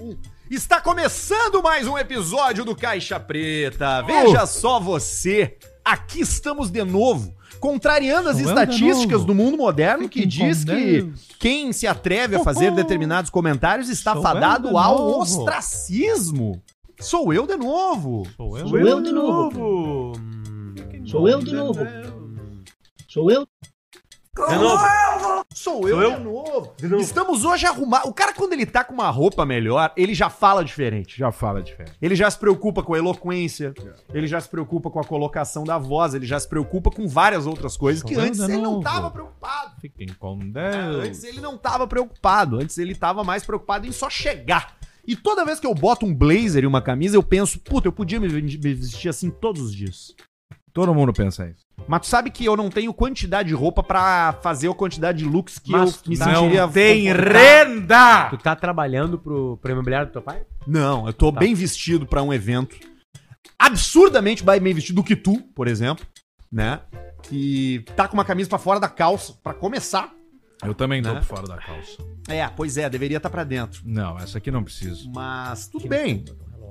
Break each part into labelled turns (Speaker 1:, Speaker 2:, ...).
Speaker 1: Um. Está começando mais um episódio do Caixa Preta.
Speaker 2: Oh.
Speaker 1: Veja só você. Aqui estamos de novo, contrariando as
Speaker 2: Não é de
Speaker 1: estatísticas
Speaker 2: novo.
Speaker 1: do mundo moderno que
Speaker 2: Fiquem
Speaker 1: diz
Speaker 2: com
Speaker 3: né?
Speaker 1: que
Speaker 2: Deus.
Speaker 1: quem se atreve a fazer
Speaker 2: Uhul.
Speaker 1: determinados comentários está
Speaker 2: Sou eu de
Speaker 1: fadado ao
Speaker 2: novo.
Speaker 1: ostracismo. Sou eu de novo.
Speaker 2: Sou eu,
Speaker 3: Sou eu de novo. Sou eu de novo. Sou eu?
Speaker 4: De novo.
Speaker 1: Sou eu,
Speaker 4: Sou eu?
Speaker 1: de, novo.
Speaker 4: De novo.
Speaker 1: Estamos hoje arrumados. O cara, quando ele tá com uma roupa melhor, ele já fala diferente.
Speaker 2: Já fala diferente.
Speaker 1: Ele já se preocupa com a eloquência, ele já se preocupa com a colocação da voz, ele já se preocupa com várias outras coisas
Speaker 2: Sou
Speaker 1: que
Speaker 2: eu
Speaker 1: antes
Speaker 2: de
Speaker 1: ele não
Speaker 2: novo.
Speaker 1: tava preocupado.
Speaker 2: Fiquem com
Speaker 1: Antes
Speaker 2: Deus.
Speaker 1: ele não tava preocupado, antes ele tava mais preocupado em só chegar. E toda vez que eu boto um blazer e uma camisa, eu penso, puta, eu podia me ven- me vestir assim todos os dias.
Speaker 2: Todo mundo pensa isso.
Speaker 1: Mas tu sabe que eu não tenho quantidade de roupa pra fazer a quantidade de looks que
Speaker 3: Mas
Speaker 1: eu me
Speaker 3: não
Speaker 1: sentiria
Speaker 3: tem
Speaker 1: confortável.
Speaker 2: Renda!
Speaker 3: Tu tá trabalhando pro, pro imobiliário do teu pai?
Speaker 1: Não, eu tô
Speaker 3: Tá.
Speaker 1: bem vestido pra um evento. Absurdamente mais bem vestido do que tu, por exemplo, né? Que tá com uma camisa pra fora da calça, pra começar.
Speaker 2: Eu também tô
Speaker 1: Né?
Speaker 2: por fora da calça.
Speaker 1: É, pois é, deveria estar tá pra dentro.
Speaker 2: Não, essa aqui não preciso.
Speaker 1: Mas tudo bem.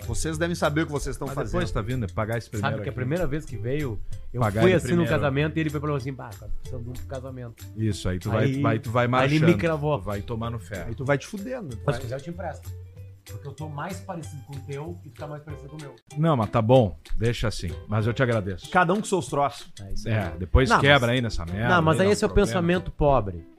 Speaker 1: Vocês devem saber o que vocês estão
Speaker 2: Mas
Speaker 1: fazendo.
Speaker 2: depois tá vindo é pagar esse primeiro.
Speaker 3: um- Sabe que a
Speaker 2: aqui.
Speaker 3: primeira vez que veio, eu
Speaker 2: Pagar
Speaker 3: fui
Speaker 2: ele
Speaker 3: assim no
Speaker 2: primeiro.
Speaker 3: casamento e ele falou assim, bah, cara, tô precisando de um pro casamento.
Speaker 2: Isso, aí tu
Speaker 3: Aí-
Speaker 2: vai, vai, tu vai
Speaker 3: aí ele
Speaker 2: marchando.
Speaker 3: me cravou.
Speaker 2: Tu Vai tomar no
Speaker 1: Aí
Speaker 2: ferro.
Speaker 1: tu vai te fudendo.
Speaker 3: Mas se quiser eu te empresto. Porque eu tô mais parecido com o teu e tu tá mais parecido com o meu.
Speaker 2: Não, mas tá bom. Deixa assim. Mas eu te agradeço.
Speaker 1: Cada um com seus troços.
Speaker 3: É isso aí.
Speaker 2: É, depois
Speaker 3: Não,
Speaker 2: quebra
Speaker 3: mas-
Speaker 2: aí nessa merda.
Speaker 3: Não, mas aí
Speaker 2: dá um
Speaker 3: esse é o
Speaker 2: problema.
Speaker 3: pensamento pobre.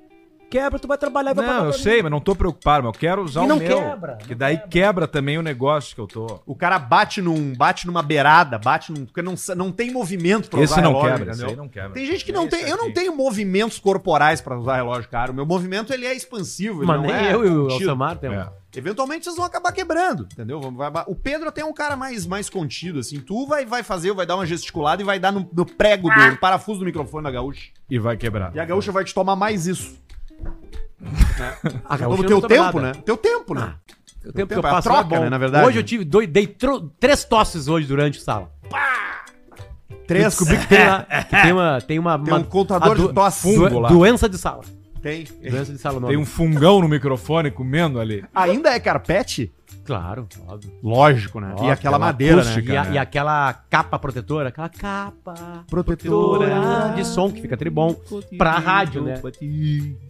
Speaker 3: Quebra, tu vai trabalhar e vai
Speaker 2: Não, eu sei, mas não tô preocupado, mas eu quero usar
Speaker 3: E
Speaker 2: o
Speaker 3: não
Speaker 2: meu.
Speaker 3: quebra,
Speaker 2: que
Speaker 3: não
Speaker 2: daí
Speaker 3: quebra.
Speaker 2: quebra. também o negócio que eu tô.
Speaker 1: O cara bate num, bate numa beirada, bate num, porque não, sa- não tem movimento pra
Speaker 2: Esse
Speaker 1: usar
Speaker 2: não
Speaker 1: relógio,
Speaker 2: quebra, esse
Speaker 1: entendeu?
Speaker 2: aí não quebra.
Speaker 1: Tem gente que não
Speaker 2: Esse
Speaker 1: tem, eu não
Speaker 2: aqui.
Speaker 1: tenho movimentos corporais pra usar relógio caro. Meu movimento ele é expansivo, ele
Speaker 3: Mas
Speaker 1: não
Speaker 3: nem
Speaker 1: é
Speaker 3: eu e o
Speaker 1: contido.
Speaker 3: Alcemar temos.
Speaker 2: É.
Speaker 1: Eventualmente vocês vão acabar quebrando, entendeu? Vai- vai- vai- O Pedro até é um cara mais, mais contido, assim. Tu vai, vai fazer, vai dar uma gesticulada e vai dar no, no prego do no parafuso do microfone da gaúcha.
Speaker 2: E vai quebrar.
Speaker 1: E a gaúcha vai te tomar mais isso.
Speaker 3: Ah, cara,
Speaker 1: Todo
Speaker 3: hoje
Speaker 1: o
Speaker 3: eu
Speaker 1: teu
Speaker 3: não tô
Speaker 1: tempo,
Speaker 3: nada. Ah,
Speaker 1: né? Teu tempo, né?
Speaker 3: O tempo que eu
Speaker 1: tempo é a
Speaker 3: passo
Speaker 1: troca,
Speaker 3: é bom.
Speaker 1: né, na verdade.
Speaker 3: Hoje eu tive, doi- dei tro- três tosses hoje durante o sala. Eu
Speaker 1: Três. é,
Speaker 3: descobri que tem uma. que tem uma, tem uma,
Speaker 1: Tem um
Speaker 3: uma-
Speaker 1: contador
Speaker 3: a
Speaker 1: de tosse.
Speaker 3: do-
Speaker 2: Fungo lá.
Speaker 3: doença de sala.
Speaker 1: Tem.
Speaker 3: Doença de sala, o nome.
Speaker 2: Tem um fungão no microfone comendo ali.
Speaker 1: Ainda é carpete?
Speaker 3: um Claro, óbvio.
Speaker 1: Lógico, né? e
Speaker 2: Óbvio,
Speaker 1: aquela
Speaker 3: é
Speaker 2: aquela
Speaker 1: madeira,
Speaker 2: acústica.
Speaker 1: né?
Speaker 3: E, a-
Speaker 2: né?
Speaker 3: e aquela capa protetora, aquela capa
Speaker 1: Protetora.
Speaker 3: protetora de som que fica tribom pra rádio, né?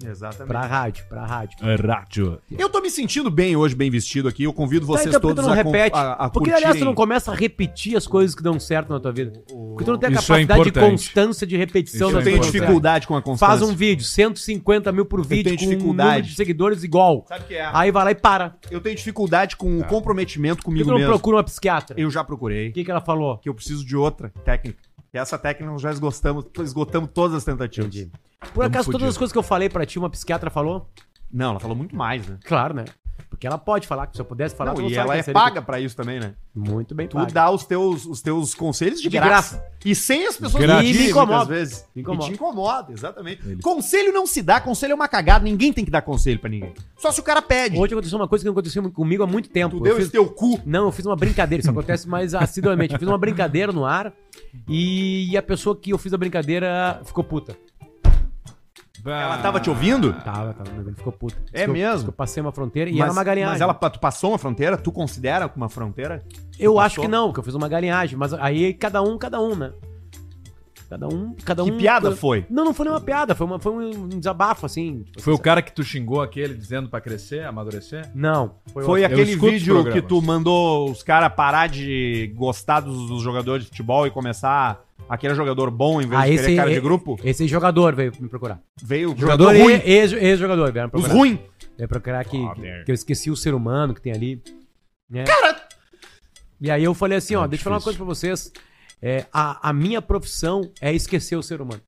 Speaker 1: Exatamente.
Speaker 3: Pra rádio, pra rádio.
Speaker 2: Rádio.
Speaker 1: Eu tô me sentindo bem hoje, bem vestido aqui. Eu convido vocês
Speaker 3: então, porque
Speaker 1: todos
Speaker 3: tu não
Speaker 1: a, con-
Speaker 3: repete.
Speaker 1: a, a
Speaker 3: Porque, aliás, tu não
Speaker 1: curtirem-
Speaker 3: começa a repetir as coisas que dão certo na tua vida. Porque tu não tem a
Speaker 2: Isso é
Speaker 3: capacidade de
Speaker 2: importante.
Speaker 3: constância de repetição
Speaker 2: Isso
Speaker 1: Eu
Speaker 2: é
Speaker 3: das
Speaker 1: tenho
Speaker 2: importante.
Speaker 1: dificuldade com a constância.
Speaker 3: Faz um vídeo, 150 mil por vídeo,
Speaker 1: tenho
Speaker 3: com um
Speaker 1: dificuldade.
Speaker 3: número de seguidores igual.
Speaker 1: Sabe o que é?
Speaker 3: Aí vai lá e para.
Speaker 1: Eu tenho dificuldade com o comprometimento
Speaker 3: Tá. Por que
Speaker 1: comigo
Speaker 3: tu não
Speaker 1: mesmo.
Speaker 3: procura uma psiquiatra?
Speaker 1: Eu já procurei.
Speaker 3: O que, que ela falou?
Speaker 1: Que eu preciso de outra técnica. E essa técnica nós já esgotamos, esgotamos todas as tentativas.
Speaker 3: Entendi. Por
Speaker 2: Tamo
Speaker 3: acaso,
Speaker 2: fudido.
Speaker 3: todas as coisas que eu falei pra ti, uma psiquiatra falou?
Speaker 1: Não, ela falou muito mais, né?
Speaker 3: Claro, né? Porque ela pode falar, que se eu pudesse falar,
Speaker 1: Não,
Speaker 3: tu não
Speaker 1: e
Speaker 3: sabe
Speaker 1: ela
Speaker 3: quem
Speaker 1: é
Speaker 3: seria.
Speaker 1: paga pra isso também, né?
Speaker 3: Muito bem
Speaker 1: Tu
Speaker 3: paga.
Speaker 1: dá os teus, os teus conselhos de,
Speaker 3: De
Speaker 1: graça. E sem as pessoas
Speaker 2: Grátis.
Speaker 1: pedirem
Speaker 3: E me incomoda.
Speaker 1: muitas vezes.
Speaker 3: Me incomoda.
Speaker 1: E te incomoda, exatamente.
Speaker 2: Ele-
Speaker 1: Conselho não se dá, conselho é uma cagada. Ninguém tem que dar conselho pra ninguém. Só se o cara pede.
Speaker 3: Hoje aconteceu uma coisa que não aconteceu comigo há muito tempo.
Speaker 1: tu
Speaker 3: Eu
Speaker 1: deu
Speaker 3: fiz-
Speaker 1: esse teu cu.
Speaker 3: Não, eu fiz uma brincadeira, isso acontece mais assiduamente. Eu fiz uma brincadeira no ar e a pessoa que eu fiz a brincadeira ficou puta. Ah,
Speaker 1: Ela tava te ouvindo?
Speaker 3: Tava, tava, meu velho, ficou puta. Diz
Speaker 1: É
Speaker 3: que eu-
Speaker 1: mesmo?
Speaker 3: diz que Eu passei uma fronteira tá. e era uma galinhagem.
Speaker 1: mas ela pa- tu passou uma fronteira? Tu considera uma fronteira?
Speaker 3: Eu
Speaker 1: Passou?
Speaker 3: acho que não, que eu fiz uma galinhagem, mas aí cada um, cada um, né? Cada um, cada
Speaker 1: Que
Speaker 3: um.
Speaker 1: piada
Speaker 3: cada-
Speaker 1: foi?
Speaker 3: Não, não foi nenhuma piada, foi, uma, foi um desabafo, assim. tipo,
Speaker 2: Foi o
Speaker 3: assim,
Speaker 2: cara que tu xingou aquele dizendo pra crescer, amadurecer?
Speaker 3: Não.
Speaker 1: Foi
Speaker 2: Eu
Speaker 1: aquele
Speaker 2: escuto os
Speaker 1: vídeo que
Speaker 2: programas.
Speaker 1: tu mandou os caras parar de gostar dos, dos jogadores de futebol e começar aquele jogador bom em vez
Speaker 3: Ah,
Speaker 2: é
Speaker 1: de querer
Speaker 3: esse,
Speaker 1: cara de
Speaker 3: e-
Speaker 1: grupo?
Speaker 3: esse jogador veio me procurar.
Speaker 1: Veio o
Speaker 3: Jogador, é-
Speaker 1: jogador ruim.
Speaker 3: e- ex- ex-jogador vieram me
Speaker 1: Os
Speaker 3: procurar.
Speaker 1: ruins.
Speaker 3: Vieram procurar que,
Speaker 2: Ah,
Speaker 3: que-
Speaker 2: merda.
Speaker 3: que eu esqueci o ser humano que tem ali. né?
Speaker 1: Cara!
Speaker 3: E aí eu falei assim, ó,
Speaker 2: É
Speaker 3: deixa eu falar uma coisa
Speaker 2: difícil.
Speaker 3: pra vocês. É, a, a minha profissão é esquecer o ser humano.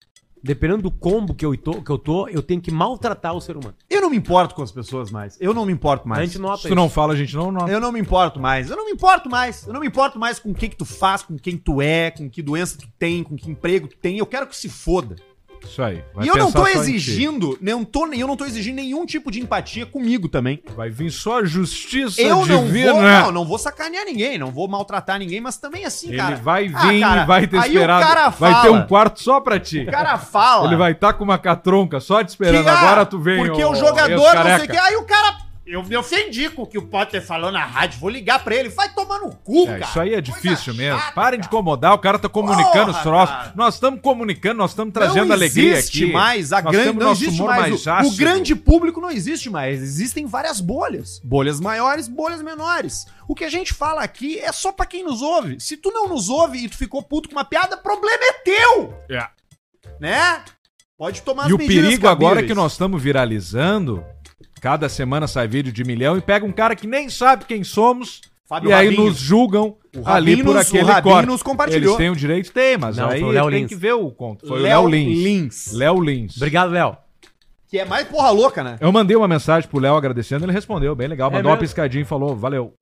Speaker 3: Dependendo do combo que eu tô, que eu, tô eu tenho que maltratar o ser humano.
Speaker 1: Eu não me importo com as pessoas mais. Eu não me importo
Speaker 3: a
Speaker 1: mais.
Speaker 3: gente nota
Speaker 2: Se tu não fala, a gente não nota.
Speaker 1: Eu não me importo mais. Eu não me importo mais. Eu não me importo mais com o que, que tu faz, com quem tu é, com que doença tu tem, com que emprego tu tem. Eu quero que se foda.
Speaker 2: Isso aí. vai
Speaker 1: e eu não
Speaker 2: pensar
Speaker 1: tô
Speaker 2: só em ti.
Speaker 1: exigindo, não tô, eu não tô exigindo nenhum tipo de empatia comigo também.
Speaker 2: Vai vir só a justiça
Speaker 1: eu não
Speaker 2: divina.
Speaker 1: vou, não, não vou sacanear ninguém, não vou maltratar ninguém, mas também assim,
Speaker 2: né? Ele
Speaker 1: cara.
Speaker 2: vai
Speaker 1: Ah,
Speaker 2: vir
Speaker 1: cara,
Speaker 2: e vai te
Speaker 1: aí o
Speaker 2: esperar.
Speaker 1: cara
Speaker 2: Vai
Speaker 1: fala.
Speaker 2: ter um quarto só pra ti.
Speaker 1: O cara fala.
Speaker 2: Ele vai estar tá com uma catronca só te
Speaker 1: que,
Speaker 2: esperando.
Speaker 1: ah,
Speaker 2: Agora tu vem.
Speaker 1: Porque
Speaker 2: ô,
Speaker 1: o jogador, não sei o
Speaker 2: ex-careca.
Speaker 1: que, é aí o cara Eu me ofendi com o que o Potter falou na rádio. Vou ligar pra ele. Vai tomar no cu,
Speaker 2: É,
Speaker 1: cara.
Speaker 2: isso aí é difícil
Speaker 1: Coisa
Speaker 2: mesmo.
Speaker 1: chata,
Speaker 2: Parem de
Speaker 1: cara.
Speaker 2: incomodar, o cara tá comunicando
Speaker 1: Porra,
Speaker 2: os troços.
Speaker 1: cara.
Speaker 2: Nós estamos comunicando, nós estamos trazendo
Speaker 1: não
Speaker 2: alegria
Speaker 1: existe
Speaker 2: aqui.
Speaker 1: mais a
Speaker 2: Nós
Speaker 1: grande
Speaker 2: temos
Speaker 1: não
Speaker 2: nosso
Speaker 1: existe
Speaker 2: humor
Speaker 1: mais,
Speaker 2: mais
Speaker 1: o- o,
Speaker 2: ácido.
Speaker 1: grande público não existe mais existem várias bolhas bolhas maiores bolhas menores o que a gente fala aqui é só pra quem nos ouve se tu não nos ouve e tu ficou puto com uma piada problema é teu
Speaker 2: É.
Speaker 1: né pode tomar
Speaker 2: E o perigo agora é que
Speaker 1: cabíveis.
Speaker 2: nós estamos viralizando. Cada semana sai vídeo de milhão e pega um cara que nem sabe quem somos
Speaker 1: Fábio
Speaker 2: e aí
Speaker 1: Rabinho.
Speaker 2: nos julgam
Speaker 1: O
Speaker 2: ali
Speaker 1: Rabinho
Speaker 2: por
Speaker 1: nos- o
Speaker 2: aquele
Speaker 1: Rabinho
Speaker 2: corte.
Speaker 1: nos compartilhou.
Speaker 2: Eles têm o direito? Tem, mas
Speaker 3: Não,
Speaker 2: aí
Speaker 3: foi o Léo
Speaker 2: tem
Speaker 3: Lins.
Speaker 2: que ver o conto. Foi
Speaker 1: Léo
Speaker 2: o Léo Lins.
Speaker 1: Lins.
Speaker 2: Léo Lins.
Speaker 3: Obrigado, Léo.
Speaker 1: que é mais porra louca né
Speaker 2: Eu mandei uma mensagem pro Léo agradecendo, ele respondeu, bem legal.
Speaker 3: É
Speaker 2: Mandou uma
Speaker 3: mesmo?
Speaker 2: piscadinha e falou, valeu.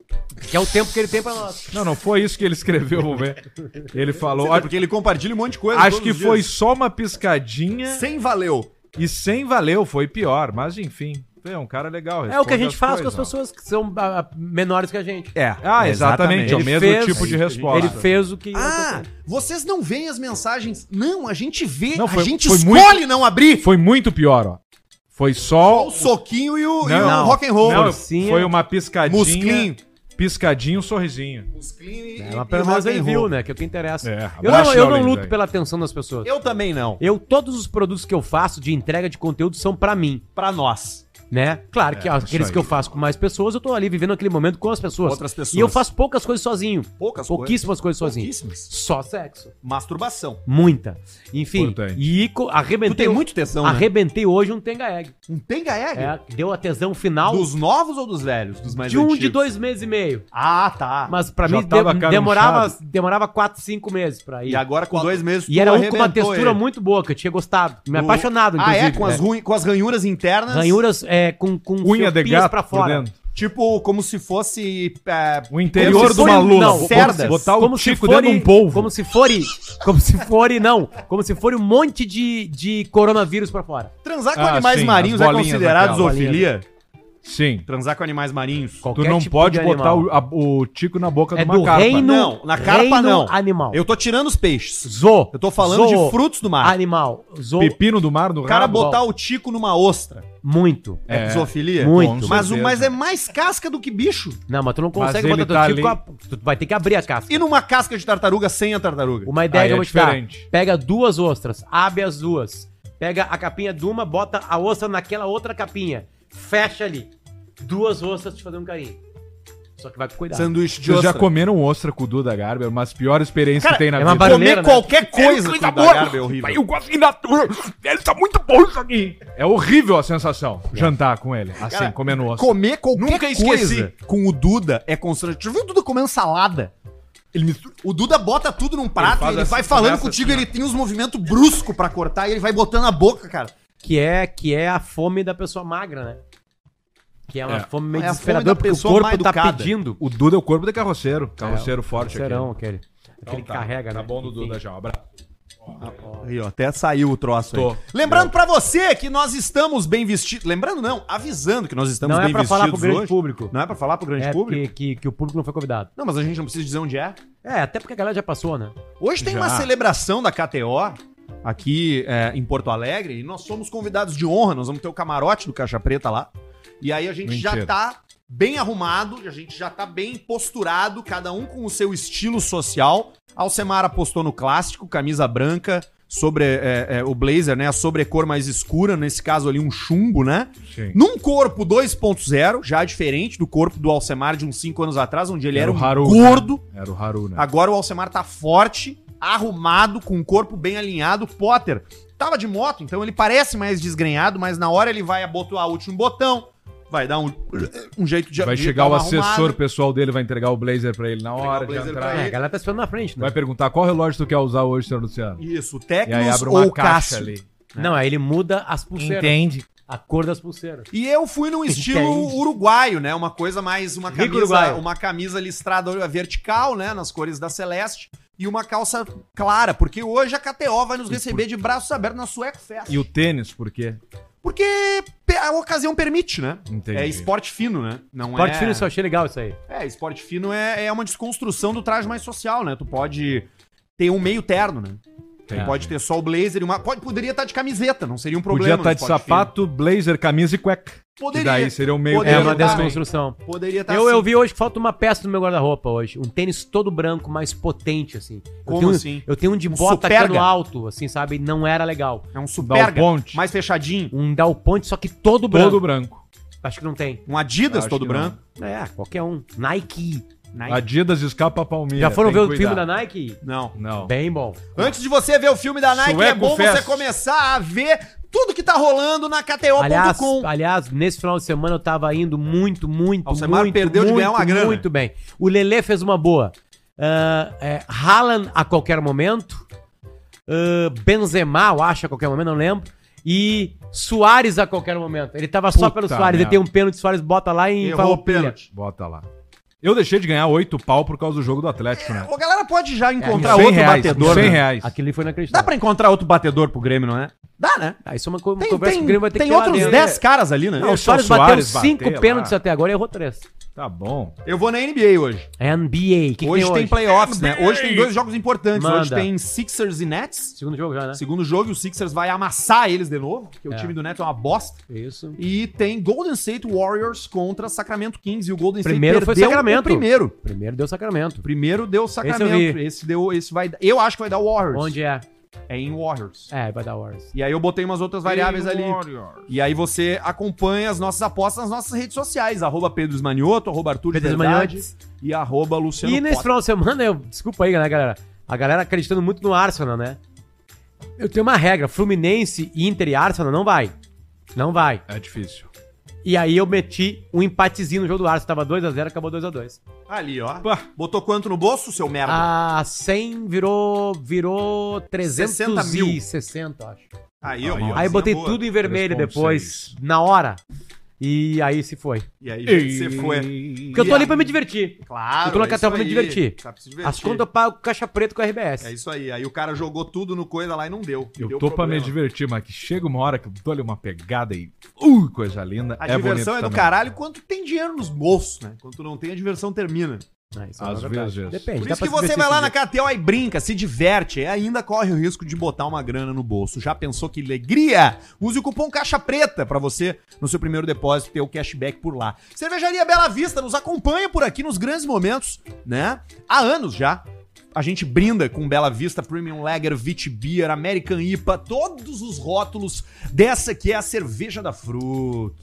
Speaker 3: Que é o tempo que ele tem pra nós.
Speaker 2: Não, não foi isso que ele escreveu, vou ver. Ele falou, "Olha,
Speaker 1: porque ele compartilha um monte de coisa
Speaker 2: acho
Speaker 1: todos
Speaker 2: que
Speaker 1: os
Speaker 2: foi
Speaker 1: dias.
Speaker 2: só uma piscadinha
Speaker 1: sem valeu
Speaker 2: e sem valeu, foi pior, mas enfim. É um cara legal.
Speaker 3: É o que a
Speaker 2: responde
Speaker 3: gente
Speaker 2: as
Speaker 3: faz com as
Speaker 2: coisas, ó.
Speaker 3: pessoas que são ah, ah, menores que a gente.
Speaker 1: é
Speaker 2: Ah, exatamente, é o
Speaker 3: Ele
Speaker 2: mesmo
Speaker 3: fez-
Speaker 2: tipo de
Speaker 3: Ele
Speaker 2: resposta.
Speaker 3: Ele fez o que.
Speaker 1: Ah, vocês não veem as mensagens. Não, a gente vê,
Speaker 2: Não,
Speaker 1: a
Speaker 2: foi-
Speaker 1: gente
Speaker 2: foi
Speaker 1: escolhe
Speaker 2: muito-
Speaker 1: não abrir.
Speaker 2: Foi muito pior, ó. Foi
Speaker 1: Só
Speaker 2: só
Speaker 1: o soquinho e o, e
Speaker 2: Não.
Speaker 1: o rock and roll.
Speaker 2: Não,
Speaker 3: Forcinha.
Speaker 2: foi uma piscadinha,
Speaker 1: Musclinho.
Speaker 2: piscadinho, sorrisinho.
Speaker 1: Musclinho e,
Speaker 3: É, mas
Speaker 1: e
Speaker 3: pelo menos
Speaker 1: rock
Speaker 3: ele
Speaker 1: and
Speaker 3: viu,
Speaker 1: roll.
Speaker 3: né? Que é o que interessa.
Speaker 2: É,
Speaker 3: eu
Speaker 2: abaixo,
Speaker 3: não, eu não
Speaker 2: Léo Lins,
Speaker 3: luto
Speaker 2: aí.
Speaker 3: pela atenção das pessoas.
Speaker 1: Eu também não.
Speaker 3: Eu, todos os produtos que eu faço de entrega de conteúdo são pra mim,
Speaker 1: Pra nós.
Speaker 3: né? Claro
Speaker 1: É,
Speaker 3: que aqueles
Speaker 2: aí.
Speaker 3: que eu faço com mais pessoas, eu tô ali vivendo aquele momento com as pessoas.
Speaker 1: Outras pessoas.
Speaker 3: E eu faço poucas coisas sozinho.
Speaker 1: Poucas
Speaker 3: Pouquíssimas coisas
Speaker 1: coisas.
Speaker 3: sozinho.
Speaker 1: Pouquíssimas.
Speaker 3: Só sexo.
Speaker 1: Masturbação.
Speaker 3: Muita. Enfim,
Speaker 2: Importante.
Speaker 3: e co-
Speaker 1: Tu
Speaker 3: arrebentei.
Speaker 1: tem muito tesão, né?
Speaker 3: Arrebentei hoje um Tenga Egg.
Speaker 1: Um tenga egg?
Speaker 3: um- É, deu a tesão final
Speaker 1: Dos novos ou dos velhos? Dos mais
Speaker 3: de um de
Speaker 1: antigos?
Speaker 3: dois meses e meio.
Speaker 1: Ah, tá.
Speaker 3: Mas pra
Speaker 2: Já
Speaker 3: mim
Speaker 2: tava
Speaker 3: de-
Speaker 2: carunchado.
Speaker 3: demorava, demorava quatro, cinco meses pra ir.
Speaker 1: E agora com dois meses
Speaker 3: E era um com uma textura muito boa, que eu tinha gostado. Me apaixonado, né?
Speaker 1: inclusive. Ah, é? Com as, ruim- com as ranhuras internas.
Speaker 3: ranhuras é, com, com
Speaker 2: Unha de
Speaker 3: felpinhas
Speaker 2: gato
Speaker 3: pra
Speaker 2: por
Speaker 3: fora.
Speaker 2: dentro.
Speaker 1: Tipo, como se fosse... é,
Speaker 2: O interior
Speaker 1: se
Speaker 2: de uma
Speaker 1: fosse-
Speaker 2: lula.
Speaker 1: não,
Speaker 2: Bo-
Speaker 1: cerdas.
Speaker 2: Botar o
Speaker 3: como se
Speaker 2: tico
Speaker 3: fore,
Speaker 2: dentro de um polvo.
Speaker 3: Como se fore, como se fore, não, como se fore um monte de, de coronavírus pra fora.
Speaker 1: Transar com
Speaker 2: Ah,
Speaker 1: animais
Speaker 2: sim,
Speaker 1: marinhos
Speaker 2: as
Speaker 1: é
Speaker 2: bolinhas
Speaker 1: considerado
Speaker 2: daquelas.
Speaker 1: zoofilia?
Speaker 2: Sim.
Speaker 1: Transar com animais marinhos?
Speaker 2: Tu
Speaker 3: Qualquer
Speaker 2: não
Speaker 3: tipo
Speaker 2: pode
Speaker 3: de
Speaker 2: botar
Speaker 3: animal.
Speaker 2: o, a- o tico na boca
Speaker 3: É
Speaker 2: de uma
Speaker 3: do
Speaker 2: carpa.
Speaker 3: reino-
Speaker 1: Não, na carpa
Speaker 3: reino
Speaker 1: não.
Speaker 3: animal.
Speaker 1: Eu tô tirando os peixes.
Speaker 3: Zo.
Speaker 1: Eu tô falando de frutos do mar.
Speaker 3: Animal. Zo.
Speaker 2: Pepino do mar, do
Speaker 1: O cara
Speaker 2: rabo.
Speaker 1: botar o tico numa ostra
Speaker 3: Muito.
Speaker 1: é,
Speaker 2: É,
Speaker 1: zoofilia?
Speaker 3: muito.
Speaker 1: Mas, o-
Speaker 2: certeza.
Speaker 1: mas é mais casca do que bicho.
Speaker 3: Não, mas tu não consegue
Speaker 2: ele
Speaker 3: botar teu
Speaker 2: tá
Speaker 3: tipo.
Speaker 2: ali.
Speaker 3: com a- Tu vai ter que abrir a casca.
Speaker 1: E numa casca de tartaruga sem a tartaruga?
Speaker 3: Uma ideia
Speaker 2: Aí
Speaker 3: que eu
Speaker 2: é
Speaker 3: vou te dar.
Speaker 2: diferente.
Speaker 3: Pega duas ostras, abre as duas. Pega a capinha de uma, bota a ostra naquela outra capinha. Fecha ali. Duas ostras te fazendo um carinho. Só que vai com cuidado.
Speaker 1: Sanduíche de
Speaker 2: Vocês já
Speaker 1: ostra.
Speaker 2: comeram ostra com o Duda Garber, mas pior experiência
Speaker 1: Cara,
Speaker 2: que tem na
Speaker 3: é uma
Speaker 2: vida.
Speaker 3: barulheira,
Speaker 1: Comer
Speaker 3: né?
Speaker 1: qualquer coisa com o da Garbi é horrível.
Speaker 2: Eu gosto de natura. Ele tá muito bom isso aqui. É horrível a sensação. Jantar com ele. Assim,
Speaker 1: Cara,
Speaker 2: comendo ostra.
Speaker 1: Comer qualquer
Speaker 2: Nunca esqueci.
Speaker 1: coisa com o Duda é constrangedor. Tu viu o Duda comendo salada? Ele mistura- O Duda bota tudo num prato,
Speaker 2: faz
Speaker 1: ele,
Speaker 2: assim,
Speaker 1: vai falando
Speaker 2: começa
Speaker 1: contigo,
Speaker 2: assim,
Speaker 1: ele tem uns movimentos bruscos pra cortar e ele vai botando na boca, cara.
Speaker 3: Que é, que é a fome da pessoa magra, né? Que é uma
Speaker 2: É.
Speaker 3: fome meio
Speaker 1: É a fome da
Speaker 3: desesperadora, porque o
Speaker 1: pessoa
Speaker 3: corpo
Speaker 1: mal
Speaker 3: tá
Speaker 1: educada.
Speaker 3: pedindo.
Speaker 2: O Duda é o corpo de carroceiro. Carroceiro É um forte
Speaker 3: Serão,
Speaker 2: aqui.
Speaker 3: aquele.
Speaker 2: Então
Speaker 3: Aquele que carrega, né?
Speaker 2: Tá bom do
Speaker 3: Enfim.
Speaker 2: Duda já. Um abraço.
Speaker 1: Aí, ó, até saiu o troço
Speaker 2: Tô.
Speaker 1: aí. Lembrando pra você que nós estamos bem vestidos. Lembrando não, avisando que nós estamos
Speaker 3: Não
Speaker 1: bem
Speaker 3: é pra
Speaker 1: vestidos
Speaker 3: falar pro grande
Speaker 1: hoje.
Speaker 3: público.
Speaker 1: Não é pra falar pro grande
Speaker 3: É
Speaker 1: público?
Speaker 3: que, que, que o público não foi convidado.
Speaker 1: Não, mas a gente não precisa dizer onde é.
Speaker 3: É, até porque a galera já passou, né?
Speaker 1: Hoje tem
Speaker 2: Já.
Speaker 1: uma celebração da KTO aqui é, em Porto Alegre e nós somos convidados de honra. Nós vamos ter o camarote do Caixa Preta lá. E aí a gente já
Speaker 2: Mentira.
Speaker 1: tá bem arrumado, a gente já tá bem posturado, cada um com o seu estilo social. Alcemara postou no clássico, camisa branca, sobre é, é, o blazer, né? A sobrecor mais escura, nesse caso ali um chumbo, né?
Speaker 2: Sim.
Speaker 1: Num corpo 2.0, já diferente do corpo do Alcemar de uns 5 anos atrás, onde ele era,
Speaker 2: Era o
Speaker 1: um
Speaker 2: Haru, né?
Speaker 1: gordo.
Speaker 2: Era o né? Haruna.
Speaker 1: Agora o Alcemar tá forte, arrumado, com o corpo bem alinhado. Potter tava de moto, então ele parece mais desgrenhado, mas na hora ele vai abotoar o último botão, vai dar um, um jeito de
Speaker 2: Vai
Speaker 1: de
Speaker 2: chegar
Speaker 1: dar
Speaker 2: o
Speaker 1: uma
Speaker 2: assessor
Speaker 1: arrumada.
Speaker 2: pessoal dele, vai entregar o blazer pra ele na
Speaker 1: Entregar o
Speaker 2: hora de
Speaker 1: blazer
Speaker 2: entrar.
Speaker 1: pra
Speaker 3: É,
Speaker 1: ele.
Speaker 3: a galera tá esperando na frente, né?
Speaker 2: Vai perguntar qual relógio tu quer usar hoje, senhor Luciano.
Speaker 1: Isso,
Speaker 2: E aí
Speaker 1: Tecnos
Speaker 2: abre uma
Speaker 1: ou
Speaker 2: caixa
Speaker 1: Cássio.
Speaker 2: ali.
Speaker 3: É. Não, aí ele muda as pulseiras.
Speaker 2: Entende?
Speaker 3: A cor das pulseiras.
Speaker 1: E eu fui num estilo
Speaker 3: Entende?
Speaker 1: uruguaio, né? Uma coisa mais uma
Speaker 3: é Rico
Speaker 1: camisa,
Speaker 3: uruguaio.
Speaker 1: uma camisa listrada vertical, né, nas cores da celeste e uma calça clara, porque hoje a KTO vai nos receber de braços abertos na Sueco Fest.
Speaker 2: E o tênis, por quê?
Speaker 1: Porque pe- a ocasião permite, né?
Speaker 2: Entendi.
Speaker 1: É esporte fino, né? Não
Speaker 3: Parte
Speaker 1: é...
Speaker 3: fina, eu achei legal isso aí.
Speaker 1: É, esporte fino é, é uma desconstrução do traje mais social, né? Tu pode ter um meio terno, né?
Speaker 2: Tem.
Speaker 1: Pode ter só o blazer e uma. Pode, poderia estar de camiseta, não seria um
Speaker 2: Podia
Speaker 1: problema.
Speaker 2: estar
Speaker 1: no
Speaker 2: de
Speaker 1: Spotify.
Speaker 2: sapato, blazer, camisa e cueca.
Speaker 1: Poderia.
Speaker 2: Que daí seria o meio
Speaker 1: Poderia
Speaker 3: É
Speaker 2: termo.
Speaker 3: uma
Speaker 1: também.
Speaker 3: desconstrução.
Speaker 1: Poderia estar
Speaker 3: Eu,
Speaker 1: assim.
Speaker 3: eu vi hoje que falta uma peça no meu guarda-roupa hoje. Um tênis todo branco, mais potente, assim. Eu
Speaker 1: Como
Speaker 3: tenho,
Speaker 1: assim?
Speaker 3: Eu tenho um de
Speaker 1: Um
Speaker 3: bota
Speaker 1: superga?
Speaker 3: cano alto, assim, sabe? Não era legal.
Speaker 1: É um superga,
Speaker 2: Dalponte.
Speaker 1: mais fechadinho.
Speaker 3: Um Dalponte, só que todo branco.
Speaker 2: Todo branco.
Speaker 3: Acho que não tem.
Speaker 1: Um Adidas
Speaker 2: Acho
Speaker 1: todo
Speaker 2: que não.
Speaker 1: branco.
Speaker 3: É, qualquer um. Nike.
Speaker 1: Nike.
Speaker 2: Adidas escapa a palmeira.
Speaker 3: Já foram ver
Speaker 2: tem
Speaker 3: o
Speaker 2: que
Speaker 3: filme da
Speaker 2: cuidar.
Speaker 3: Nike?
Speaker 1: Não.
Speaker 2: Não.
Speaker 3: Bem bom.
Speaker 1: Antes de você ver o filme da Nike, é
Speaker 2: Sueco
Speaker 1: bom você
Speaker 2: Fest.
Speaker 1: começar a ver tudo que tá rolando na
Speaker 3: Aliás,
Speaker 1: KTO.com.
Speaker 3: aliás, nesse final de semana eu tava indo muito, muito,
Speaker 1: Alcemar
Speaker 3: muito,
Speaker 1: perdeu de
Speaker 3: muito,
Speaker 1: ganhar uma grana.
Speaker 3: muito bem. O Lelê fez uma boa. Ah, é, Haaland a qualquer momento, ah, Benzema, eu acho, a qualquer momento, não lembro, e Soares a qualquer momento. Ele tava só
Speaker 2: Puta
Speaker 3: pelo Soares, ele
Speaker 2: merda.
Speaker 3: tem um pênalti, Soares bota lá e
Speaker 1: Errou o
Speaker 3: farroupilha.
Speaker 1: pênalti.
Speaker 2: Bota lá. Eu deixei de ganhar oito pau por causa do jogo do Atlético,
Speaker 3: É.
Speaker 2: né?
Speaker 1: Ô, galera pode já encontrar
Speaker 2: Com 100
Speaker 1: outro
Speaker 2: reais,
Speaker 1: batedor.
Speaker 2: com 100
Speaker 1: né?
Speaker 2: reais.
Speaker 3: Aquilo ali foi
Speaker 1: Dá
Speaker 3: inacreditável.
Speaker 1: pra encontrar outro batedor pro Grêmio, não é? Dá, né?
Speaker 3: Ah, isso é uma, co- uma
Speaker 1: Tem,
Speaker 3: conversa que o
Speaker 1: tem,
Speaker 3: Grêmio vai ter
Speaker 1: tem
Speaker 3: que ter lá
Speaker 1: outros
Speaker 3: dentro.
Speaker 1: 10 caras ali, né?
Speaker 3: Não, o
Speaker 2: Deixa o
Speaker 3: Soares bateu
Speaker 2: Soares
Speaker 3: cinco
Speaker 2: bater
Speaker 3: pênaltis
Speaker 2: lá.
Speaker 3: até agora e errou três.
Speaker 2: Tá bom.
Speaker 1: Eu vou na NBA hoje.
Speaker 3: É NBA. O que que
Speaker 1: hoje tem,
Speaker 3: hoje?
Speaker 1: playoffs, né? Hoje tem dois jogos importantes. Hoje
Speaker 3: Manda.
Speaker 1: tem Sixers e Nets.
Speaker 3: Segundo jogo já, né?
Speaker 1: Segundo jogo, e o Sixers vai amassar eles de novo, porque o
Speaker 3: É.
Speaker 1: time do Nets é uma bosta.
Speaker 3: Isso.
Speaker 1: E tem Golden State Warriors contra Sacramento Kings. E o Golden
Speaker 3: Primeiro
Speaker 1: State
Speaker 3: foi
Speaker 1: perdeu
Speaker 3: Sacramento.
Speaker 1: o primeiro.
Speaker 3: Primeiro deu Sacramento.
Speaker 1: Primeiro deu Sacramento.
Speaker 3: Esse eu vi.
Speaker 1: esse deu, esse vai, eu acho que vai dar Warriors.
Speaker 3: Onde é?
Speaker 1: É em Warriors.
Speaker 3: É, vai dar Warriors.
Speaker 1: E aí eu botei umas outras variáveis ali. E aí você acompanha as nossas apostas nas nossas redes sociais, arroba Pedro Esmanioto, arroba Arthur de
Speaker 3: Pedro
Speaker 1: Verdade
Speaker 3: Esmanioto.
Speaker 1: e arroba Luciano
Speaker 3: E nesse
Speaker 1: Potter.
Speaker 3: final de semana, eu, desculpa aí, né, galera? A galera acreditando muito no Arsenal, né? Eu tenho uma regra: Fluminense, Inter e Arsenal não vai. Não vai.
Speaker 2: É difícil.
Speaker 3: E aí eu meti um empatezinho no jogo do Arsenal. Tava 2x0, acabou 2x2.
Speaker 1: Ali, ó.
Speaker 2: Pá.
Speaker 1: Botou quanto no bolso, seu merda?
Speaker 3: A 100 virou, virou
Speaker 1: 60
Speaker 3: 360,
Speaker 1: mil.
Speaker 3: acho.
Speaker 1: aí, ó.
Speaker 2: aí,
Speaker 1: uma
Speaker 2: ó.
Speaker 3: Aí
Speaker 1: coisinha
Speaker 3: eu botei
Speaker 1: boa.
Speaker 3: tudo em vermelho
Speaker 2: 3.6.
Speaker 3: depois, na hora. E aí se foi.
Speaker 1: E aí, gente, você foi.
Speaker 3: Porque eu tô ali pra me divertir.
Speaker 1: Claro.
Speaker 3: Eu tô na
Speaker 1: é
Speaker 3: catraca pra
Speaker 1: isso
Speaker 3: me
Speaker 1: aí.
Speaker 3: divertir.
Speaker 1: Tá pra se
Speaker 3: As
Speaker 1: divertir.
Speaker 3: contas eu pago caixa preta com a RBS.
Speaker 1: É isso aí. Aí o cara jogou tudo no coisa lá e não deu.
Speaker 2: Eu
Speaker 1: deu
Speaker 2: tô pra me
Speaker 1: problema.
Speaker 2: divertir, mas que chega uma hora que eu dou-lhe uma pegada e. Ui, coisa linda.
Speaker 1: A
Speaker 2: é bonito
Speaker 1: diversão é do
Speaker 2: também.
Speaker 1: caralho quando tem dinheiro nos bolsos, né? Quando tu não tem, a diversão termina.
Speaker 3: Ah, isso
Speaker 2: Às
Speaker 3: uma verdade.
Speaker 2: vezes.
Speaker 3: Depende.
Speaker 1: Por
Speaker 3: dá
Speaker 1: isso
Speaker 3: pra
Speaker 1: que você
Speaker 3: divertir
Speaker 1: vai lá
Speaker 3: esse
Speaker 1: na
Speaker 3: dia.
Speaker 1: KTO e brinca, se diverte, e ainda corre o risco de botar uma grana no bolso. Já pensou que alegria? Use o cupom Caixa Preta pra você, no seu primeiro depósito, ter o cashback por lá. Cervejaria Bela Vista nos acompanha por aqui nos grandes momentos, né? Há anos já. A gente brinda com Bela Vista, Premium Lager, Vit Beer, American IPA, todos os rótulos dessa que é a cerveja da Fruc.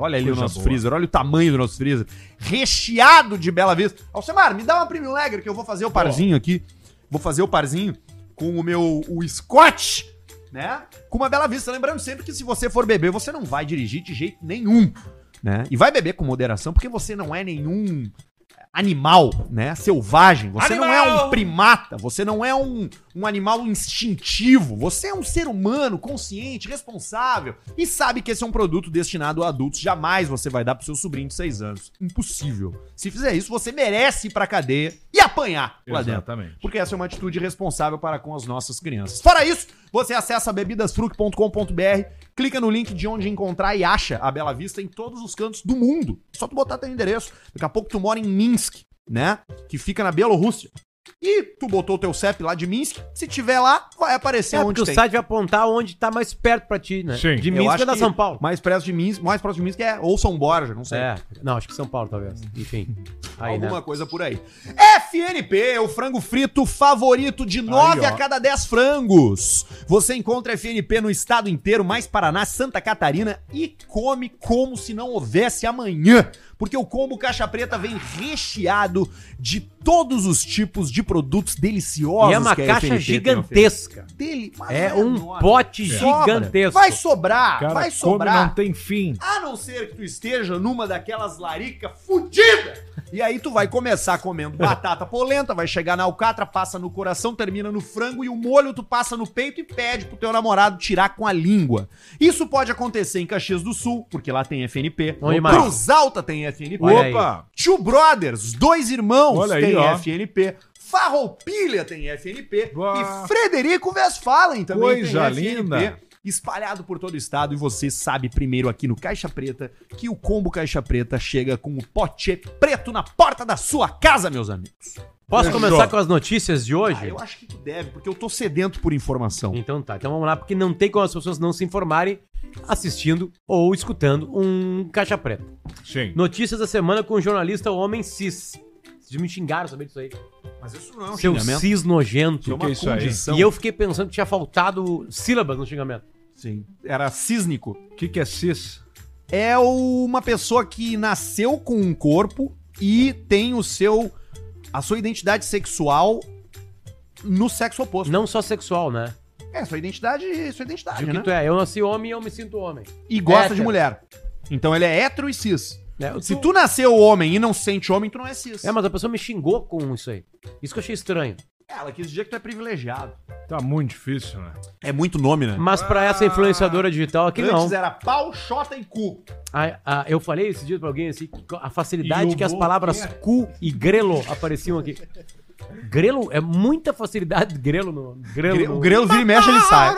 Speaker 1: Olha ali
Speaker 2: Coisa
Speaker 1: o nosso
Speaker 2: boa.
Speaker 1: freezer, olha o tamanho do nosso freezer. Recheado de Bela Vista. Alcemar, me dá uma Premium Lager que eu vou fazer o parzinho aqui. Vou fazer o parzinho com o meu o Scott, né? Com uma Bela Vista. Lembrando sempre que se você for beber, você não vai dirigir de jeito nenhum, né? E vai beber com moderação, porque você não é nenhum animal, né? Selvagem. Você não é um primata, você não é um, um animal instintivo. Você é um ser humano consciente, responsável e sabe que esse é um produto destinado a adultos. Jamais você vai dar pro seu sobrinho de 6 anos. Impossível. Se fizer isso, você merece ir pra cadeia e apanhar lá dentro
Speaker 2: Exatamente.
Speaker 1: porque essa é uma atitude responsável para com as nossas crianças. Fora isso, você acessa bebidasfruc.com.br, clica no link de onde encontrar e acha a Bela Vista em todos os cantos do mundo. É Só tu botar teu endereço. Daqui a pouco tu mora em Minsk, né? Que fica na Bielorrússia. E tu botou teu CEP lá de Minsk, se tiver lá, vai aparecer
Speaker 3: É, porque
Speaker 1: onde
Speaker 3: o
Speaker 1: tem.
Speaker 3: site vai apontar onde tá mais perto pra ti, né?
Speaker 2: Sim.
Speaker 3: De
Speaker 1: Eu
Speaker 3: mim
Speaker 1: acho
Speaker 3: é da
Speaker 1: que
Speaker 3: São Paulo.
Speaker 1: Mais perto de Minsk, mais próximo de Minsk é ou São Borja, não sei.
Speaker 3: É. Não, acho que São Paulo, talvez. Enfim. Aí,
Speaker 1: Hum. Alguma
Speaker 3: né?
Speaker 1: coisa por aí. FNP é o frango frito favorito de 9
Speaker 2: ó.
Speaker 1: a cada 10 frangos. Você encontra FNP no estado inteiro, mais Paraná, Santa Catarina e come como se não houvesse amanhã. Porque o combo Caixa Preta vem recheado de todos os tipos de produtos deliciosos.
Speaker 3: E é uma
Speaker 1: que a
Speaker 3: caixa
Speaker 1: FNP tem
Speaker 3: gigantesca.
Speaker 1: a oferecer. Dele, mas
Speaker 3: É um
Speaker 1: enorme.
Speaker 3: pote
Speaker 1: Sobra.
Speaker 3: gigantesco.
Speaker 1: Vai sobrar,
Speaker 2: Cara,
Speaker 1: vai
Speaker 2: Come,
Speaker 1: sobrar.
Speaker 2: não tem fim.
Speaker 1: A não ser que tu esteja numa daquelas larica fudida. E aí tu vai começar comendo batata polenta, vai chegar na alcatra, passa no coração, termina no frango e o molho tu passa no peito e pede pro teu namorado tirar com a língua. Isso pode acontecer em Caxias do Sul, porque lá tem FNP.
Speaker 3: Onde mais?
Speaker 1: Cruz Alta tem FNP.
Speaker 3: Olha aí.
Speaker 2: Opa!
Speaker 1: Two Brothers, dois irmãos,
Speaker 2: Olha aí,
Speaker 1: tem
Speaker 2: ó.
Speaker 1: FNP. Farroupilha tem FNP.
Speaker 2: Uá.
Speaker 1: E Frederico Westphalen também
Speaker 2: Coisa
Speaker 1: tem FNP.
Speaker 2: linda.
Speaker 1: Espalhado por todo o estado. E você sabe primeiro aqui no Caixa Preta que o combo Caixa Preta chega com o pote preto na porta da sua casa, meus amigos.
Speaker 3: Posso
Speaker 2: Fechou.
Speaker 3: começar com as notícias de hoje?
Speaker 1: Ah, eu acho que tu deve, porque eu tô sedento por
Speaker 2: Hum.
Speaker 1: informação.
Speaker 3: Então tá, então vamos lá, porque não tem como as pessoas não se informarem assistindo ou escutando um Caixa Preta.
Speaker 2: Sim.
Speaker 3: Notícias da semana com o jornalista Homem Cis. Vocês me xingaram saber disso aí.
Speaker 1: Mas isso não é
Speaker 3: Seu cis nojento.
Speaker 1: Isso é
Speaker 2: que é
Speaker 1: uma
Speaker 2: isso aí?
Speaker 1: condição.
Speaker 3: E eu fiquei pensando que tinha faltado sílabas no xingamento.
Speaker 1: Sim. Era císnico.
Speaker 2: O que, que é cis?
Speaker 1: É o- uma pessoa que nasceu com um corpo e tem o seu... A sua identidade sexual no sexo oposto.
Speaker 3: Não só sexual, né?
Speaker 1: É, sua identidade, sua identidade, né?
Speaker 3: De que tu é, eu nasci homem e eu me sinto homem.
Speaker 1: E gosta de
Speaker 3: Hétero.
Speaker 1: mulher. Então ele é hétero e cis.
Speaker 3: É, eu
Speaker 1: Se
Speaker 3: tô-
Speaker 1: tu nasceu homem e não se sente homem, tu não é cis.
Speaker 3: É, mas a pessoa me xingou com isso aí. Isso que eu achei estranho.
Speaker 1: Ela quis dizer que tu é privilegiado.
Speaker 2: Tá muito difícil, né?
Speaker 1: É muito nome, né?
Speaker 3: Mas pra essa influenciadora digital aqui não.
Speaker 1: Antes era pau, xota e cu.
Speaker 3: A- a- eu falei esse dia pra alguém assim, que a facilidade
Speaker 2: E o
Speaker 3: que as
Speaker 2: bom
Speaker 3: palavras
Speaker 2: que é.
Speaker 3: cu e grelo apareciam aqui. Grelo é muita facilidade de grelo no grelo.
Speaker 1: Gre-
Speaker 3: no-
Speaker 1: O grelo vira e mexe, ele sai.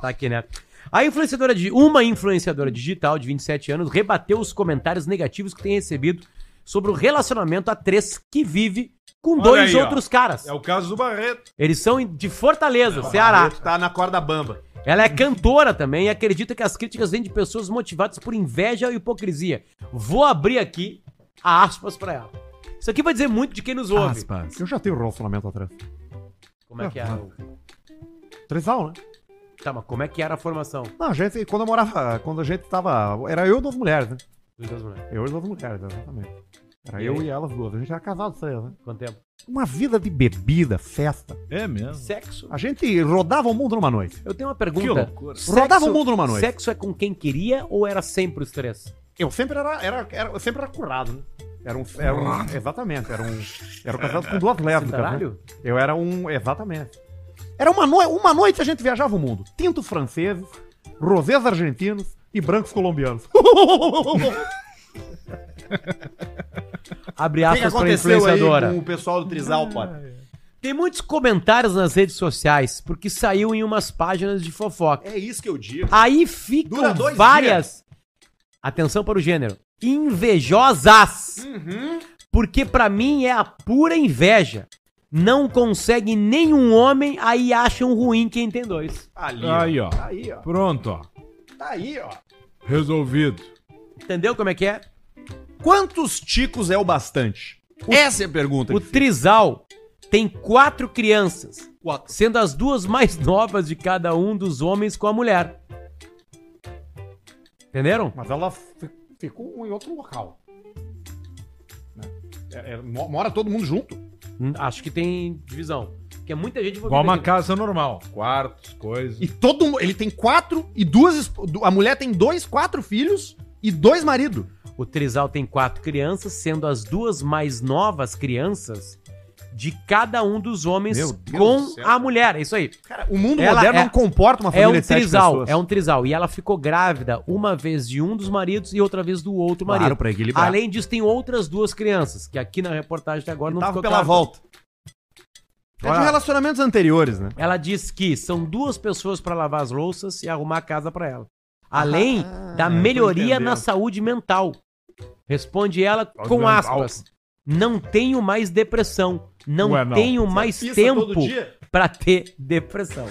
Speaker 3: Tá aqui, né? A influenciadora de uma influenciadora digital de 27 anos rebateu os comentários negativos que tem recebido sobre o relacionamento a três que vive com
Speaker 2: Olha
Speaker 3: dois
Speaker 2: aí, ó.
Speaker 3: outros caras.
Speaker 2: É o É caso do Barreto.
Speaker 3: Eles são de Fortaleza, Ceará.
Speaker 1: Tá na corda bamba.
Speaker 3: Ela é cantora também e acredita que as críticas vêm de pessoas motivadas por inveja ou hipocrisia. Vou abrir aqui a aspas pra ela. Isso aqui vai dizer muito de quem nos ouve.
Speaker 1: Eu já tenho relacionamento atrás.
Speaker 3: Como é que era? o-
Speaker 1: Trisal, né?
Speaker 3: Tá, mas como é que era a formação
Speaker 1: Não, a gente, quando eu morava, quando a gente tava, era eu e duas mulheres, né?
Speaker 3: dos dois mulheres?
Speaker 1: Eu e duas mulheres, exatamente. Era
Speaker 3: E
Speaker 1: eu
Speaker 3: aí?
Speaker 1: e elas duas, a gente era casado três, né?
Speaker 3: Quanto tempo?
Speaker 1: Uma vida de bebida, festa.
Speaker 2: É mesmo.
Speaker 3: Sexo.
Speaker 1: A gente rodava o mundo numa noite.
Speaker 3: Eu tenho uma pergunta.
Speaker 2: Que loucura.
Speaker 3: Sexo-
Speaker 1: Rodava o mundo numa noite.
Speaker 3: Sexo é com quem queria ou era sempre os três?
Speaker 1: Eu sempre era, era, era eu sempre era curado, né? Era um, era um- exatamente, era um, era um casado com duas lésbicas, né?
Speaker 3: Caralho?
Speaker 1: Eu era um, exatamente. Era uma noite, uma noite a gente viajava o mundo. Tinto franceses, rosés argentinos e brancos colombianos.
Speaker 3: Abre
Speaker 1: O que, que
Speaker 3: aspas pra
Speaker 1: aconteceu aí
Speaker 3: influenciadora.
Speaker 1: com o pessoal do Trizal, pô?
Speaker 3: Tem muitos comentários nas redes sociais, porque saiu em umas páginas de fofoca.
Speaker 1: É isso que eu digo.
Speaker 3: Aí ficam
Speaker 1: Dura dois
Speaker 3: várias. Atenção para o gênero. Invejosas.
Speaker 1: Uhum.
Speaker 3: Porque pra mim é a pura inveja. Não consegue nenhum homem, aí acham ruim quem tem dois.
Speaker 1: Ali,
Speaker 2: Aí, ó.
Speaker 1: Aí, ó.
Speaker 2: Pronto, ó.
Speaker 1: Tá aí, ó.
Speaker 2: Resolvido.
Speaker 3: Entendeu como é que é?
Speaker 1: Quantos ticos é o bastante? Essa é a pergunta.
Speaker 3: O
Speaker 1: que fica.
Speaker 3: Trisal tem quatro crianças,
Speaker 1: Quatro.
Speaker 3: sendo as duas mais novas de cada um dos homens com a mulher. Entenderam?
Speaker 1: Mas ela fi- ficou em outro local. Né? É- é- mo- mora todo mundo junto.
Speaker 3: Hum, Acho que tem divisão. Porque é muita gente envolvida
Speaker 2: Igual uma
Speaker 3: aqui.
Speaker 2: casa normal. Quartos, coisas.
Speaker 1: E todo mu- ele tem quatro e duas. esp- du- A mulher tem dois, quatro filhos e dois maridos.
Speaker 3: O Trisal tem quatro crianças, sendo as duas mais novas crianças de cada um dos homens
Speaker 1: Meu Deus do
Speaker 3: com
Speaker 1: céu.
Speaker 3: a mulher. É isso aí.
Speaker 1: Cara, o mundo
Speaker 3: Ela
Speaker 1: moderno
Speaker 3: é-
Speaker 1: não comporta uma
Speaker 3: É
Speaker 1: família
Speaker 3: um
Speaker 1: de sete
Speaker 3: trisal,
Speaker 1: pessoas.
Speaker 3: é um trisal. E ela ficou grávida uma vez de um dos maridos e outra vez do outro
Speaker 1: Claro,
Speaker 3: marido.
Speaker 1: pra equilibrar.
Speaker 3: Além disso, tem outras duas crianças, que aqui na reportagem até agora não
Speaker 1: Tava
Speaker 3: ficou
Speaker 1: pela
Speaker 3: claro.
Speaker 1: volta. É de
Speaker 3: Olha.
Speaker 1: relacionamentos anteriores, né?
Speaker 3: Ela diz que são duas pessoas pra lavar as louças e arrumar a casa pra ela. Além da
Speaker 2: É,
Speaker 1: eu tô
Speaker 3: melhoria
Speaker 1: entendendo.
Speaker 3: na saúde mental. Responde ela
Speaker 2: Saúde
Speaker 3: com
Speaker 2: mental.
Speaker 3: aspas. Não tenho mais depressão. Não,
Speaker 2: Ué, não.
Speaker 3: tenho mais
Speaker 1: Pisa
Speaker 3: tempo
Speaker 1: todo dia,
Speaker 3: pra ter depressão.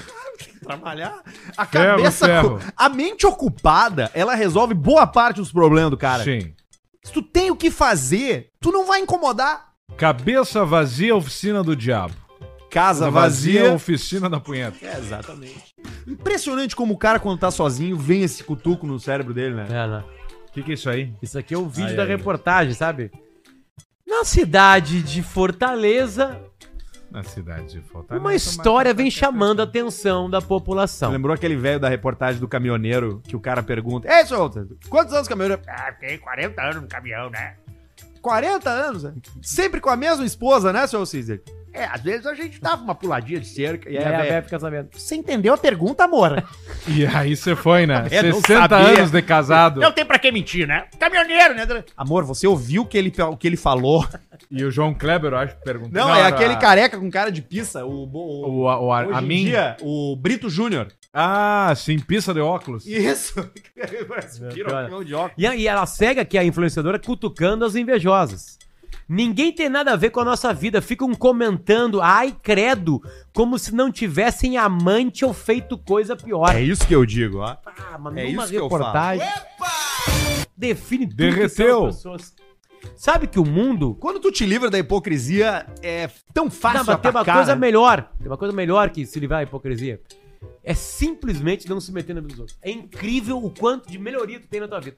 Speaker 1: trabalhar. A
Speaker 2: Ferro,
Speaker 1: cabeça.
Speaker 2: ferro.
Speaker 1: A mente ocupada, ela resolve boa parte dos problemas do cara.
Speaker 2: Sim.
Speaker 1: Se tu tem o que fazer, tu não vai incomodar.
Speaker 2: Cabeça vazia, oficina do diabo.
Speaker 1: Casa
Speaker 2: oficina da punheta.
Speaker 1: É, exatamente. Impressionante como o cara, quando tá sozinho, vem esse cutuco no cérebro dele, né?
Speaker 3: É, né?
Speaker 2: O que, que é isso aí?
Speaker 3: Isso aqui é o vídeo
Speaker 2: Ai,
Speaker 3: da
Speaker 2: ai.
Speaker 3: reportagem, sabe? Na cidade de Fortaleza,
Speaker 2: Na cidade de Fortaleza.
Speaker 3: uma
Speaker 2: mas-
Speaker 3: história
Speaker 2: tá
Speaker 3: vem chamando a atenção da
Speaker 1: Você
Speaker 3: população.
Speaker 1: Lembrou aquele velho da reportagem do caminhoneiro que o cara pergunta: Ei, senhor, quantos anos o caminhoneiro? Ah, tem 40 anos no caminhão, né? 40 anos? né? Sempre com a mesma esposa, né, senhor Cizer? É, às vezes a gente dava uma puladinha de cerca é,
Speaker 2: É,
Speaker 3: E aí a Bé fica sabendo.
Speaker 1: Você entendeu a pergunta, amor?
Speaker 2: E aí você foi, né?
Speaker 1: Eu É, não
Speaker 2: 60
Speaker 1: sabia.
Speaker 2: anos de casado.
Speaker 1: tem pra que mentir, né? Caminhoneiro, né? Amor, você ouviu o que ele, o que ele falou?
Speaker 2: E o João Kleber, eu acho, perguntou.
Speaker 1: Não, é
Speaker 2: era-
Speaker 1: aquele careca com cara de pizza, o. bo- o,
Speaker 2: O, a- o, a-
Speaker 1: hoje
Speaker 2: a
Speaker 1: em
Speaker 2: mim.
Speaker 1: dia, o Brito Júnior.
Speaker 2: Ah, sim, pista de óculos.
Speaker 1: Isso. Parece um pirocão de óculos.
Speaker 3: E aí ela cega aqui a influenciadora cutucando as invejosas. Ninguém tem nada a ver com a nossa vida. Ficam comentando, ai, credo, como se não tivessem amante ou feito coisa pior.
Speaker 1: É isso que eu digo, ó.
Speaker 3: Ah, mas
Speaker 1: É
Speaker 3: numa
Speaker 1: isso que eu
Speaker 3: reportagem. Define tudo
Speaker 2: Derreteu.
Speaker 3: que são as pessoas. Sabe que o mundo.
Speaker 1: Quando tu te livra da hipocrisia, é tão fácil
Speaker 3: Não, mas tem uma
Speaker 1: atacar,
Speaker 3: coisa
Speaker 1: né?
Speaker 3: melhor. Tem uma coisa melhor que se livrar da hipocrisia. É simplesmente não se meter na vida dos outros. É incrível o quanto de melhoria tu tem na tua vida.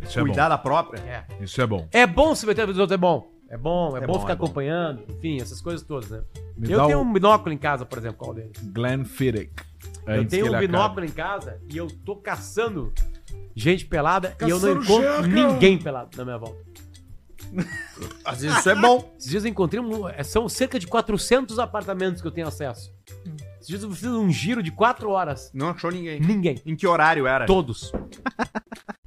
Speaker 2: Isso é
Speaker 1: Cuidar da própria.
Speaker 3: É.
Speaker 2: bom. Isso é bom.
Speaker 3: É bom se meter na vida dos outros, é bom. É bom, é,
Speaker 1: É
Speaker 3: bom,
Speaker 1: bom,
Speaker 3: ficar
Speaker 1: é bom.
Speaker 3: acompanhando, enfim, essas coisas todas, né?
Speaker 2: Me
Speaker 3: eu
Speaker 2: dá
Speaker 3: tenho
Speaker 2: o-
Speaker 3: um binóculo em casa, por exemplo, qual deles?
Speaker 2: Glenn Fiddick.
Speaker 3: eu
Speaker 2: Antes É que
Speaker 3: tenho
Speaker 2: ele
Speaker 3: um
Speaker 2: acabe.
Speaker 3: binóculo em casa e eu tô caçando gente pelada e eu não
Speaker 2: Caçando
Speaker 3: encontro
Speaker 2: jeca.
Speaker 3: ninguém pelado na minha volta.
Speaker 1: Às vezes isso é bom.
Speaker 3: Esses dias eu encontrei um, é, são cerca de 400 apartamentos que eu tenho acesso. Esses dias eu fiz um giro de 4 horas.
Speaker 1: Não achou ninguém.
Speaker 3: Ninguém.
Speaker 1: Em que horário era?
Speaker 3: Todos.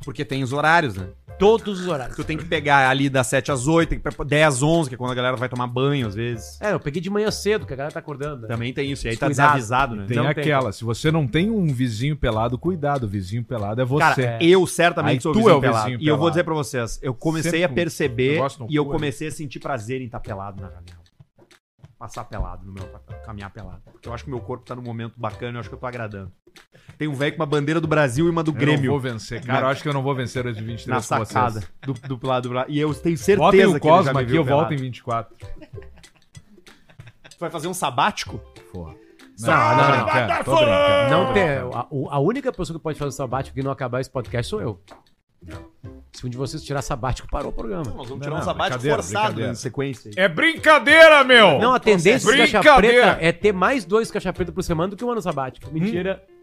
Speaker 1: Porque tem os horários, né?
Speaker 3: Todos os horários.
Speaker 1: Tu tem que pegar ali das 7 às 8, tem que pegar 10 às 11, que é quando a galera vai tomar banho, às vezes.
Speaker 3: É, eu peguei de manhã cedo, que a galera tá acordando. né?
Speaker 1: Também tem isso. E aí tá
Speaker 3: Cuidado.
Speaker 1: desavisado, né?
Speaker 2: Tem
Speaker 3: Não tem.
Speaker 2: aquela. Se você não tem um vizinho pelado, cuidado. O vizinho pelado é você.
Speaker 1: Cara, eu certamente
Speaker 2: Aí
Speaker 1: sou
Speaker 2: tu
Speaker 1: vizinho
Speaker 2: é o
Speaker 1: pelado.
Speaker 2: vizinho
Speaker 1: E eu vou
Speaker 2: pelado.
Speaker 1: dizer pra vocês, eu comecei
Speaker 2: Sempre
Speaker 1: a
Speaker 2: com
Speaker 1: perceber
Speaker 2: negócio no
Speaker 1: e eu
Speaker 2: cu, né?
Speaker 1: comecei a sentir prazer em estar pelado na janela. Passar pelado no meu apartamento, caminhar pelado. Porque eu acho que meu corpo tá num momento bacana, eu acho que eu tô agradando. Tem um velho com uma bandeira do Brasil e uma do
Speaker 2: Eu
Speaker 1: Grêmio
Speaker 2: não vou vencer, cara. Eu acho que eu não vou vencer hoje de 23
Speaker 1: na
Speaker 2: com vocês.
Speaker 1: sacada do, do lado do lado. E eu tenho certeza
Speaker 2: Botem o
Speaker 1: que ele já
Speaker 2: Cosma
Speaker 1: me
Speaker 2: aqui,
Speaker 1: viu
Speaker 2: eu volto
Speaker 1: pelado.
Speaker 2: em 24.
Speaker 1: Tu vai fazer um sabático?
Speaker 2: Porra.
Speaker 3: Não, não, não.
Speaker 2: tô brincando, tô brincando.
Speaker 3: Não tem. A, o- a única pessoa que pode fazer sabático e não acabar esse podcast sou eu. Se um de vocês tirar sabático, parou o programa.
Speaker 1: Nós vamos
Speaker 2: tirar um sabático forçado, né,
Speaker 1: em
Speaker 2: em
Speaker 1: sequência.
Speaker 2: É brincadeira, meu!
Speaker 3: Não, a
Speaker 1: então
Speaker 3: tendência de
Speaker 2: Brincadeira.
Speaker 3: caixa preta é ter mais dois caixa preta por semana do que um ano sabático. Mentira,
Speaker 1: Hum?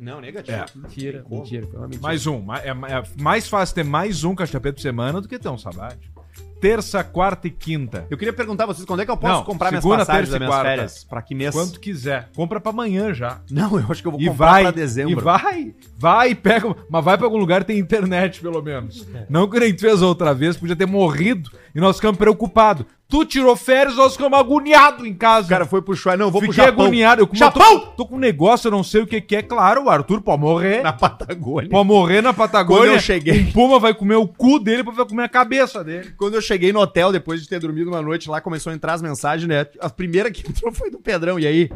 Speaker 1: Não, negativo.
Speaker 2: É.
Speaker 3: mentira, mentira. Foi uma mentira.
Speaker 2: Mais um. ma- É, é mais fácil ter mais um caixa preta por semana do que ter um sabático. Terça, quarta e quinta.
Speaker 1: Eu queria perguntar a vocês quando é que eu posso
Speaker 2: Não,
Speaker 1: comprar minhas
Speaker 2: segunda,
Speaker 1: passagens
Speaker 2: terça
Speaker 1: das
Speaker 2: e
Speaker 1: minhas
Speaker 2: quarta.
Speaker 1: férias? Pra que mês?
Speaker 2: Quanto quiser. Compra pra amanhã já.
Speaker 1: Não, eu acho que eu vou
Speaker 2: E
Speaker 1: comprar
Speaker 2: vai,
Speaker 1: pra dezembro.
Speaker 2: e vai, vai, pega, mas vai pra algum lugar que tem internet, pelo menos. Não que nem tu fez outra vez, podia ter morrido e nós ficamos preocupados. Tu tirou férias, nós ficamos agoniados em casa.
Speaker 1: O cara foi pro Shuai. Não, vou
Speaker 2: Fiquei
Speaker 1: pro Japão.
Speaker 2: agoniado. Eu, como eu
Speaker 1: Japão!
Speaker 2: Tô, tô com um negócio, eu não sei o que, que é. Claro, o Arthur pode morrer.
Speaker 1: Na Patagônia.
Speaker 2: Pode morrer na Patagônia.
Speaker 1: Quando eu cheguei.
Speaker 2: Um Puma vai comer o cu dele, depois vai comer a cabeça dele.
Speaker 1: Quando eu cheguei no hotel, depois de ter dormido uma noite lá, começou a entrar as mensagens, né? A primeira que entrou foi do Pedrão. E aí?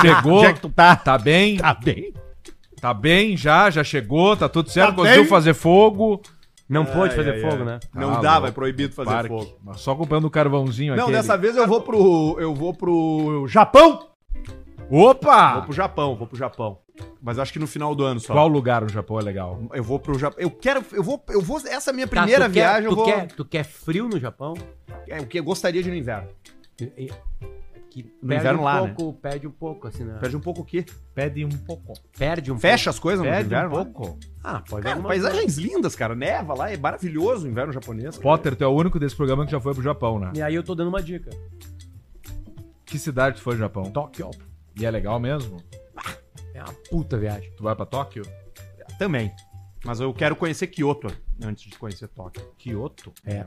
Speaker 2: Chegou.
Speaker 1: Onde é que tu tá?
Speaker 2: Tá bem,
Speaker 1: Tá bem?
Speaker 2: tá bem já, já chegou, tá tudo certo,
Speaker 1: Tá
Speaker 2: conseguiu
Speaker 1: bem?
Speaker 2: fazer fogo.
Speaker 3: Não pôde
Speaker 1: Ai,
Speaker 3: fazer
Speaker 1: ai,
Speaker 3: fogo,
Speaker 1: ai.
Speaker 3: né?
Speaker 1: Não
Speaker 2: Ah,
Speaker 1: dá,
Speaker 2: louco.
Speaker 1: é proibido fazer
Speaker 2: Parque.
Speaker 1: fogo.
Speaker 2: Mas Só comprando o carvãozinho
Speaker 1: Não,
Speaker 2: aquele.
Speaker 1: dessa vez eu vou pro. Eu vou pro Japão! Vou
Speaker 2: Opa!
Speaker 1: pro Japão, vou pro Japão. Mas acho que no final do ano só.
Speaker 2: Qual lugar no Japão é legal?
Speaker 1: Eu vou pro Japão. Eu quero. Eu vou. Eu vou. Essa é a minha
Speaker 3: Tá,
Speaker 1: primeira
Speaker 3: tu quer-
Speaker 1: viagem,
Speaker 3: tu
Speaker 1: eu vou.
Speaker 3: Quer, tu quer frio no Japão?
Speaker 1: É o que eu gostaria de ir no inverno.
Speaker 3: E- e- Que
Speaker 1: No
Speaker 3: perde
Speaker 1: inverno
Speaker 3: um
Speaker 1: lá, né?
Speaker 3: pouco, perde um pouco, assim, né?
Speaker 1: Perde um pouco o quê?
Speaker 2: Pede um pouco.
Speaker 3: Perde um
Speaker 1: Fecha as coisas
Speaker 2: Pede um
Speaker 1: né?
Speaker 2: pouco.
Speaker 3: pouco. Ah, pode
Speaker 1: Cara, é.
Speaker 3: alguma coisa.
Speaker 1: paisagens lindas, cara. Neva lá, é maravilhoso o inverno japonês. cara.
Speaker 2: Potter, tu é o único desse programa que já foi pro Japão, né?
Speaker 3: E aí eu tô dando uma dica.
Speaker 2: Que cidade tu foi no Japão?
Speaker 3: Tóquio.
Speaker 2: E é legal mesmo?
Speaker 3: É uma puta viagem.
Speaker 2: Tu vai pra Tóquio?
Speaker 1: Também. Mas eu quero conhecer Kyoto antes de conhecer Tóquio.
Speaker 2: Kyoto?
Speaker 3: É.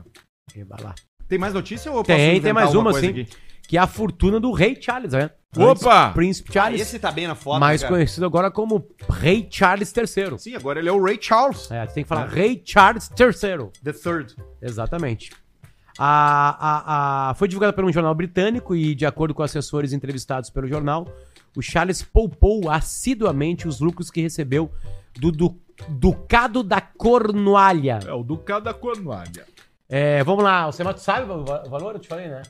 Speaker 3: E vai lá.
Speaker 1: Tem mais notícia ou eu
Speaker 3: Tem, tem
Speaker 1: inventar
Speaker 3: mais
Speaker 1: alguma
Speaker 3: uma,
Speaker 1: coisa
Speaker 3: sim.
Speaker 1: aqui?
Speaker 3: Que é a fortuna do rei Charles, né?
Speaker 2: Opa!
Speaker 3: Príncipe
Speaker 1: Ah,
Speaker 3: Charles.
Speaker 1: esse tá bem na foto,
Speaker 3: mais
Speaker 1: cara.
Speaker 3: conhecido agora como Rei Charles III.
Speaker 1: Sim, agora ele é o Ray Charles.
Speaker 3: É, tem que falar Rei Charles III.
Speaker 1: The Third.
Speaker 3: Exatamente. A, a- a- foi divulgada por um jornal britânico e, de acordo com assessores entrevistados pelo jornal, o Charles poupou assiduamente os lucros que recebeu do, du- Ducado da Cornualha.
Speaker 2: É o Ducado da Cornualha.
Speaker 3: É, vamos lá, o Semato sabe o va- o valor? Eu te falei, né?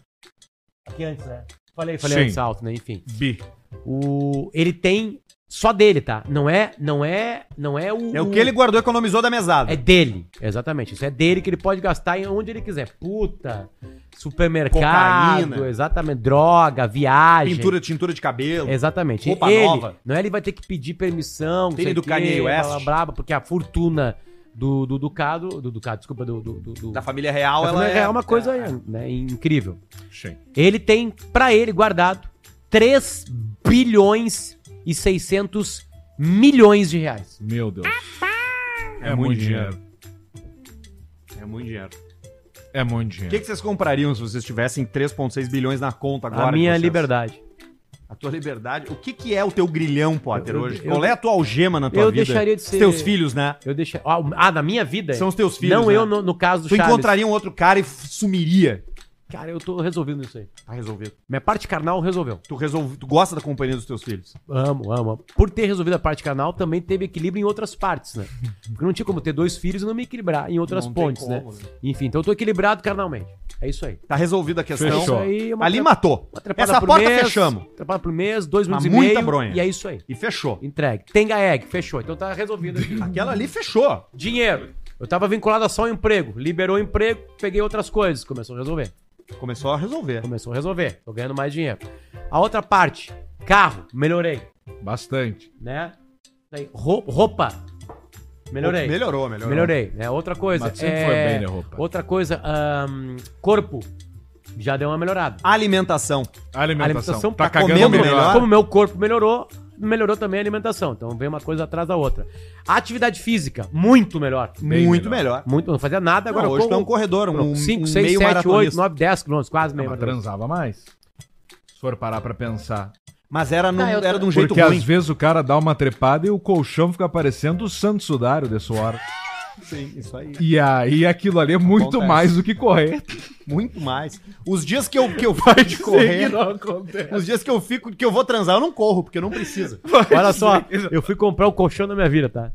Speaker 3: Aqui antes, né? Falei, falei
Speaker 2: Sim.
Speaker 3: antes alto, né? Enfim.
Speaker 2: Bi.
Speaker 3: O, ele tem só dele, tá? Não é, não é, não é o
Speaker 1: É o que ele guardou e economizou da mesada.
Speaker 3: É dele, exatamente. Isso é dele que ele pode gastar em onde ele quiser. Puta, supermercado,
Speaker 1: Cocaína.
Speaker 3: exatamente, droga, viagem.
Speaker 1: Pintura, tintura de cabelo.
Speaker 3: Exatamente.
Speaker 1: roupa
Speaker 3: ele,
Speaker 1: nova.
Speaker 3: Não é ele vai ter que pedir permissão,
Speaker 1: Tênis do
Speaker 3: o quê,
Speaker 1: Kanye West.
Speaker 3: blá, blá, blá, porque a fortuna do, do Ducado, do Ducado, desculpa, do, do, do- do-
Speaker 1: Da família real,
Speaker 3: da
Speaker 1: ela
Speaker 3: família real é uma coisa né, incrível.
Speaker 2: Sim.
Speaker 3: Ele tem pra ele guardado 3 bilhões e 600 milhões de reais.
Speaker 2: Meu Deus.
Speaker 1: É muito dinheiro. É muito dinheiro.
Speaker 2: É muito
Speaker 1: O
Speaker 2: dinheiro.
Speaker 1: que, é. que vocês comprariam se vocês tivessem 3,6 bilhões na conta agora?
Speaker 3: a
Speaker 1: de
Speaker 3: minha
Speaker 1: vocês?
Speaker 3: liberdade.
Speaker 1: A tua liberdade. O que, que é o teu grilhão, Potter,
Speaker 3: Eu- eu-
Speaker 1: hoje?
Speaker 3: eu-
Speaker 1: Qual é a tua algema na tua
Speaker 3: eu
Speaker 1: vida?
Speaker 3: deixaria de
Speaker 1: Os
Speaker 3: ser-
Speaker 1: teus filhos, né?
Speaker 3: Eu deixo. Ah, o- Ah, na minha vida?
Speaker 1: São os teus filhos,
Speaker 3: Não,
Speaker 1: né?
Speaker 3: eu no, no caso do
Speaker 1: Tu encontraria um outro cara e f- sumiria.
Speaker 3: Cara, eu tô resolvendo isso aí.
Speaker 1: Tá resolvido.
Speaker 3: Minha parte carnal resolveu.
Speaker 1: Tu, resolve... tu gosta da companhia dos teus filhos.
Speaker 3: Amo, amo. amo. Por ter resolvido a parte carnal, também teve equilíbrio em outras partes, né? Porque não tinha como ter dois filhos e não me equilibrar em outras
Speaker 1: Não tem
Speaker 3: pontes, né?
Speaker 1: como, né?
Speaker 3: Enfim, então eu tô equilibrado carnalmente. É isso aí.
Speaker 1: Tá resolvida a questão.
Speaker 2: Fechou.
Speaker 3: Isso aí é uma
Speaker 1: Ali
Speaker 3: tra-
Speaker 1: matou.
Speaker 3: uma trepada
Speaker 1: Essa
Speaker 3: por
Speaker 1: porta
Speaker 3: mês,
Speaker 1: fechamos.
Speaker 3: Trepada por mês, dois
Speaker 1: Mas
Speaker 3: minutos e
Speaker 1: muita
Speaker 3: meio.
Speaker 1: bronha.
Speaker 3: E é isso aí.
Speaker 1: E fechou.
Speaker 3: Entregue. Tenga egg, fechou. Então tá resolvido aqui.
Speaker 1: Aquela ali fechou.
Speaker 3: Dinheiro. Eu tava vinculado a só um emprego. Liberou o emprego, peguei outras coisas. Começou a resolver.
Speaker 1: Começou a resolver.
Speaker 3: Começou a resolver. Tô ganhando mais dinheiro. A outra parte, carro, melhorei.
Speaker 2: Bastante.
Speaker 3: Né? Daí, rou- Roupa, melhorei.
Speaker 1: Melhorou, melhorou.
Speaker 3: Melhorei, né? Outra coisa. é,
Speaker 2: Mas sempre foi bem, né, roupa?
Speaker 3: Outra coisa, ahn, corpo. Já deu uma melhorada.
Speaker 1: Alimentação.
Speaker 3: A alimentação
Speaker 2: Tá,
Speaker 3: tá
Speaker 2: cagando
Speaker 1: comendo
Speaker 2: melhor.
Speaker 1: melhor.
Speaker 3: Como meu corpo melhorou, melhorou também a alimentação. Então vem uma coisa atrás da outra. Atividade física, muito melhor.
Speaker 2: Bem
Speaker 1: Muito
Speaker 2: melhor.
Speaker 1: melhor.
Speaker 3: Muito, não fazia nada, agora
Speaker 1: Não, hoje tá um corredor, um,
Speaker 3: 5,
Speaker 1: um
Speaker 3: 6,
Speaker 1: meio
Speaker 3: 7, 8,
Speaker 1: maratonista.
Speaker 3: 9, 10 quilômetros, quase
Speaker 2: Não,
Speaker 3: meio
Speaker 2: mas
Speaker 3: maratonista.
Speaker 2: transava mais. Se for parar pra pensar.
Speaker 1: Mas era, num-
Speaker 3: Tá, eu tô-
Speaker 1: era de um jeito
Speaker 2: Porque
Speaker 1: ruim.
Speaker 2: às vezes o cara dá uma trepada e o colchão fica parecendo o santo sudário de suor.
Speaker 1: Sim, isso aí.
Speaker 2: e aí aquilo ali é muito
Speaker 1: Acontece.
Speaker 2: mais do que correr.
Speaker 1: Muito mais. Os dias que eu, que eu fico de correr,
Speaker 2: não acontece.
Speaker 1: os dias que eu fico, que eu vou transar, eu não corro, porque não precisa.
Speaker 3: Olha só, eu fui comprar o colchão da minha vida, tá?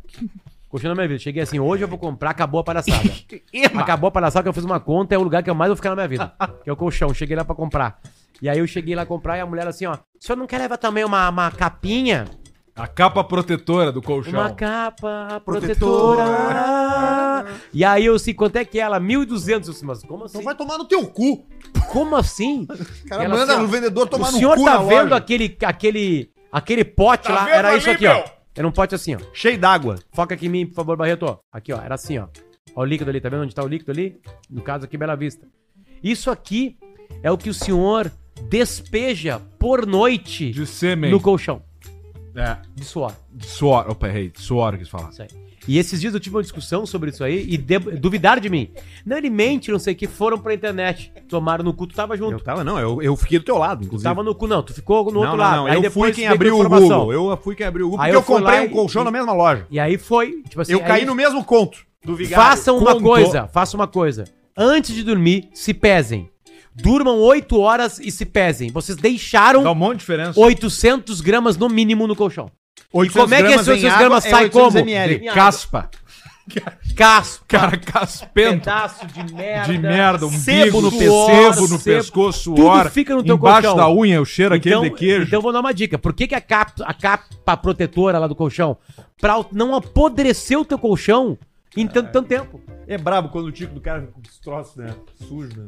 Speaker 3: Colchão da minha vida. Cheguei assim, hoje eu vou comprar, acabou a palhaçada. acabou a palhaçada que eu fiz uma conta, é o lugar que eu mais vou ficar na minha vida. Que é o colchão. Cheguei lá pra comprar. E aí eu cheguei lá comprar e a mulher assim, ó, o senhor não quer levar também uma, uma capinha?
Speaker 2: A capa protetora do colchão.
Speaker 3: Uma capa protetora. E aí eu sei quanto é que é ela? 1.200. Eu disse, mas como assim?
Speaker 1: Então vai tomar no teu cu.
Speaker 3: Como assim?
Speaker 1: O cara
Speaker 3: Ela
Speaker 1: manda
Speaker 3: assim, ó,
Speaker 1: o vendedor tomar
Speaker 3: o
Speaker 1: no
Speaker 3: senhor
Speaker 1: cu
Speaker 3: tá
Speaker 1: na
Speaker 3: vendo
Speaker 1: loja.
Speaker 3: aquele aquele aquele pote lá? Era isso aqui, ó. Era um pote assim, ó.
Speaker 1: Cheio d'água.
Speaker 3: Foca aqui em mim, por favor, Barreto. Aqui, ó. Era assim, ó. Ó o líquido ali, tá vendo onde tá o líquido ali? No caso aqui, Bela Vista. Isso aqui é o que o senhor despeja por noite
Speaker 2: De sêmen.
Speaker 3: no colchão
Speaker 2: É,
Speaker 3: de suor.
Speaker 2: de suor. Opa, errei. De suor que eles falam.
Speaker 3: Isso aí. E esses dias eu tive uma discussão sobre isso aí e de- duvidaram de mim. Não, ele mente, não sei o que, foram pra internet, tomaram no cu, tu tava junto.
Speaker 1: Eu tava, não, eu, eu fiquei do teu lado,
Speaker 3: Tu
Speaker 1: inclusive.
Speaker 3: tava no cu, não, tu ficou no outro
Speaker 1: não,
Speaker 3: lado.
Speaker 1: não, não,
Speaker 3: aí
Speaker 1: eu fui
Speaker 3: depois
Speaker 1: quem
Speaker 3: veio
Speaker 1: abriu
Speaker 3: com
Speaker 1: o
Speaker 3: informação.
Speaker 1: Google. Eu fui quem abriu o Google,
Speaker 3: Aí
Speaker 1: porque
Speaker 3: eu
Speaker 1: eu,
Speaker 3: fui
Speaker 1: comprei
Speaker 3: lá
Speaker 1: um
Speaker 3: e-
Speaker 1: colchão na mesma loja.
Speaker 3: E aí foi, tipo assim,
Speaker 1: Eu
Speaker 3: aí-
Speaker 1: caí no mesmo conto do Vigário.
Speaker 3: Façam uma
Speaker 2: Contou.
Speaker 3: coisa, façam uma coisa. Antes de dormir, se pesem. Durmam 8 horas e se pesem. Vocês
Speaker 2: Dá um
Speaker 3: deixaram
Speaker 2: monte de diferença.
Speaker 3: 800 gramas no mínimo no colchão. E
Speaker 1: 800
Speaker 3: como é que esses
Speaker 1: gramas em
Speaker 3: 800
Speaker 1: água
Speaker 3: gramas
Speaker 1: é
Speaker 3: sai
Speaker 1: 800
Speaker 3: como?
Speaker 1: ml.
Speaker 2: De caspa.
Speaker 3: Casco,
Speaker 2: Cara, caspento.
Speaker 3: pedaço de merda.
Speaker 2: De merda, um
Speaker 3: sebo
Speaker 2: bico no
Speaker 3: no
Speaker 2: pescoço,
Speaker 3: sebo
Speaker 2: no
Speaker 3: no
Speaker 2: pescoço,
Speaker 3: tudo
Speaker 2: suor.
Speaker 3: fica no teu
Speaker 2: Embaixo
Speaker 3: colchão.
Speaker 2: da unha, o cheiro aquele de queijo.
Speaker 3: Então vou dar uma dica. Por que, que a, capa, a capa protetora lá do colchão pra não apodrecer o teu colchão em tanto, tanto tempo?
Speaker 1: É brabo quando o tico do cara fica com os troços, né? Sujo, né?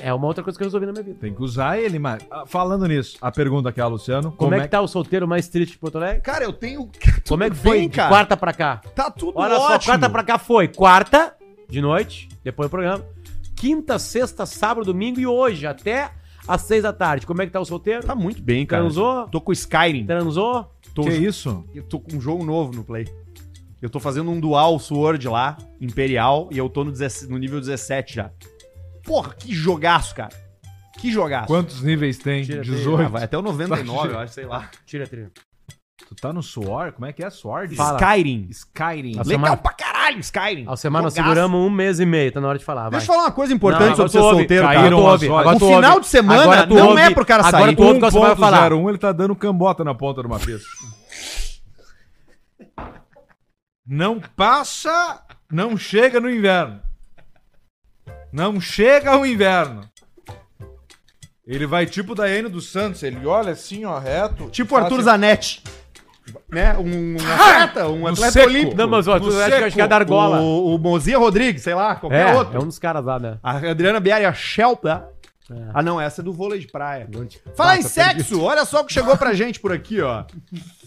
Speaker 3: É uma outra coisa que eu resolvi na minha vida.
Speaker 2: Tem que usar ele, mas. ah, Falando nisso, a pergunta que é, Luciano.
Speaker 3: Como, é que tá o solteiro mais triste de Porto Alegre?
Speaker 1: Cara, eu tenho.
Speaker 3: Como é
Speaker 1: Tudo
Speaker 3: que foi
Speaker 1: bem,
Speaker 3: de
Speaker 1: cara?
Speaker 3: quarta pra cá?
Speaker 1: Tá tudo
Speaker 3: Olha só,
Speaker 1: ótimo.
Speaker 3: quarta pra cá foi. Quarta de noite, depois do programa. Quinta, sexta, sábado, domingo e hoje, até às seis da tarde. Como é que tá o solteiro?
Speaker 1: Tá muito bem, cara.
Speaker 3: Transou?
Speaker 1: Tô com Skyrim.
Speaker 3: Transou?
Speaker 1: Tô,
Speaker 2: tá Que é isso?
Speaker 1: eu tô com um jogo novo no Play. Eu tô fazendo um dual Sword lá, Imperial, e eu tô no, 17 no nível 17 já. Porra, que jogaço, cara. Que jogaço.
Speaker 2: Quantos níveis tem?
Speaker 3: Tira, tira.
Speaker 1: Ah,
Speaker 2: 18.
Speaker 1: vai até o 99, eu acho, sei lá.
Speaker 3: Tira, tira.
Speaker 2: Tu tá no suor? Como é que é Sword?
Speaker 3: Fala.
Speaker 1: Skyrim.
Speaker 2: Skyrim.
Speaker 3: Nossa,
Speaker 1: Legal
Speaker 3: Alcemar.
Speaker 1: pra caralho, Skyrim.
Speaker 3: Ao semana nós
Speaker 1: Jogaço.
Speaker 3: seguramos um mês e meio, tá na hora de falar. Vai.
Speaker 1: Deixa eu falar uma coisa importante
Speaker 3: Não,
Speaker 1: sobre
Speaker 3: agora
Speaker 1: ser
Speaker 3: tu ouve,
Speaker 1: solteiro,
Speaker 2: cara.
Speaker 1: cara.
Speaker 2: Caíram as horas.
Speaker 1: O Um final de semana
Speaker 3: Agora tu
Speaker 1: não
Speaker 3: ouve.
Speaker 1: é pro cara
Speaker 3: Agora
Speaker 1: sair.
Speaker 3: tu ouve o que o Alcemar vai falar.
Speaker 2: 1.01, ele tá dando cambota na ponta de uma pista. não passa, não chega no inverno. Não chega o inverno. Ele vai tipo o Daiane dos Santos, ele olha assim, ó, reto. assim.
Speaker 1: Tipo Arthur Zanetti. Né? Um, um atleta, um atleta
Speaker 2: seco.
Speaker 1: olímpico.
Speaker 3: Não, mas ó,
Speaker 2: No
Speaker 3: É tu acha que
Speaker 2: seco.
Speaker 3: acho que é da argola.
Speaker 1: O, o Mozia Rodrigues, sei lá, qualquer
Speaker 3: É,
Speaker 1: outro.
Speaker 3: é um dos caras lá, né?
Speaker 1: A Adriana Biari, a Shelpa.
Speaker 3: É.
Speaker 1: Ah, não, essa é do vôlei de praia.
Speaker 3: Onde-
Speaker 1: Falar em
Speaker 3: Nossa,
Speaker 1: sexo, olha só o que chegou pra gente por aqui, ó.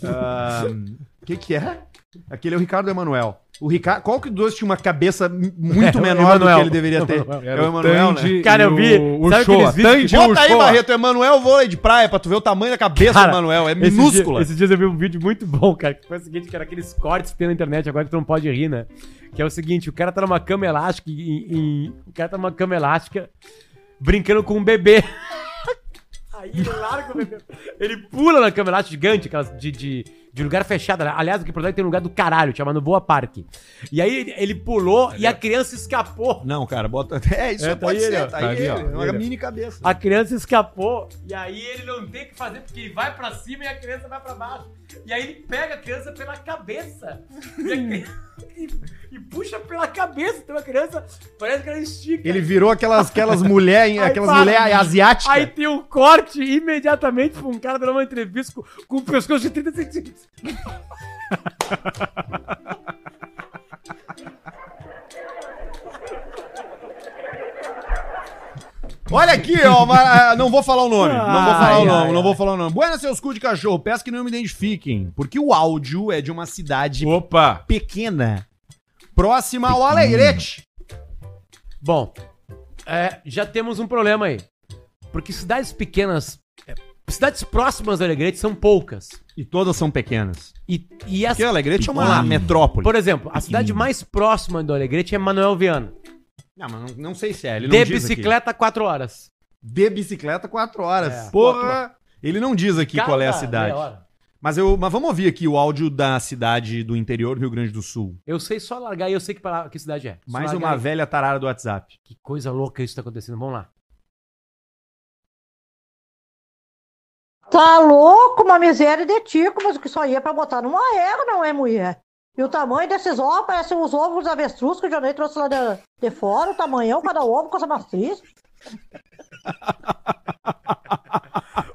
Speaker 1: Ahn, O que que é? Aquele é o Ricardo Emanuel. O Ricardo, qual que dos dois tinha uma cabeça m- muito
Speaker 3: É, o
Speaker 1: menor do que
Speaker 3: Emanuel.
Speaker 1: ele deveria ter? É
Speaker 2: Era É o
Speaker 1: né?
Speaker 2: Tandy
Speaker 3: Cara, eu vi-
Speaker 2: O, o
Speaker 3: sabe
Speaker 2: show,
Speaker 3: aqueles
Speaker 2: a
Speaker 3: vídeos que-
Speaker 2: Tandy e o
Speaker 1: Bota aí,
Speaker 2: Uchoa.
Speaker 1: Barreto, Emanuel vôlei de praia, pra tu ver o tamanho da cabeça do
Speaker 3: Cara,
Speaker 1: Emanuel. É
Speaker 3: Esse
Speaker 1: minúscula.
Speaker 3: dia- Esses dias eu vi um vídeo muito bom, cara, que foi o seguinte, que era aqueles cortes que tem na internet agora que tu não pode rir, né? Que é o seguinte, o cara tá numa cama elástica e, e- o cara tá numa cama elástica brincando com um bebê. Aí ele larga o bebê. Ele pula na cama elástica gigante, aquelas de, de, de lugar fechado. Aliás, aqui em Porto Alegre tem um lugar do caralho, chamado Boa Parque. E aí ele- ele pulou e a criança escapou.
Speaker 1: Não, cara, bota. É, isso
Speaker 3: É,
Speaker 1: não
Speaker 3: tá
Speaker 1: pode
Speaker 3: aí ele,
Speaker 1: ser.
Speaker 3: ó.
Speaker 1: Tá
Speaker 2: Tá
Speaker 1: aí
Speaker 2: ali,
Speaker 1: ele,
Speaker 2: ó.
Speaker 1: é uma
Speaker 2: Ele.
Speaker 1: mini cabeça.
Speaker 3: A criança escapou e aí ele não tem o que fazer porque ele vai pra cima e a criança vai pra baixo. E aí ele pega a criança pela cabeça e,
Speaker 1: Hum.
Speaker 3: a criança- e- e puxa pela cabeça. Então a criança parece que ela estica.
Speaker 1: Ele virou aquelas, aquelas mulheres,
Speaker 3: Aí
Speaker 1: aquelas
Speaker 3: para.
Speaker 1: mulheres asiáticas.
Speaker 3: Aí tem um corte imediatamente pra um cara dando uma entrevista com, com o pescoço de 30 centímetros.
Speaker 1: Olha aqui, ó. ma- ah, Não vou falar o nome. Não vou falar
Speaker 3: Ai,
Speaker 1: o nome,
Speaker 3: ai,
Speaker 1: não
Speaker 3: ai.
Speaker 1: vou falar o nome. Buenas, seus cu de cachorro. Peço que não me identifiquem, porque o áudio é de uma cidade
Speaker 2: Opa!
Speaker 1: pequena, próxima ao Alegrete.
Speaker 3: Bom, é, já temos um problema aí. Porque cidades pequenas, é, cidades próximas do Alegrete são poucas.
Speaker 1: E todas são pequenas.
Speaker 3: E, e as
Speaker 1: Porque o Alegrete é
Speaker 3: Vamos lá.
Speaker 1: uma metrópole.
Speaker 3: Por exemplo, a cidade mais próxima do Alegrete é Manuel Viana.
Speaker 1: Não, mas não, não sei se é. Ele não
Speaker 3: De
Speaker 1: diz aqui.
Speaker 3: bicicleta, 4 horas.
Speaker 1: De bicicleta, quatro horas.
Speaker 3: É.
Speaker 1: Porra! Ele não diz aqui qual é a
Speaker 3: Cada
Speaker 1: cidade.
Speaker 3: meia hora.
Speaker 1: Mas, eu, mas vamos ouvir aqui o áudio da cidade do interior do Rio Grande do Sul.
Speaker 3: Eu sei só largar e eu sei que, pra- que cidade é. Só
Speaker 1: Mais
Speaker 3: largar
Speaker 1: uma
Speaker 3: aí.
Speaker 1: velha tarara do WhatsApp.
Speaker 3: Que coisa louca isso tá acontecendo. Vamos lá.
Speaker 4: Tá louco, uma miséria de tico, mas o que só ia pra botar numa era, não é, mulher? E o tamanho desses ovos parece os ovos avestruz que o Jonei trouxe lá de, de fora, o tamanhão, cada ovo, coisa mais triste.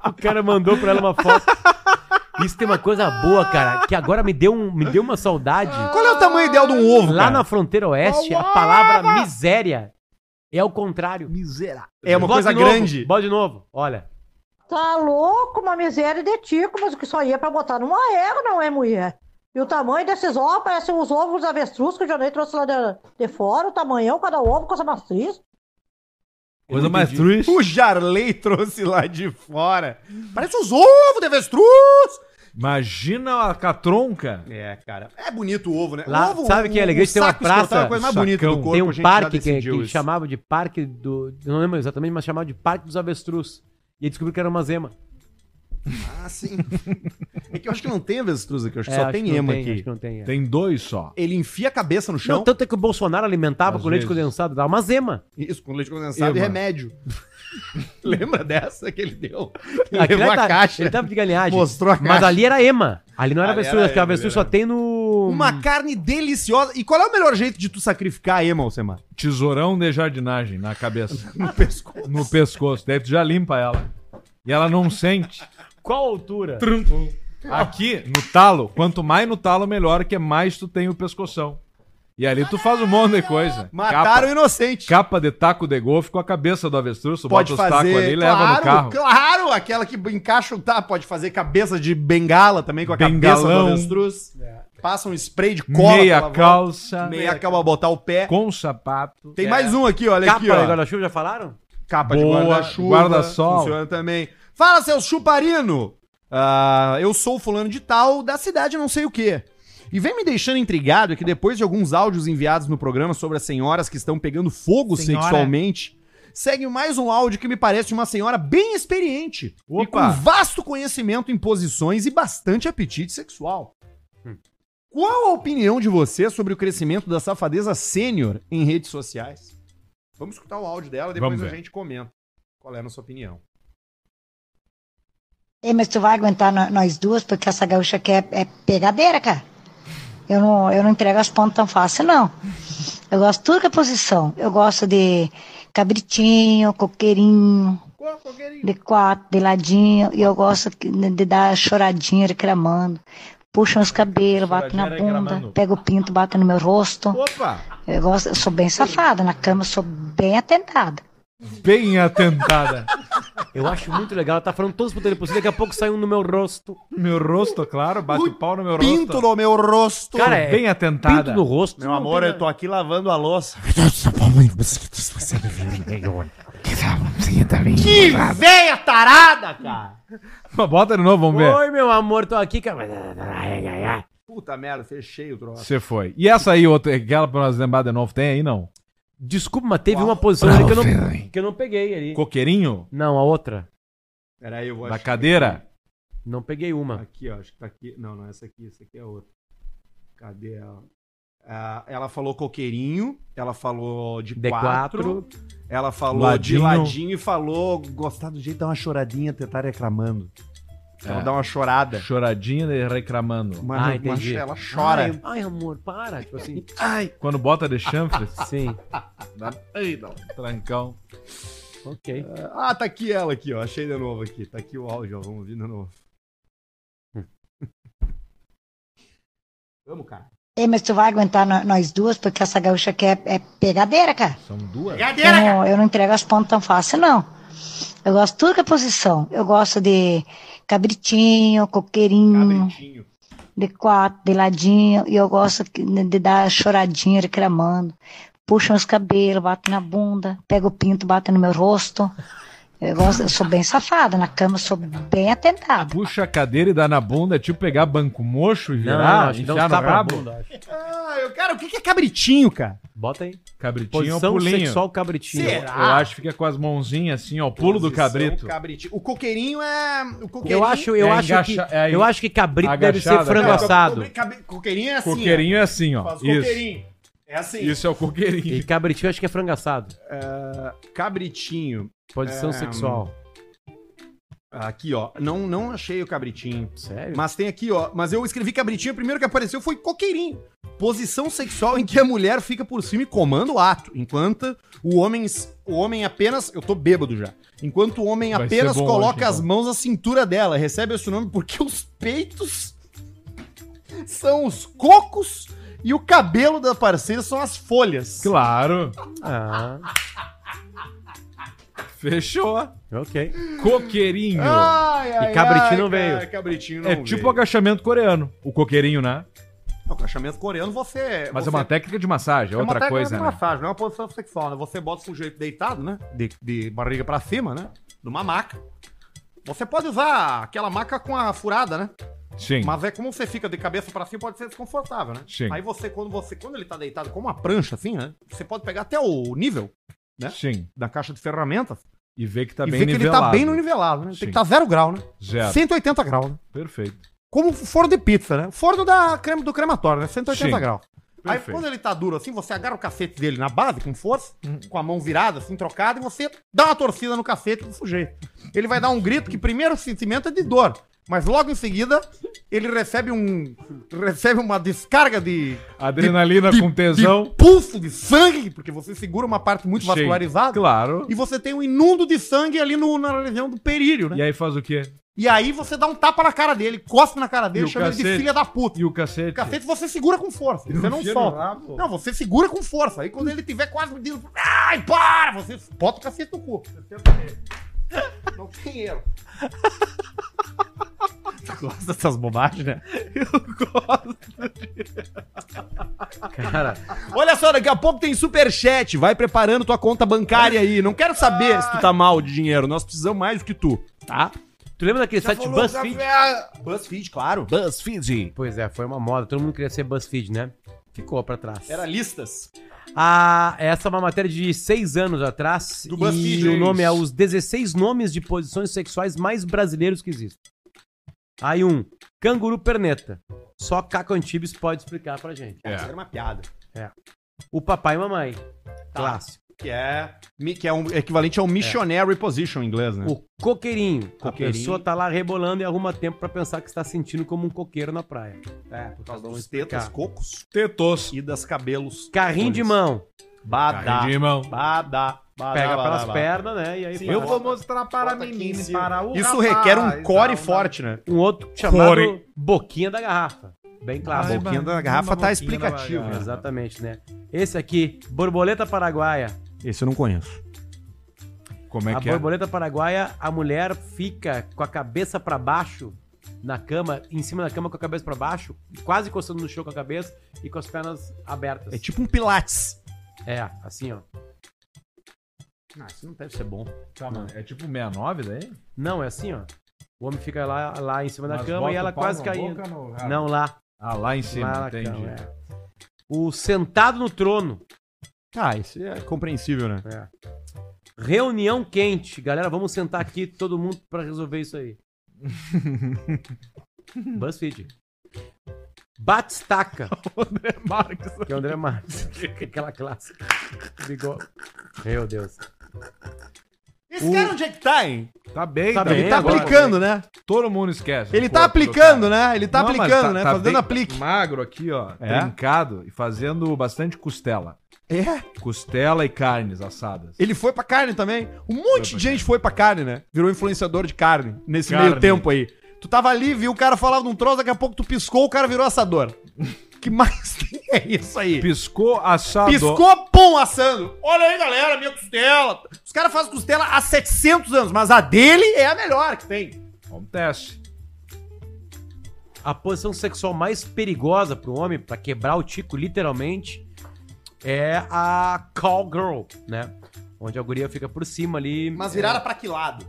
Speaker 3: O cara mandou pra ela uma foto. Isso tem uma coisa boa, cara, que agora me deu, um, me deu uma saudade.
Speaker 1: Qual é o tamanho ideal de um ovo,
Speaker 3: Lá
Speaker 1: cara?
Speaker 3: na fronteira oeste, a palavra miséria é o contrário.
Speaker 1: Miserável. É uma
Speaker 3: Bota
Speaker 1: coisa
Speaker 3: de novo,
Speaker 1: grande.
Speaker 3: Bota de novo. Olha.
Speaker 4: Tá louco, uma miséria de tico, mas o que só ia pra botar numa era, não é, mulher? E o tamanho desses ovos parece os ovos avestruz que o Jonei trouxe lá de, de fora, o tamanhão, cada ovo, coisa mais triste.
Speaker 2: Coisa
Speaker 3: não
Speaker 2: mais
Speaker 3: entendi.
Speaker 2: triste.
Speaker 1: O Jarley trouxe lá de fora. Parece os ovos de avestruz.
Speaker 2: Imagina a catronca.
Speaker 1: É, cara. É bonito o ovo, né?
Speaker 3: Lá-
Speaker 1: o ovo,
Speaker 3: sabe que é
Speaker 1: alegria
Speaker 3: Alegrete tem uma praça,
Speaker 1: É a coisa mais
Speaker 2: sacão.
Speaker 1: bonita do corpo.
Speaker 3: Tem
Speaker 1: a
Speaker 3: um
Speaker 1: gente já
Speaker 3: parque que,
Speaker 1: decidiu
Speaker 3: que
Speaker 1: isso.
Speaker 3: chamava de parque do. Eu não lembro exatamente, mas chamava de parque dos avestruz. E aí descobriu que era uma zema.
Speaker 1: Ah, sim. É que eu acho que não tem avestruz aqui. Eu acho que
Speaker 3: É,
Speaker 1: só
Speaker 3: acho
Speaker 1: tem
Speaker 3: que não
Speaker 1: ema
Speaker 3: Acho
Speaker 1: aqui.
Speaker 3: que não tem, é.
Speaker 2: Tem dois só.
Speaker 1: Ele enfia a cabeça no chão.
Speaker 3: Não, tanto é que o Bolsonaro alimentava
Speaker 2: Às
Speaker 3: com leite
Speaker 2: vezes.
Speaker 3: condensado, dava uma zema.
Speaker 1: Isso, com leite condensado e
Speaker 2: Ema.
Speaker 1: remédio. Lembra dessa que ele deu? Ele
Speaker 3: Aquilo
Speaker 1: levou
Speaker 3: ele
Speaker 1: a
Speaker 3: tá-
Speaker 1: caixa.
Speaker 3: Ele tava de galinhagem.
Speaker 1: Mostrou a caixa.
Speaker 3: Mas ali era ema. Ali não era
Speaker 1: Ali
Speaker 3: avestruz,
Speaker 1: era
Speaker 3: porque a
Speaker 1: ema,
Speaker 3: avestruz
Speaker 1: ele
Speaker 3: só tem no.
Speaker 1: Uma carne deliciosa. E qual é o melhor jeito de tu sacrificar a ema, Alcemar?
Speaker 2: Tesourão de jardinagem na cabeça.
Speaker 1: No pescoço.
Speaker 2: no pescoço. Daí tu já limpa ela. E ela não sente.
Speaker 3: Qual altura?
Speaker 2: Aqui, no talo, quanto mais no talo, melhor, que é mais tu tem o pescoção. E ali tu faz um monte de coisa.
Speaker 1: Mataram o
Speaker 2: Capa,
Speaker 1: inocente.
Speaker 2: capa de taco de golfe com a cabeça do avestruz, tu
Speaker 1: Pode
Speaker 2: bota os tacos
Speaker 1: fazer,
Speaker 2: ali e leva no carro.
Speaker 1: claro, aquela que encaixa o tá, pode fazer cabeça de bengala também com a cabeça
Speaker 2: Bengalão.
Speaker 1: do avestruz. Passa um spray de cola.
Speaker 2: Meia
Speaker 1: pela
Speaker 2: calça,
Speaker 1: volta, meia calça pra botar o pé.
Speaker 2: com um sapato.
Speaker 1: Tem mais um aqui, olha
Speaker 3: Capa
Speaker 1: aqui, ó.
Speaker 3: de guarda-chuva, já falaram?
Speaker 1: Capa
Speaker 2: Boa,
Speaker 1: de guarda-chuva.
Speaker 2: guarda-sol.
Speaker 1: Funciona também. Fala, seus chuparino. Ah, eu sou fulano de tal, da cidade não sei o quê. E vem me deixando intrigado é que depois de alguns áudios enviados no programa sobre as senhoras que estão pegando fogo
Speaker 5: Senhora.
Speaker 1: sexualmente, segue mais um áudio que me parece de uma senhora bem experiente e com
Speaker 2: Opa.
Speaker 1: vasto conhecimento em posições e bastante apetite sexual. Qual a opinião de você sobre o crescimento da safadeza sênior em redes sociais? Vamos escutar o áudio dela, depois
Speaker 2: Vamos
Speaker 1: a
Speaker 2: ver.
Speaker 1: gente comenta. Qual é a nossa opinião?
Speaker 6: Ei, É, mas tu vai aguentar no- nós duas, porque essa gaúcha aqui é, é pegadeira, cara. Eu não, eu não entrego as pontas tão fácil, não. Eu gosto tudo que é posição. Eu gosto de cabritinho, coqueirinho, de quatro, de ladinho. E eu gosto que- de dar choradinha reclamando. Puxa os cabelos, bate na
Speaker 2: Choradinha
Speaker 6: bunda,
Speaker 2: reclamando.
Speaker 6: pega o pinto, bate no meu rosto.
Speaker 2: Opa!
Speaker 6: Eu, gosto, eu sou bem safada na cama, eu sou bem atentada.
Speaker 2: Bem atentada.
Speaker 3: Eu acho muito legal. Ela tá falando todos os poderes possíveis, daqui a pouco sai um no meu rosto.
Speaker 2: meu rosto, claro, bate o pau no meu
Speaker 1: Pinto
Speaker 2: rosto. tá-
Speaker 1: no meu rosto.
Speaker 3: Cara, é
Speaker 2: Bem atentada.
Speaker 3: Pinto no rosto.
Speaker 1: meu amor, eu tô aqui lavando a louça.
Speaker 2: tá- tá
Speaker 1: que véia tarada, cara!
Speaker 2: Bota de novo, vamos ver.
Speaker 3: Oi, meu amor, tô aqui, cara.
Speaker 1: Puta merda, fechei o troço.
Speaker 2: Você foi. E essa aí, outra, aquela pra nós lembrar de novo, tem aí não?
Speaker 3: Desculpa, mas teve uma posição ali que eu, não, que eu não peguei ali.
Speaker 2: Coqueirinho?
Speaker 3: Não, a outra.
Speaker 1: Peraí, eu vou
Speaker 2: Da
Speaker 1: achar.
Speaker 2: cadeira.
Speaker 3: Não peguei uma.
Speaker 1: Aqui, ó. Acho que tá aqui. Não, não, essa aqui, essa aqui é outra. Cadê ela? Ah, ela falou coqueirinho, ela falou de quatro,
Speaker 3: D4.
Speaker 1: ela falou de
Speaker 2: Ladinho.
Speaker 1: ladinho e falou gostar do jeito de dar uma choradinha, tentar reclamando. Ela
Speaker 2: É.
Speaker 1: dá uma chorada.
Speaker 2: Choradinha e reclamando.
Speaker 1: Mano,
Speaker 3: Ah, entendi.
Speaker 1: ela chora.
Speaker 3: Ai, ai, amor, para. Tipo assim.
Speaker 2: Ai. Quando bota de chanfre,
Speaker 3: Sim.
Speaker 2: dá Ai, dá um trancão. É.
Speaker 3: Ok.
Speaker 1: Ah, tá aqui ela aqui, ó. Achei de novo aqui. Tá aqui o áudio, ó. Vamos ouvir de novo. Vamos, cara.
Speaker 6: Ei, É, mas tu vai aguentar no- nós duas, porque essa gaúcha aqui é, é pegadeira, cara.
Speaker 2: São duas?
Speaker 6: Eu
Speaker 1: Brincadeira,
Speaker 6: não, eu não entrego as pontas tão fácil, não. Eu gosto tudo que é posição. Eu gosto de cabritinho, coqueirinho,
Speaker 1: Cabritinho.
Speaker 6: de quatro, de ladinho. E eu gosto que- de dar choradinha, reclamando. Puxa meus cabelos, bate na bunda, pega o pinto, bate no meu rosto. Eu, gosto, eu sou bem safada, na cama eu sou bem atentada.
Speaker 2: Puxa a cadeira e dá na bunda, é tipo pegar banco mocho e
Speaker 3: Não,
Speaker 2: virar,
Speaker 3: não, acho que dá
Speaker 2: enfiar
Speaker 3: uns
Speaker 2: no
Speaker 3: tapas na
Speaker 2: rabo.
Speaker 3: bunda, acho.
Speaker 1: Ah, eu, cara, o que que é cabritinho, cara?
Speaker 3: Bota aí.
Speaker 2: Cabritinho é um
Speaker 3: Posição
Speaker 2: pulinho.
Speaker 3: sexual cabritinho.
Speaker 1: Será?
Speaker 2: Eu acho que fica com as mãozinhas assim, ó, pulo do
Speaker 1: Posição
Speaker 2: cabrito.
Speaker 1: cabritinho. O coqueirinho é. O coqueirinho
Speaker 3: Eu acho, eu
Speaker 2: É
Speaker 3: acho
Speaker 2: engaxa-
Speaker 3: que,
Speaker 2: é
Speaker 3: eu acho que cabrito deve ser
Speaker 2: agachada,
Speaker 3: frango
Speaker 2: cara.
Speaker 3: assado.
Speaker 1: Cabe- Coqueirinho é assim.
Speaker 2: Coqueirinho é assim,
Speaker 1: ó.
Speaker 2: ó.
Speaker 1: Faz
Speaker 2: Isso.
Speaker 1: coqueirinho. É assim.
Speaker 2: Isso é o coqueirinho.
Speaker 3: E cabritinho eu acho que é frango assado.
Speaker 1: Cabritinho.
Speaker 3: Posição
Speaker 1: É,
Speaker 3: sexual.
Speaker 1: Aqui, ó. Não, não achei o cabritinho.
Speaker 3: Sério?
Speaker 1: Mas tem aqui, ó. Mas eu escrevi cabritinho, o primeiro que apareceu foi coqueirinho. Posição sexual em que a mulher fica por cima e comanda o ato, enquanto o homem, o homem apenas. Eu tô bêbado já. Enquanto o homem
Speaker 2: Vai ser
Speaker 1: apenas
Speaker 2: bom
Speaker 1: coloca
Speaker 2: hoje, então.
Speaker 1: as mãos na cintura dela, recebe esse nome porque os peitos são os cocos e o cabelo da parceira são as folhas.
Speaker 2: Claro.
Speaker 3: Ah,
Speaker 2: Fechou.
Speaker 3: ok.
Speaker 2: Coqueirinho.
Speaker 1: Ai, ai,
Speaker 3: E cabritinho não
Speaker 1: cara,
Speaker 3: veio.
Speaker 1: Cabritinho Ah, não
Speaker 2: é
Speaker 1: veio.
Speaker 2: tipo o agachamento coreano. O coqueirinho, né?
Speaker 1: É, O agachamento coreano você.
Speaker 2: Mas
Speaker 1: você
Speaker 2: é uma técnica de massagem, é
Speaker 1: É uma
Speaker 2: outra
Speaker 1: técnica
Speaker 2: coisa,
Speaker 1: de
Speaker 2: né?
Speaker 1: massagem, não é uma posição sexual, né? Você bota o sujeito deitado, né? De, de barriga pra cima, né? Numa maca. Você pode usar aquela maca com a furada, né?
Speaker 2: Sim.
Speaker 1: Mas é como você fica de cabeça pra cima, pode ser desconfortável, né?
Speaker 2: Sim.
Speaker 1: Aí você, quando você, quando ele tá deitado com uma prancha, assim, né? Você pode pegar até o nível né?
Speaker 2: Sim.
Speaker 1: da caixa de ferramentas
Speaker 2: E ver que tá
Speaker 1: e
Speaker 2: bem
Speaker 1: ver que ele
Speaker 2: nivelado.
Speaker 1: tá bem no nivelado, né? Tem que
Speaker 2: Sim.
Speaker 1: estar tá zero grau, né?
Speaker 2: Zero.
Speaker 1: 180 graus, né?
Speaker 2: Perfeito.
Speaker 1: Como o forno de pizza, né? O forno da creme do crematório, né? 180
Speaker 2: Sim.
Speaker 1: graus. Aí
Speaker 2: Perfeito.
Speaker 1: quando ele tá duro assim, você agarra o cacete dele na base com força, com a mão virada, assim, trocada, e você dá uma torcida no cacete do sujeito. Ele vai dar um grito que primeiro o sentimento é de dor, mas logo em seguida ele recebe um. recebe uma descarga de.
Speaker 2: Adrenalina
Speaker 1: de-
Speaker 2: com
Speaker 1: de
Speaker 2: tesão.
Speaker 1: pulso de sangue, porque você segura uma parte muito
Speaker 2: Sim.
Speaker 1: vascularizada.
Speaker 2: Claro.
Speaker 1: E você tem um inundo de sangue ali no, na região do períneo, né?
Speaker 2: E aí faz o quê?
Speaker 1: E aí você dá um tapa na cara dele, cospe na cara dele,
Speaker 2: E o
Speaker 1: chama ele de
Speaker 2: cacete?
Speaker 1: filha da puta.
Speaker 2: E o cacete?
Speaker 1: O cacete você segura com força,
Speaker 2: E
Speaker 1: você não
Speaker 2: enfia no
Speaker 1: solta.
Speaker 2: rabo.
Speaker 1: Não, você segura com força. Aí quando ele tiver quase me diz, ai, para! Você bota o cacete no cu. Você tenta nele. Não tem erro. Tu gosta dessas bobagens, né?
Speaker 3: Cara,
Speaker 1: Olha só, daqui a pouco tem superchat. Vai preparando tua conta bancária aí. Não quero saber se tu tá mal de dinheiro. Nós precisamos mais do que tu, tá?
Speaker 3: tu lembra daquele site BuzzFeed?
Speaker 1: BuzzFeed, claro.
Speaker 2: BuzzFeed.
Speaker 3: Pois é, foi uma moda. Todo mundo queria ser BuzzFeed, né? Ficou pra trás.
Speaker 1: Era listas.
Speaker 3: Ah, essa é uma matéria de seis anos atrás.
Speaker 1: Do BuzzFeed,
Speaker 3: E o nome é
Speaker 1: isso.
Speaker 3: os 16 nomes de posições sexuais mais brasileiros que existem. Aí um, canguru perneta. Só Caco Antibes pode explicar pra gente.
Speaker 2: É.
Speaker 1: Isso Era uma piada.
Speaker 3: O papai e mamãe.
Speaker 1: Tá.
Speaker 3: Clássico.
Speaker 1: Que é, mi- que é um equivalente ao missionary position em inglês, né?
Speaker 3: O coqueirinho. A
Speaker 1: Coqueirinho.
Speaker 3: pessoa tá lá rebolando e arruma tempo pra pensar que está sentindo como um coqueiro na praia.
Speaker 1: É, por causa dos
Speaker 3: explicar.
Speaker 1: tetas, cocos
Speaker 2: Tetos.
Speaker 1: e das cabelos.
Speaker 3: Carrinho de mão.
Speaker 1: Badá.
Speaker 2: Carrinho de mão.
Speaker 1: Badá. badá,
Speaker 3: Pega
Speaker 1: badá,
Speaker 3: pelas
Speaker 1: badá.
Speaker 3: pernas, né? E aí
Speaker 1: Eu vou
Speaker 2: mostrar
Speaker 1: Bota aqui em cima. Isso requer um core forte, né?
Speaker 3: Um outro chamado
Speaker 2: Core.
Speaker 3: boquinha da garrafa. Bem
Speaker 1: A
Speaker 3: clássico.
Speaker 1: boquinha da
Speaker 2: mano,
Speaker 1: garrafa
Speaker 2: uma
Speaker 1: tá
Speaker 2: boquinha
Speaker 1: explicativo.
Speaker 2: da
Speaker 1: né?
Speaker 2: garrafa.
Speaker 3: Exatamente, né? Esse aqui, borboleta paraguaia.
Speaker 1: Esse eu não conheço.
Speaker 2: Como
Speaker 3: a
Speaker 2: é que é?
Speaker 3: borboleta paraguaia, a mulher fica com a cabeça pra baixo na cama, em cima da cama com a cabeça pra baixo, quase encostando no chão com a cabeça e com as pernas abertas.
Speaker 1: É tipo um pilates.
Speaker 3: É, assim, ó.
Speaker 1: Ah, isso não deve ser bom.
Speaker 2: Calma, é tipo 69 daí?
Speaker 3: Não, é assim, ó. O homem fica lá, lá em cima da
Speaker 2: Mas
Speaker 3: cama
Speaker 2: bota
Speaker 3: e ela
Speaker 2: o pau
Speaker 3: quase
Speaker 2: na boca
Speaker 3: caindo.
Speaker 2: ou no rabo?
Speaker 3: Não, lá.
Speaker 2: Ah, lá em cima,
Speaker 3: lá na
Speaker 2: entendi.
Speaker 3: cama, é. O sentado no trono.
Speaker 1: Ah, isso é compreensível, né?
Speaker 3: É. Reunião quente. Galera, vamos sentar aqui todo mundo pra resolver isso aí. BuzzFeed. Batistaca,
Speaker 2: André Marques.
Speaker 3: que é o André Marques. Aquela clássica. Bigode. Meu Deus.
Speaker 1: Esse cara onde é que tá, hein?
Speaker 2: Tá bem,
Speaker 3: Tá
Speaker 1: Ele
Speaker 3: bem
Speaker 1: tá
Speaker 3: agora,
Speaker 1: aplicando, né?
Speaker 2: Todo mundo esquece.
Speaker 1: Ele tá aplicando, né? Ele tá aplicando, né? Fazendo aplique.
Speaker 2: Magro aqui, ó.
Speaker 1: É?
Speaker 2: Trincado e fazendo bastante costela.
Speaker 1: É.
Speaker 2: Costela e carnes assadas.
Speaker 1: Ele foi pra carne também. Um monte de gente foi pra carne, né? Virou influenciador de carne nesse
Speaker 2: Carne.
Speaker 1: meio tempo aí. Tu tava ali, viu o cara falava de um troço, daqui a pouco tu piscou, o cara virou assador. que mais tem é isso aí?
Speaker 2: Piscou, assado.
Speaker 1: Piscou, pum, assando. Olha aí, galera, minha costela. Os caras fazem costela há 700 anos, mas a dele é a melhor que tem.
Speaker 2: Acontece.
Speaker 3: A posição sexual mais perigosa pro homem, pra quebrar o tico, literalmente, é a call girl, né? Onde a guria fica por cima ali.
Speaker 1: Mas virada pra que lado?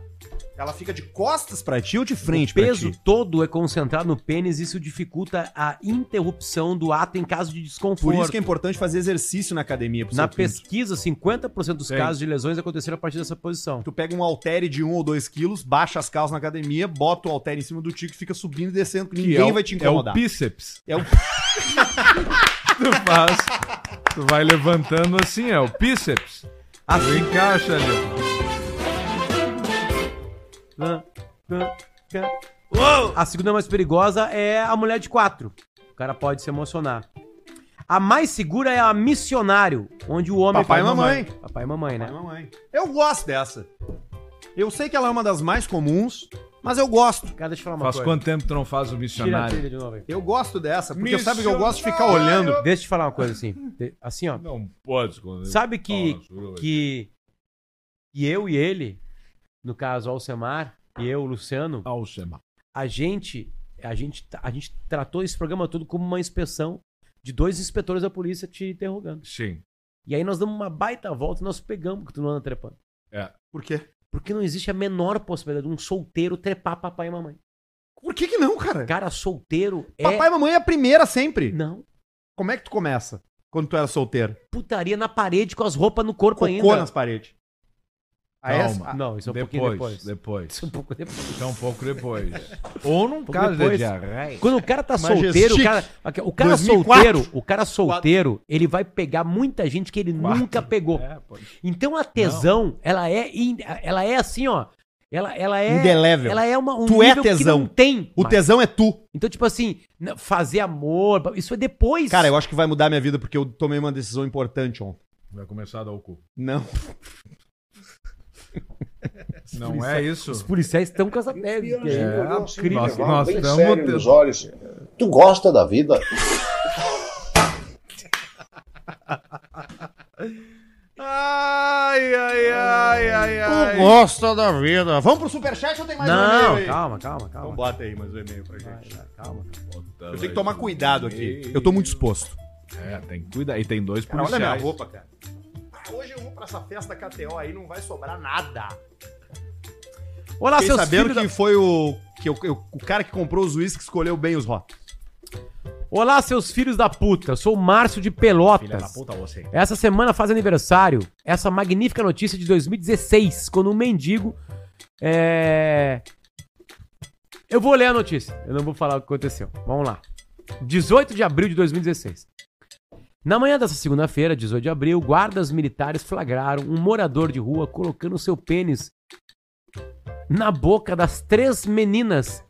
Speaker 1: Ela fica de costas pra ti ou de frente
Speaker 3: O peso todo é concentrado no pênis e isso dificulta a interrupção do ato em caso de
Speaker 1: Por
Speaker 3: desconforto.
Speaker 1: isso que é importante fazer exercício na academia. pro
Speaker 3: Na
Speaker 1: seu cliente.
Speaker 3: pesquisa, 50% dos
Speaker 2: Sim.
Speaker 3: casos de lesões aconteceram a partir dessa posição.
Speaker 1: Tu pega um haltere de 1 um ou 2 quilos, baixa as calças na academia, bota o haltere em cima do tico e fica subindo e descendo, que ninguém
Speaker 2: Que é o-
Speaker 1: vai te
Speaker 2: É
Speaker 1: incomodar.
Speaker 2: o bíceps.
Speaker 1: É o-
Speaker 2: tu faz. Tu vai levantando assim, é o bíceps.
Speaker 1: Assim.
Speaker 2: Tu encaixa ali.
Speaker 3: A segunda mais perigosa é a mulher de quatro. O cara pode se emocionar. A mais segura é a missionário, onde o homem.
Speaker 1: Papai
Speaker 3: faz
Speaker 1: e mamãe.
Speaker 3: Papai e mamãe, né?
Speaker 1: É Eu gosto dessa. Eu sei que ela é uma das mais comuns, mas eu gosto.
Speaker 3: Cara, deixa eu falar uma
Speaker 2: Faz
Speaker 3: coisa.
Speaker 2: quanto tempo tu não faz o
Speaker 3: Tira a
Speaker 2: missionário?
Speaker 3: trilha de novo aí.
Speaker 1: Eu gosto dessa, porque sabe que eu gosto de ficar olhando.
Speaker 3: Deixa eu te falar uma coisa assim. De- Assim, ó.
Speaker 2: Não pode esconder.
Speaker 3: Sabe que,
Speaker 2: Fala,
Speaker 3: que, que eu e ele, no caso Alcemar, e eu, o Luciano,
Speaker 2: Alcema.
Speaker 3: a gente, a gente, tá, a gente tratou esse programa todo como uma inspeção de dois inspetores da polícia te interrogando.
Speaker 2: Sim.
Speaker 3: E aí nós damos uma baita volta e nós pegamos que tu não anda trepando.
Speaker 1: Por quê?
Speaker 3: Porque não existe a menor possibilidade de um solteiro trepar papai e mamãe.
Speaker 1: Por que que não, cara?
Speaker 3: Cara, solteiro é...
Speaker 1: Papai e mamãe é a primeira sempre.
Speaker 3: Não.
Speaker 1: Como é que tu começa? Quando tu era solteiro?
Speaker 3: Putaria na parede com as roupas no corpo
Speaker 1: Cocô
Speaker 3: ainda.
Speaker 1: nas paredes. Aí
Speaker 2: Calma.
Speaker 1: essa- ah,
Speaker 3: Não, isso é um pouquinho
Speaker 2: Depois,
Speaker 3: depois.
Speaker 2: depois.
Speaker 3: Isso é um pouco depois.
Speaker 2: Então, um pouco depois. Ou num
Speaker 3: Pouco
Speaker 2: caso
Speaker 3: depois.
Speaker 2: de diarreia.
Speaker 3: Quando o cara tá
Speaker 1: Majestic.
Speaker 3: solteiro, o cara, o cara
Speaker 1: 2004.
Speaker 3: solteiro, o cara solteiro, ele vai pegar muita gente que ele
Speaker 2: Quatro.
Speaker 3: nunca pegou.
Speaker 2: É, pode.
Speaker 3: Então a tesão, ela é in- ela é assim, ó. Ela, ela é
Speaker 1: Indelével.
Speaker 3: ela é uma um
Speaker 1: Tu é
Speaker 3: que
Speaker 1: tesão.
Speaker 3: não tem.
Speaker 1: O
Speaker 3: mais.
Speaker 1: tesão é tu.
Speaker 3: Então tipo assim, n- fazer amor, isso é depois.
Speaker 1: Cara, eu acho que vai mudar minha vida porque eu tomei uma decisão importante ontem.
Speaker 2: Vai começar a dar o cu.
Speaker 1: Não.
Speaker 2: Não é isso?
Speaker 3: os policiais estão com essa tese. que é
Speaker 2: É,
Speaker 3: incrível.
Speaker 2: nós, nós
Speaker 5: bem
Speaker 2: estamos
Speaker 5: sério
Speaker 2: te-
Speaker 5: nos olhos. Tu gosta da vida?
Speaker 2: Ai, ai, ai,
Speaker 1: Um
Speaker 2: ai, ai.
Speaker 1: gosta da vida. Ah, Vamos pro superchat ou tem mais
Speaker 3: Não,
Speaker 1: um e-mail aí?
Speaker 3: calma, calma, calma.
Speaker 1: bota aí mais um e-mail pra gente.
Speaker 3: Vai, vai, calma.
Speaker 1: Eu tenho que tomar cuidado aqui. Eu tô muito exposto.
Speaker 2: É, tem que cuidar. E tem dois
Speaker 1: Cara,
Speaker 2: policiais.
Speaker 1: Ah, olha a minha roupa, cara. Ah, Hoje eu vou pra essa festa KTO aí, não vai sobrar nada. Fiquei
Speaker 3: Olá, Ah, seus
Speaker 1: sabendo
Speaker 3: filhos
Speaker 1: que
Speaker 3: da...
Speaker 1: foi o, que eu- eu- o cara que comprou os uísques que escolheu bem os rótulos.
Speaker 3: Olá, seus filhos da puta. Eu sou o Márcio de Pelotas.
Speaker 2: você.
Speaker 3: Essa semana faz aniversário essa magnífica notícia de 2016, quando um mendigo. É. Eu vou ler a notícia, eu não vou falar o que aconteceu. Vamos lá. 18 de abril de 2016. Na manhã dessa segunda-feira, 18 de abril, guardas militares flagraram um morador de rua colocando seu pênis na boca das três meninas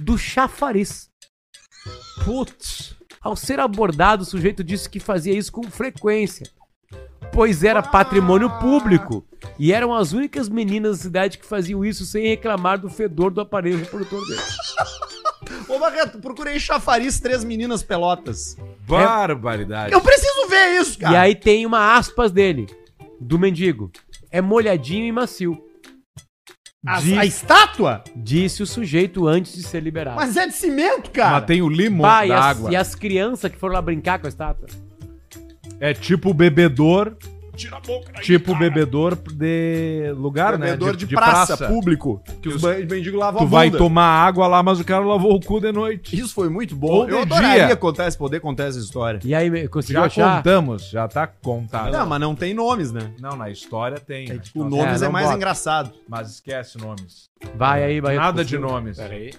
Speaker 3: do chafariz. Putz. Ao ser abordado, o sujeito disse que fazia isso com frequência, pois era patrimônio público e eram as únicas meninas da cidade que faziam isso sem reclamar do fedor do aparelho reprodutor dele.
Speaker 1: Ô, Barreto, procurei chafariz três meninas pelotas.
Speaker 2: Barbaridade.
Speaker 1: Eu preciso ver isso, cara.
Speaker 3: E aí tem uma aspas dele, do mendigo. É molhadinho e macio,
Speaker 1: a, a estátua?
Speaker 3: disse o sujeito antes de ser liberado.
Speaker 1: Mas é de cimento, cara.
Speaker 2: Mas tem o limão
Speaker 3: Pai,
Speaker 2: é da
Speaker 3: as,
Speaker 2: água.
Speaker 3: e as crianças que foram lá brincar com a estátua?
Speaker 2: É tipo o bebedor
Speaker 1: Tira a boca daí,
Speaker 2: Tipo
Speaker 1: cara.
Speaker 2: bebedor de lugar,
Speaker 1: Bebedor
Speaker 2: né?
Speaker 1: de, praça, público. Que os
Speaker 2: os-
Speaker 1: mendigos lavam
Speaker 2: Tu vai
Speaker 1: bunda.
Speaker 2: tomar água lá, mas o cara lavou o cu de noite.
Speaker 1: Isso foi muito bom.
Speaker 2: Ou
Speaker 1: Eu
Speaker 2: de
Speaker 1: adoraria
Speaker 2: dia.
Speaker 1: contar esse poder, contar essa história.
Speaker 3: E aí, me- conseguiu
Speaker 2: Já
Speaker 3: achar?
Speaker 2: contamos, já tá contado.
Speaker 1: Não, mas não tem nomes, né?
Speaker 2: Não, na história tem.
Speaker 1: É,
Speaker 2: né?
Speaker 1: tipo,
Speaker 2: Nós-
Speaker 1: nomes é,
Speaker 3: não
Speaker 1: mais
Speaker 3: bota.
Speaker 1: engraçado.
Speaker 2: Mas esquece nomes.
Speaker 3: Vai aí, vai.
Speaker 2: Nada de nomes.
Speaker 3: Peraí.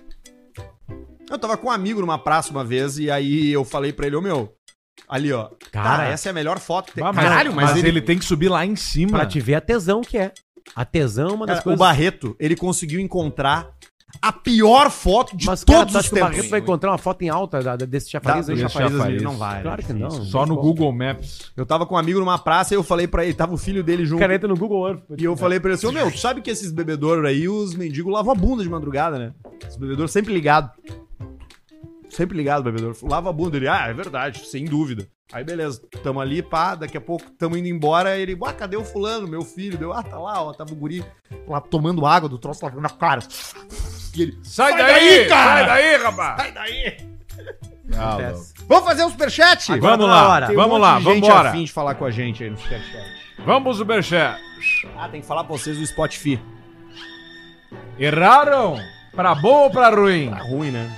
Speaker 1: Eu tava com um amigo numa praça uma vez e aí eu falei pra ele, ô meu, ali ó, cara,
Speaker 3: Cara,
Speaker 1: essa é a melhor foto que tem.
Speaker 2: Ah, mas,
Speaker 1: Caralho, mas, ele...
Speaker 2: tem que subir lá em cima.
Speaker 3: pra te ver a tesão que é. A tesão é uma das
Speaker 1: Cara, O
Speaker 3: coisas...
Speaker 1: Barreto, ele conseguiu encontrar a pior foto de
Speaker 3: Mas, cara,
Speaker 1: todos
Speaker 3: tu acha
Speaker 1: os
Speaker 3: que o
Speaker 1: tempos.
Speaker 3: Barreto vai encontrar uma foto em alta da- da- desse
Speaker 1: Tá,
Speaker 3: chafariz
Speaker 1: do
Speaker 3: aí? assim,
Speaker 2: Esse
Speaker 1: chafariz,
Speaker 2: chafariz.
Speaker 1: não vai.
Speaker 3: Claro que não. né?
Speaker 2: Só no Google Maps.
Speaker 1: Eu tava com um amigo numa praça e eu falei pra ele, tava o filho dele junto.
Speaker 3: Cara, entra no Google Earth.
Speaker 1: E eu falei pra ele assim, ô meu, tu sabe que esses bebedouros aí, os mendigos lavam a bunda de madrugada, né? Os bebedouros sempre ligado. Sempre ligado, bebedor. Lava a bunda. Ele, ah, é verdade, sem dúvida. Aí beleza, tamo ali, pá, daqui a pouco tamo indo embora. Ele, ah, cadê o fulano, meu filho? Deu, ah, tá lá, ó, tava o guri lá tomando água do troço, lavando a cara. E ele,
Speaker 2: Sai,
Speaker 1: daí, cara! Tá
Speaker 2: Sai daí, rapaz!
Speaker 1: sai daí!
Speaker 3: Acontece.
Speaker 1: Vamos fazer um superchat?
Speaker 3: Agora
Speaker 2: Vamos
Speaker 3: tá na
Speaker 2: lá,
Speaker 3: hora.
Speaker 1: Tem um
Speaker 2: vamos
Speaker 1: monte
Speaker 2: lá,
Speaker 1: de gente
Speaker 2: vambora.
Speaker 1: afim de falar com a gente aí no superchat.
Speaker 2: Vamos, Superchat.
Speaker 1: Ah, tem que falar pra vocês do Spotify.
Speaker 2: Erraram? Pra bom ou pra ruim?
Speaker 1: Tá ruim, né?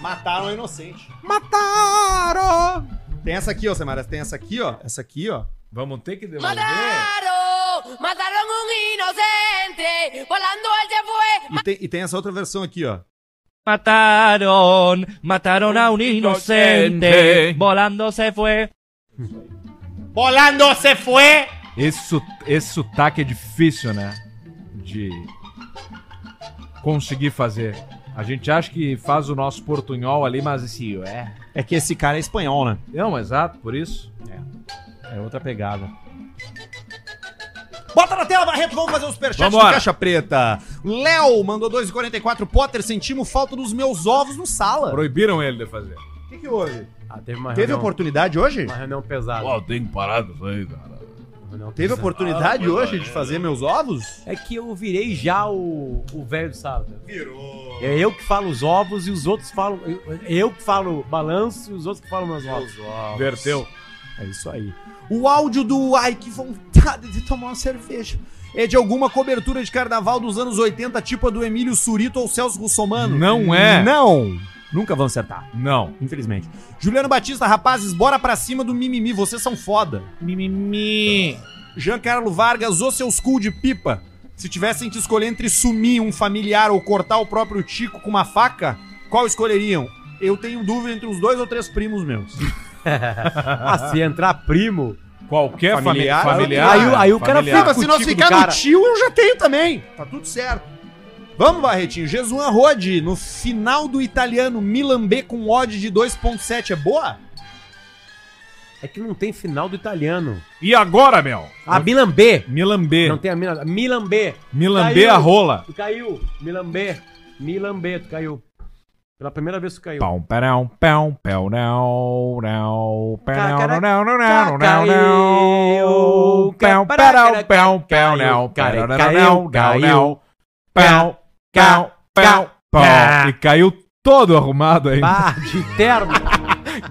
Speaker 1: Mataram a inocente.
Speaker 2: Mataram!
Speaker 1: Tem essa aqui, ó, Samara. Tem essa aqui, ó. Essa aqui, ó.
Speaker 2: Vamos ter que devolver?
Speaker 7: Mataron, mataron un inocente, volando él se fue.
Speaker 1: E tem, e tem essa outra versão aqui, ó.
Speaker 8: Mataron, mataron a un inocente, volando se fue.
Speaker 1: Bolando se foi!
Speaker 2: Esse, su- esse sotaque é difícil, né? De conseguir fazer. A gente acha que faz o nosso portunhol ali, mas esse é.
Speaker 1: É que esse cara é espanhol, né?
Speaker 2: Não, exato, por isso.
Speaker 1: É outra pegada. Bota na tela, Barreto, vamos fazer um superchat do
Speaker 2: Vambora.
Speaker 1: Caixa Preta. Léo mandou 2,44. Potter, sentimos falta dos meus ovos no sala.
Speaker 2: Proibiram ele de fazer.
Speaker 1: O que, que houve?
Speaker 3: Ah, teve uma
Speaker 1: Teve
Speaker 3: reunião,
Speaker 1: oportunidade hoje?
Speaker 3: uma reunião pesada.
Speaker 2: tem que parar disso aí, cara.
Speaker 3: Uma reunião
Speaker 1: Teve
Speaker 3: pesada.
Speaker 1: oportunidade hoje de fazer meus ovos?
Speaker 3: É que eu virei já o, o velho do sábado. Virou. É eu que falo os ovos e os outros falam. Eu, eu que falo balanço e os outros que falam meus ovos.
Speaker 2: Verteu.
Speaker 1: É isso aí. O áudio do Ai, que vontade de tomar uma cerveja. É de alguma cobertura de carnaval dos anos 80, tipo a do Emílio Surito ou Celso Russomano?
Speaker 2: Não é.
Speaker 1: Não. Nunca vão acertar,
Speaker 2: Não.
Speaker 1: infelizmente. Juliano Batista, rapazes, bora pra cima do mimimi, vocês são foda.
Speaker 2: Mimimi.
Speaker 1: Giancarlo Vargas, ou seus cu de pipa. Se tivessem que escolher entre sumir um familiar ou cortar o próprio Tico com uma faca, qual escolheriam? Eu tenho dúvida entre os dois ou três primos meus.
Speaker 3: Ah, se entrar primo.
Speaker 2: Qualquer
Speaker 1: Familiar?
Speaker 2: familiar.
Speaker 3: Aí o- aí o cara
Speaker 2: familiar.
Speaker 3: fica-
Speaker 1: Fica, se nós
Speaker 3: Contigo do
Speaker 1: ficar no
Speaker 3: cara.
Speaker 1: tio, eu já tenho também. Tá tudo certo. Vamos, Barretinho. Jesuan Rodi, no final do italiano, Milan B com odd de 2.7 é boa?
Speaker 3: É que não tem final do italiano.
Speaker 2: E agora, meu?
Speaker 3: Ah, Milan B.
Speaker 2: Milan
Speaker 3: Não
Speaker 2: B.
Speaker 3: tem a Milan. Milan B.
Speaker 2: Milan B
Speaker 3: Caiu.
Speaker 2: a rola.
Speaker 3: Tu caiu. Milan B. Milan B, tu caiu. Pela primeira vez tu caiu.
Speaker 2: Pão, perão, pão, pão, não, não, perão,
Speaker 3: Cacaraca-
Speaker 2: não, não, não, não, não, não, pão, perão,
Speaker 3: cacaraca-
Speaker 2: pão, pão, não,
Speaker 3: caiu,
Speaker 2: perão, não,
Speaker 3: caiu,
Speaker 2: não, não, não, pão,
Speaker 3: ca-
Speaker 2: pão, pão,
Speaker 3: ca-
Speaker 2: pão. E caiu todo arrumado aí.
Speaker 3: Pá, de terno.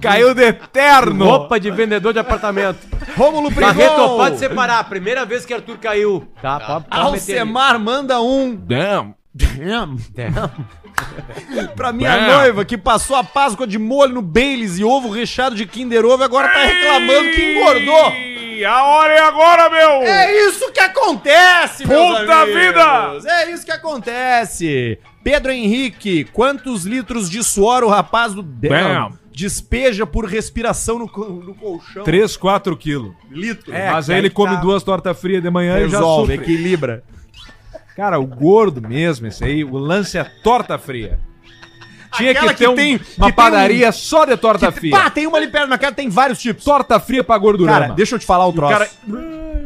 Speaker 2: Caiu de terno.
Speaker 3: Roupa de vendedor de apartamento.
Speaker 1: Rômulo
Speaker 3: Barreto,
Speaker 1: Prigon.
Speaker 3: pode separar. Primeira vez que Arthur caiu. Tá, pode, pode meter ali.
Speaker 1: Alcemar manda um
Speaker 2: Damn.
Speaker 3: Damn.
Speaker 1: pra minha
Speaker 2: Bam.
Speaker 1: noiva que passou a Páscoa de molho no Baileys e ovo recheado de Kinder Ovo e agora tá reclamando que engordou.
Speaker 2: E a hora é agora, meu.
Speaker 1: É isso que acontece,
Speaker 2: Puta vida!
Speaker 1: É isso que acontece! Pedro Henrique, quantos litros de suor o rapaz do Damn,
Speaker 2: Damn.
Speaker 1: despeja por respiração no, co- no colchão? É,
Speaker 2: 3, 4 quilos.
Speaker 1: litros.
Speaker 2: É, Mas aí ele come duas tortas frias de manhã e
Speaker 1: tá
Speaker 2: já
Speaker 1: Resolve,
Speaker 2: sofre.
Speaker 1: equilibra.
Speaker 2: Cara, o gordo mesmo, esse aí, o lance é torta fria. Tinha
Speaker 1: Aquela
Speaker 2: que ter
Speaker 1: que
Speaker 2: um-
Speaker 1: tem- que
Speaker 2: uma
Speaker 1: tem
Speaker 2: padaria só de torta
Speaker 1: Que-
Speaker 2: fria.
Speaker 1: Tipo, Pá, tem uma ali perto na casa, tem vários tipos.
Speaker 2: Torta fria pra gordurama.
Speaker 1: Cara, deixa eu te falar o
Speaker 2: E o
Speaker 1: troço.
Speaker 2: cara-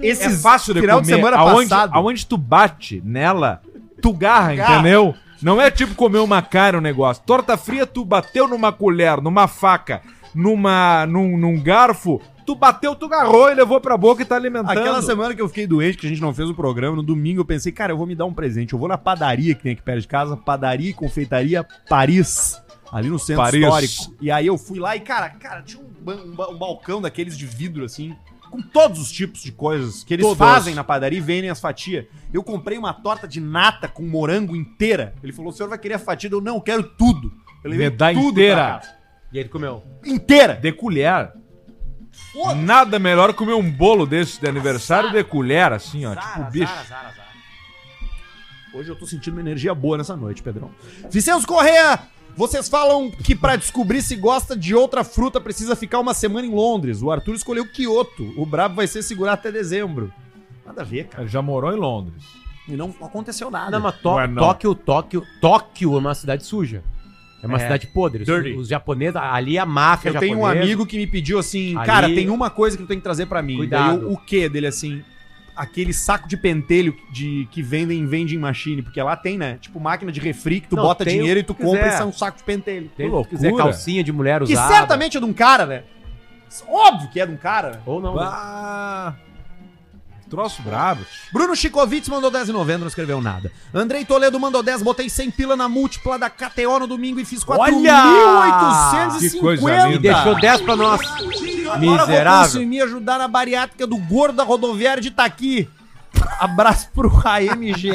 Speaker 1: Esse
Speaker 2: é fácil de
Speaker 1: final
Speaker 2: comer.
Speaker 1: de semana
Speaker 2: aonde,
Speaker 1: passado.
Speaker 2: aonde tu bate nela, tu garra,
Speaker 1: Garra.
Speaker 2: entendeu? Não é tipo comer uma cara o negócio. Torta fria, tu bateu numa colher, numa faca, numa, num, num garfo, tu bateu, tu garrou e levou pra boca e tá alimentando.
Speaker 1: Aquela semana que eu fiquei doente, que a gente não fez o programa, no domingo eu pensei, cara, eu vou me dar um presente. Eu vou na padaria que tem aqui perto de casa, padaria e confeitaria Paris, ali no centro
Speaker 2: Paris.
Speaker 1: histórico. E aí eu fui lá e, cara, cara, tinha um, ba- um ba- um balcão daqueles de vidro assim. com todos os tipos de coisas que eles
Speaker 2: Todos.
Speaker 1: fazem na padaria e vendem as fatias. Eu comprei uma torta de nata com morango inteira. Ele falou: o senhor vai querer a fatia? Eu não, eu quero tudo. Eu levei
Speaker 2: Me dá
Speaker 1: tudo
Speaker 2: inteira.
Speaker 1: pra casa.
Speaker 3: E ele comeu.
Speaker 1: Inteira.
Speaker 2: De colher. Nada melhor comer um bolo desse de aniversário de colher, assim, ó. tipo bicho.
Speaker 1: Hoje eu tô sentindo uma energia boa nessa noite, Pedrão. Vicenzo Correa, vocês falam que pra descobrir se gosta de outra fruta precisa ficar uma semana em Londres. O Arthur escolheu Kyoto. O Brabo vai ser segurar até dezembro. Nada a ver, cara.
Speaker 2: Ele já morou em Londres.
Speaker 1: E não aconteceu nada.
Speaker 3: Não, mas to
Speaker 2: Não é não.
Speaker 3: Tóquio, Tóquio, Tóquio é uma cidade suja. É uma cidade podre. Os-
Speaker 1: Dirty.
Speaker 3: Os, japoneses, ali a máfia
Speaker 1: Eu tenho um
Speaker 3: japonesa.
Speaker 1: amigo que me pediu assim,
Speaker 3: é Ali-
Speaker 1: cara, tem uma coisa que tu tem que trazer pra mim.
Speaker 3: Cuidado.
Speaker 1: Daí eu, o quê dele assim? Aquele saco de pentelho de que vendem em vending machine, porque lá tem, né? Tipo máquina de refri que tu
Speaker 3: Não,
Speaker 1: bota
Speaker 3: tem o
Speaker 1: dinheiro e
Speaker 3: que
Speaker 1: tu
Speaker 3: tu
Speaker 1: compra
Speaker 3: quiser.
Speaker 1: e sai um saco de pentelho.
Speaker 3: Tem,
Speaker 2: Que
Speaker 3: se quiser,
Speaker 2: loucura.
Speaker 3: calcinha de mulher
Speaker 1: Que
Speaker 3: usada.
Speaker 1: certamente é de um cara, né? Óbvio que é de um cara, né?
Speaker 3: Ou não.
Speaker 2: Ah, troço brabo.
Speaker 1: Bruno Chicovitz mandou 10,90, não escreveu nada. Andrei Toledo mandou 10, botei 100 pila na múltipla da KTO no domingo e fiz
Speaker 3: Olha!
Speaker 2: Que coisa
Speaker 1: 4.850.
Speaker 2: linda.
Speaker 3: E deixou 10 pra nós.
Speaker 1: Agora vou
Speaker 3: Miserável.
Speaker 1: consumir ajudar na bariátrica do gordo da rodoviária de Itaqui. Abraço pro AMGE.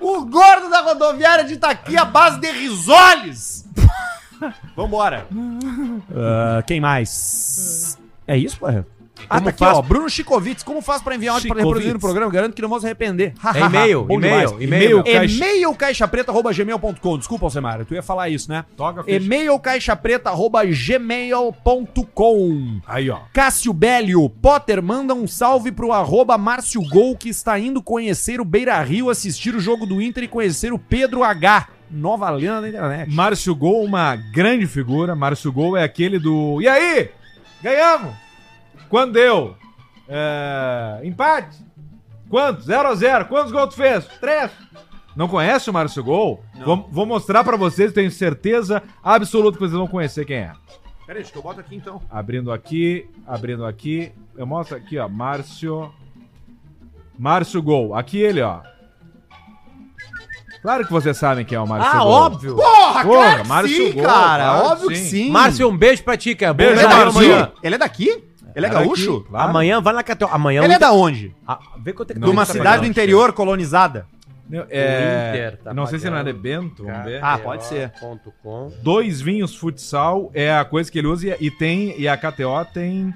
Speaker 1: o gordo da rodoviária de Itaqui à base de risoles. Vambora. Ah, quem mais? É isso, pai? Ah,
Speaker 3: Como
Speaker 1: tá aqui,
Speaker 3: faz-
Speaker 1: ó. Bruno Chicovitz, como faz pra enviar áudio pra
Speaker 2: Chicovitz.
Speaker 1: reproduzir no programa? Garanto que não vou se arrepender.
Speaker 3: É e-mail,
Speaker 1: Bom
Speaker 3: e-mail,
Speaker 1: demais.
Speaker 3: e-mail.
Speaker 2: E-mail. Caixa-
Speaker 1: E-mail caixapreta.gmail.com. Desculpa, Alcemara, tu ia falar isso, né?
Speaker 2: Toca a ficha.
Speaker 1: E-mail caixapreta.gmail.com
Speaker 2: Aí, ó.
Speaker 1: Cássio Bélio, Potter, manda um salve pro arroba Márcio Gol, que está indo conhecer o Beira Rio, assistir o jogo do Inter e conhecer o Pedro H. Nova lenda da internet.
Speaker 2: Márcio Gol, uma grande figura. Márcio Gol é aquele do. E aí? Ganhamos! Quando deu? É, Empate? Quanto? 0 a 0 Quantos gols tu fez? Três! Não conhece o Márcio Gol? Vou, vou mostrar pra vocês, tenho certeza absoluta que vocês vão conhecer quem é.
Speaker 1: Peraí, deixa que eu boto aqui então.
Speaker 2: Abrindo aqui, abrindo aqui. Eu mostro aqui, ó. Márcio. Márcio Gol. Aqui ele, ó. Claro que vocês sabem quem é o Márcio
Speaker 3: Ah,
Speaker 2: Gol.
Speaker 3: óbvio.
Speaker 1: Porra,
Speaker 2: Porra,
Speaker 1: claro que
Speaker 2: Márcio
Speaker 1: sim,
Speaker 2: Gol,
Speaker 1: cara.
Speaker 2: claro
Speaker 1: Óbvio
Speaker 2: que
Speaker 1: que
Speaker 2: sim.
Speaker 1: sim.
Speaker 3: Márcio, um beijo pra ti, cara. Bom
Speaker 2: Beijo,
Speaker 1: ele é
Speaker 3: dia,
Speaker 2: Márcio.
Speaker 1: daqui?
Speaker 3: amanhã.
Speaker 1: Ele é daqui? Ele é
Speaker 2: Cara,
Speaker 1: gaúcho?
Speaker 2: aqui, claro.
Speaker 3: Amanhã vai na Cateó. Amanhã
Speaker 1: Ele
Speaker 3: o
Speaker 1: é da onde?
Speaker 3: Ah, vê quanto é que
Speaker 2: Não,
Speaker 1: de uma
Speaker 2: tá
Speaker 1: cidade do
Speaker 2: pagando,
Speaker 1: interior colonizada?
Speaker 2: Não, é,
Speaker 3: O Inter tá
Speaker 2: não sei se não é de
Speaker 3: pagando.
Speaker 2: Bento, vamos ver.
Speaker 3: é,
Speaker 1: Ah, pode ser.
Speaker 3: KTO.com.
Speaker 2: Dois vinhos futsal é a coisa que ele usa e, e tem e a KTO tem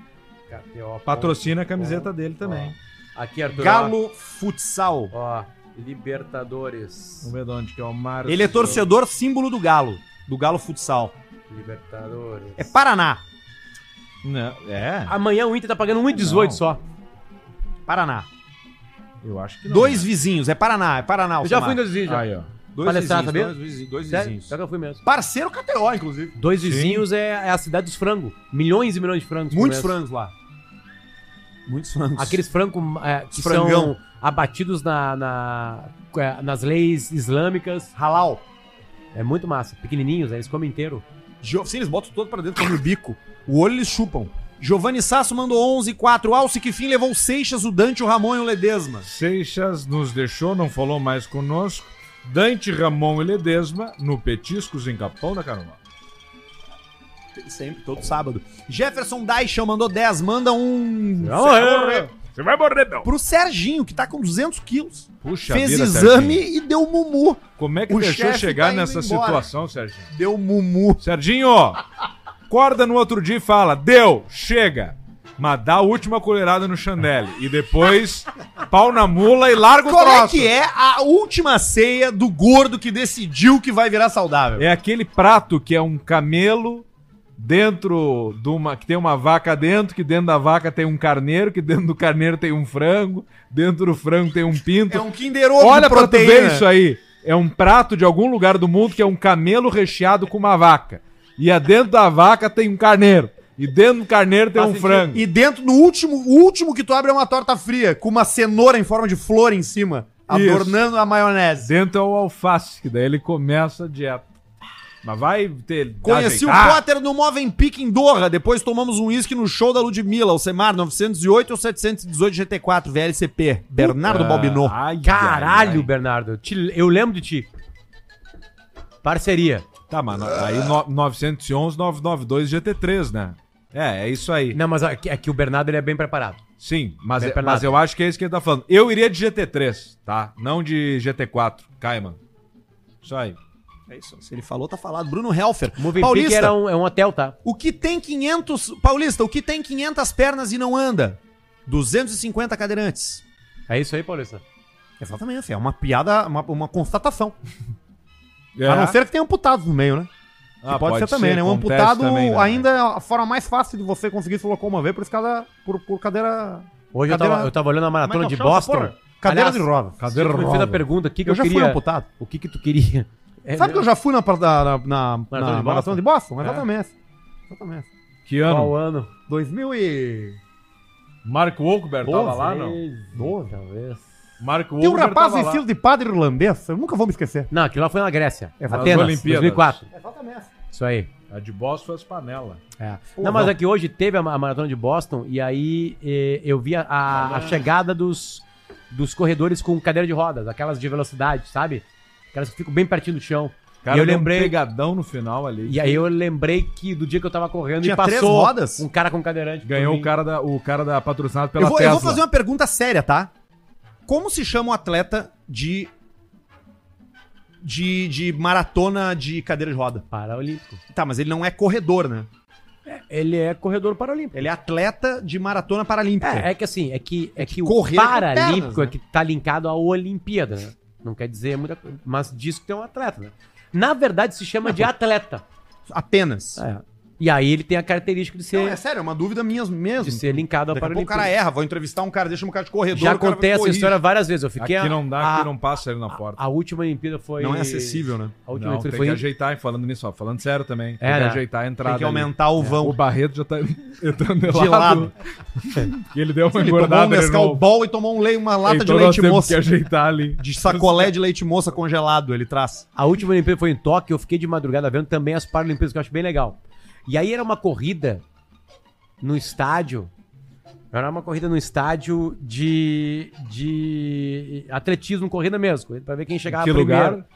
Speaker 3: KTO.com.
Speaker 2: patrocina a camiseta dele também.
Speaker 3: Aqui, Arthur.
Speaker 1: Galo Futsal.
Speaker 3: Ó, Libertadores.
Speaker 2: Vamos ver de onde que é o Márcio.
Speaker 1: Ele é torcedor símbolo do Galo, do Galo Futsal.
Speaker 3: Libertadores.
Speaker 1: É Paraná,
Speaker 2: Não, é.
Speaker 3: Amanhã o Inter tá pagando 1,18
Speaker 2: Não.
Speaker 3: só.
Speaker 1: Paraná.
Speaker 2: Eu acho que não.
Speaker 1: Dois
Speaker 2: né?
Speaker 1: vizinhos, é Paraná, é Paraná.
Speaker 3: Eu já
Speaker 1: Alcemar.
Speaker 3: fui em dois vizinhos. já.
Speaker 2: Aí, ó.
Speaker 1: Dois
Speaker 3: palestrar, sabia?
Speaker 1: dois vizinhos, dois
Speaker 3: Sério?
Speaker 1: vizinhos.
Speaker 3: Só que eu fui mesmo.
Speaker 1: Parceiro KTO, inclusive.
Speaker 3: Dois
Speaker 2: Sim.
Speaker 3: vizinhos é, é a cidade dos frangos. Milhões e milhões de frangos. por
Speaker 1: Muitos
Speaker 3: mês.
Speaker 1: frangos lá. Muitos frangos.
Speaker 3: Aqueles frangos é, que
Speaker 1: Frangão.
Speaker 3: são abatidos na, na- é, nas leis islâmicas.
Speaker 1: Halal.
Speaker 3: É muito massa. Pequenininhos, né? eles comem inteiro.
Speaker 1: Jo... Sim, eles botam todo pra dentro, comem o bico. O olho eles chupam. Giovanni Sasso mandou 11, 4. Alce que fim levou o Seixas, o Dante, o Ramon e o Ledesma.
Speaker 2: Seixas nos deixou, não falou mais conosco. Dante Ramon e Ledesma no Petiscos em Capão da Canoa.
Speaker 1: Sempre, todo sábado. Jefferson Daixão mandou 10. Manda um.
Speaker 3: é.
Speaker 2: Você vai morrer, meu.
Speaker 1: Pro Serginho, que tá com 200 quilos.
Speaker 2: Puxa
Speaker 1: Fez
Speaker 2: vida,
Speaker 1: exame
Speaker 2: Serginho.
Speaker 1: e deu mumu.
Speaker 2: Como é que
Speaker 1: O
Speaker 2: deixou
Speaker 1: chefe tá
Speaker 2: chegar
Speaker 1: indo
Speaker 2: nessa
Speaker 1: embora.
Speaker 2: situação, Serginho?
Speaker 1: Deu mumu.
Speaker 2: Serginho, acorda no outro dia e fala: Deu, chega. Mas dá a última colherada no Chandelle. E depois, pau na mula e larga o
Speaker 1: Qual é
Speaker 2: troço.
Speaker 1: que é a última ceia do gordo que decidiu que vai virar saudável?
Speaker 2: É aquele prato que é um camelo dentro de uma. que tem uma vaca dentro, que dentro da vaca tem um carneiro, que dentro do carneiro tem um frango, dentro do frango tem um pinto.
Speaker 1: É um Kinder Ovo
Speaker 2: Olha
Speaker 1: de
Speaker 2: pra tu ver isso aí. É um prato de algum lugar do mundo que é um camelo recheado com uma vaca. E a dentro da vaca tem um carneiro. E dentro do carneiro
Speaker 1: é
Speaker 2: tem um frango.
Speaker 1: E dentro, no último, o último que tu abre é uma torta fria, com uma cenoura em forma de flor em cima,
Speaker 2: Isso.
Speaker 1: adornando a maionese.
Speaker 2: Dentro é o alface, que daí ele começa a dieta. Mas vai ter.
Speaker 1: Conheci o Potter no Movenpick em Doha, depois tomamos um uísque no show da Ludmilla, o Semar 908 ou 718 GT4 VLCP, Bernardo Balbinot.
Speaker 3: Caralho,
Speaker 2: Caralho,
Speaker 3: Bernardo. eu te- eu lembro de ti. Parceria.
Speaker 2: Tá, mano. Aí no- 911, 992 GT3, né? É, é isso aí.
Speaker 3: Não, mas é que- é que o Bernardo ele é bem preparado.
Speaker 2: Sim, mas,
Speaker 3: Bem
Speaker 2: é-
Speaker 3: pelado.
Speaker 2: mas eu acho que é isso que ele tá falando. Eu iria de GT3, tá? Não de GT4. Caiman. Isso aí.
Speaker 1: É isso. Se ele falou, tá falado. Bruno Helfer.
Speaker 3: Movie Paulista.
Speaker 1: Paulista,
Speaker 3: era um, é um hotel, tá?
Speaker 1: o que tem 500... Paulista, o que tem 500 pernas e não anda? 250 cadeirantes.
Speaker 3: É isso aí, Paulista.
Speaker 1: Exatamente, é uma piada, uma, uma constatação.
Speaker 2: É.
Speaker 1: A não ser que tenha amputados no meio, né?
Speaker 2: Ah,
Speaker 1: Que pode, ser, também, né? Um
Speaker 2: acontece
Speaker 1: amputado
Speaker 2: também, né?
Speaker 1: ainda é a forma mais fácil de você conseguir se locomover por, escada, por, por cadeira...
Speaker 3: Hoje eu
Speaker 1: Cadeira-
Speaker 3: tava, eu tava olhando a maratona
Speaker 1: Como é
Speaker 3: de
Speaker 1: que é o chão,
Speaker 3: Boston.
Speaker 1: essa porra? Cadeira
Speaker 3: Aliás,
Speaker 1: de roda.
Speaker 2: Cadeira
Speaker 3: tu me fez
Speaker 2: roda.
Speaker 3: a pergunta, o que, que eu,
Speaker 1: Eu já
Speaker 3: queria...
Speaker 1: fui amputado.
Speaker 3: O que que tu queria? É,
Speaker 1: Sabe que eu já fui na, pra- da- na, na,
Speaker 3: Maratona
Speaker 1: na
Speaker 3: de É.
Speaker 1: Maratona de Boston? Exatamente. Exatamente.
Speaker 2: Que ano?
Speaker 3: Qual ano?
Speaker 1: 2000 e...
Speaker 2: Mark Wahlberg tava lá, não?
Speaker 3: não? Talvez.
Speaker 2: Mark
Speaker 1: Tem um
Speaker 2: Wahlberg
Speaker 1: rapaz
Speaker 2: tava
Speaker 1: em
Speaker 2: lá.
Speaker 1: estilo de padre irlandês, eu nunca vou me esquecer.
Speaker 3: Não, aquilo lá foi na Grécia.
Speaker 1: É, nas
Speaker 3: Atenas,
Speaker 2: Olimpíadas.
Speaker 3: 2004.
Speaker 1: Exatamente.
Speaker 3: Isso aí.
Speaker 2: A É de Boss foi as panelas.
Speaker 3: Não, mas aqui hoje teve a ma- a maratona de Boston e aí eh, eu vi a, a-
Speaker 1: Ah.
Speaker 3: a chegada dos, dos corredores com cadeira de rodas, aquelas de velocidade, sabe? Aquelas que ficam bem pertinho do chão. e eu
Speaker 2: deu um
Speaker 3: lembrei.
Speaker 2: pegadão no final ali.
Speaker 3: E aí eu lembrei que do dia que eu tava correndo
Speaker 1: Tinha
Speaker 3: e passou
Speaker 1: três rodas?
Speaker 3: um cara com cadeirante. por
Speaker 2: Ganhou
Speaker 3: mim.
Speaker 2: o cara, da, o cara da patrocinado pela
Speaker 1: Eu vou,
Speaker 2: Tesla.
Speaker 1: eu vou fazer uma pergunta séria, tá? Como se chama um atleta de. de, de maratona de cadeira de roda?
Speaker 3: Paralímpico.
Speaker 1: Tá, mas ele não é corredor, né?
Speaker 3: Ele é corredor paralímpico.
Speaker 1: Ele é atleta de maratona paralímpica.
Speaker 3: É, é que assim, é que, é que o
Speaker 1: correr com
Speaker 3: paralímpico
Speaker 1: pernas, né?
Speaker 3: é que tá linkado à Olimpíada, né? Não quer dizer muita coisa, mas diz que tem um atleta, né? Na verdade, se chama de atleta.
Speaker 1: Apenas.
Speaker 3: É. E aí ele tem a característica de
Speaker 1: Não,
Speaker 3: ser,
Speaker 1: é sério, é uma dúvida minha mesmo.
Speaker 3: de ser linkado à
Speaker 1: Daqui a pouco o
Speaker 3: Paralimpíada.
Speaker 1: cara erra, vou entrevistar um cara, deixa um cara de corredor.
Speaker 3: Já
Speaker 1: o cara vai
Speaker 3: contei essa
Speaker 1: corrigir.
Speaker 3: história várias vezes. Eu fiquei.
Speaker 2: Aqui
Speaker 3: a-
Speaker 2: não dá,
Speaker 3: a,
Speaker 2: aqui não passa ali na porta.
Speaker 3: A última Olimpíada foi.
Speaker 1: Não é acessível, né?
Speaker 3: A última
Speaker 2: não, tem
Speaker 3: Olimpíada
Speaker 2: que
Speaker 3: foi.
Speaker 2: ajeitar, hein, falando nisso, ó, falando sério também. tem
Speaker 3: É,
Speaker 2: que
Speaker 3: né?
Speaker 2: ajeitar a entrada.
Speaker 1: Tem que
Speaker 2: ali.
Speaker 1: aumentar o vão.
Speaker 2: O Barreto já tá entrando de
Speaker 1: De
Speaker 2: lado.
Speaker 1: É, lado.
Speaker 2: E ele deu uma
Speaker 1: Ele tomou um
Speaker 2: engordada. ele
Speaker 1: Nescau
Speaker 2: não-
Speaker 1: Ball e tomou um lei, uma lata de
Speaker 2: então nós
Speaker 1: leite
Speaker 2: temos
Speaker 1: moça.
Speaker 2: que ajeitar ali.
Speaker 1: De sacolé de leite moça congelado, ele traz.
Speaker 3: A última Olimpíada foi em Tóquio. Eu fiquei de madrugada vendo também as Paralimpíadas, que eu acho bem legal. E aí era uma corrida no estádio. Era uma corrida no estádio de, de atletismo, corrida mesmo, corrida pra ver quem chegava
Speaker 2: Que
Speaker 3: primeiro.
Speaker 2: lugar?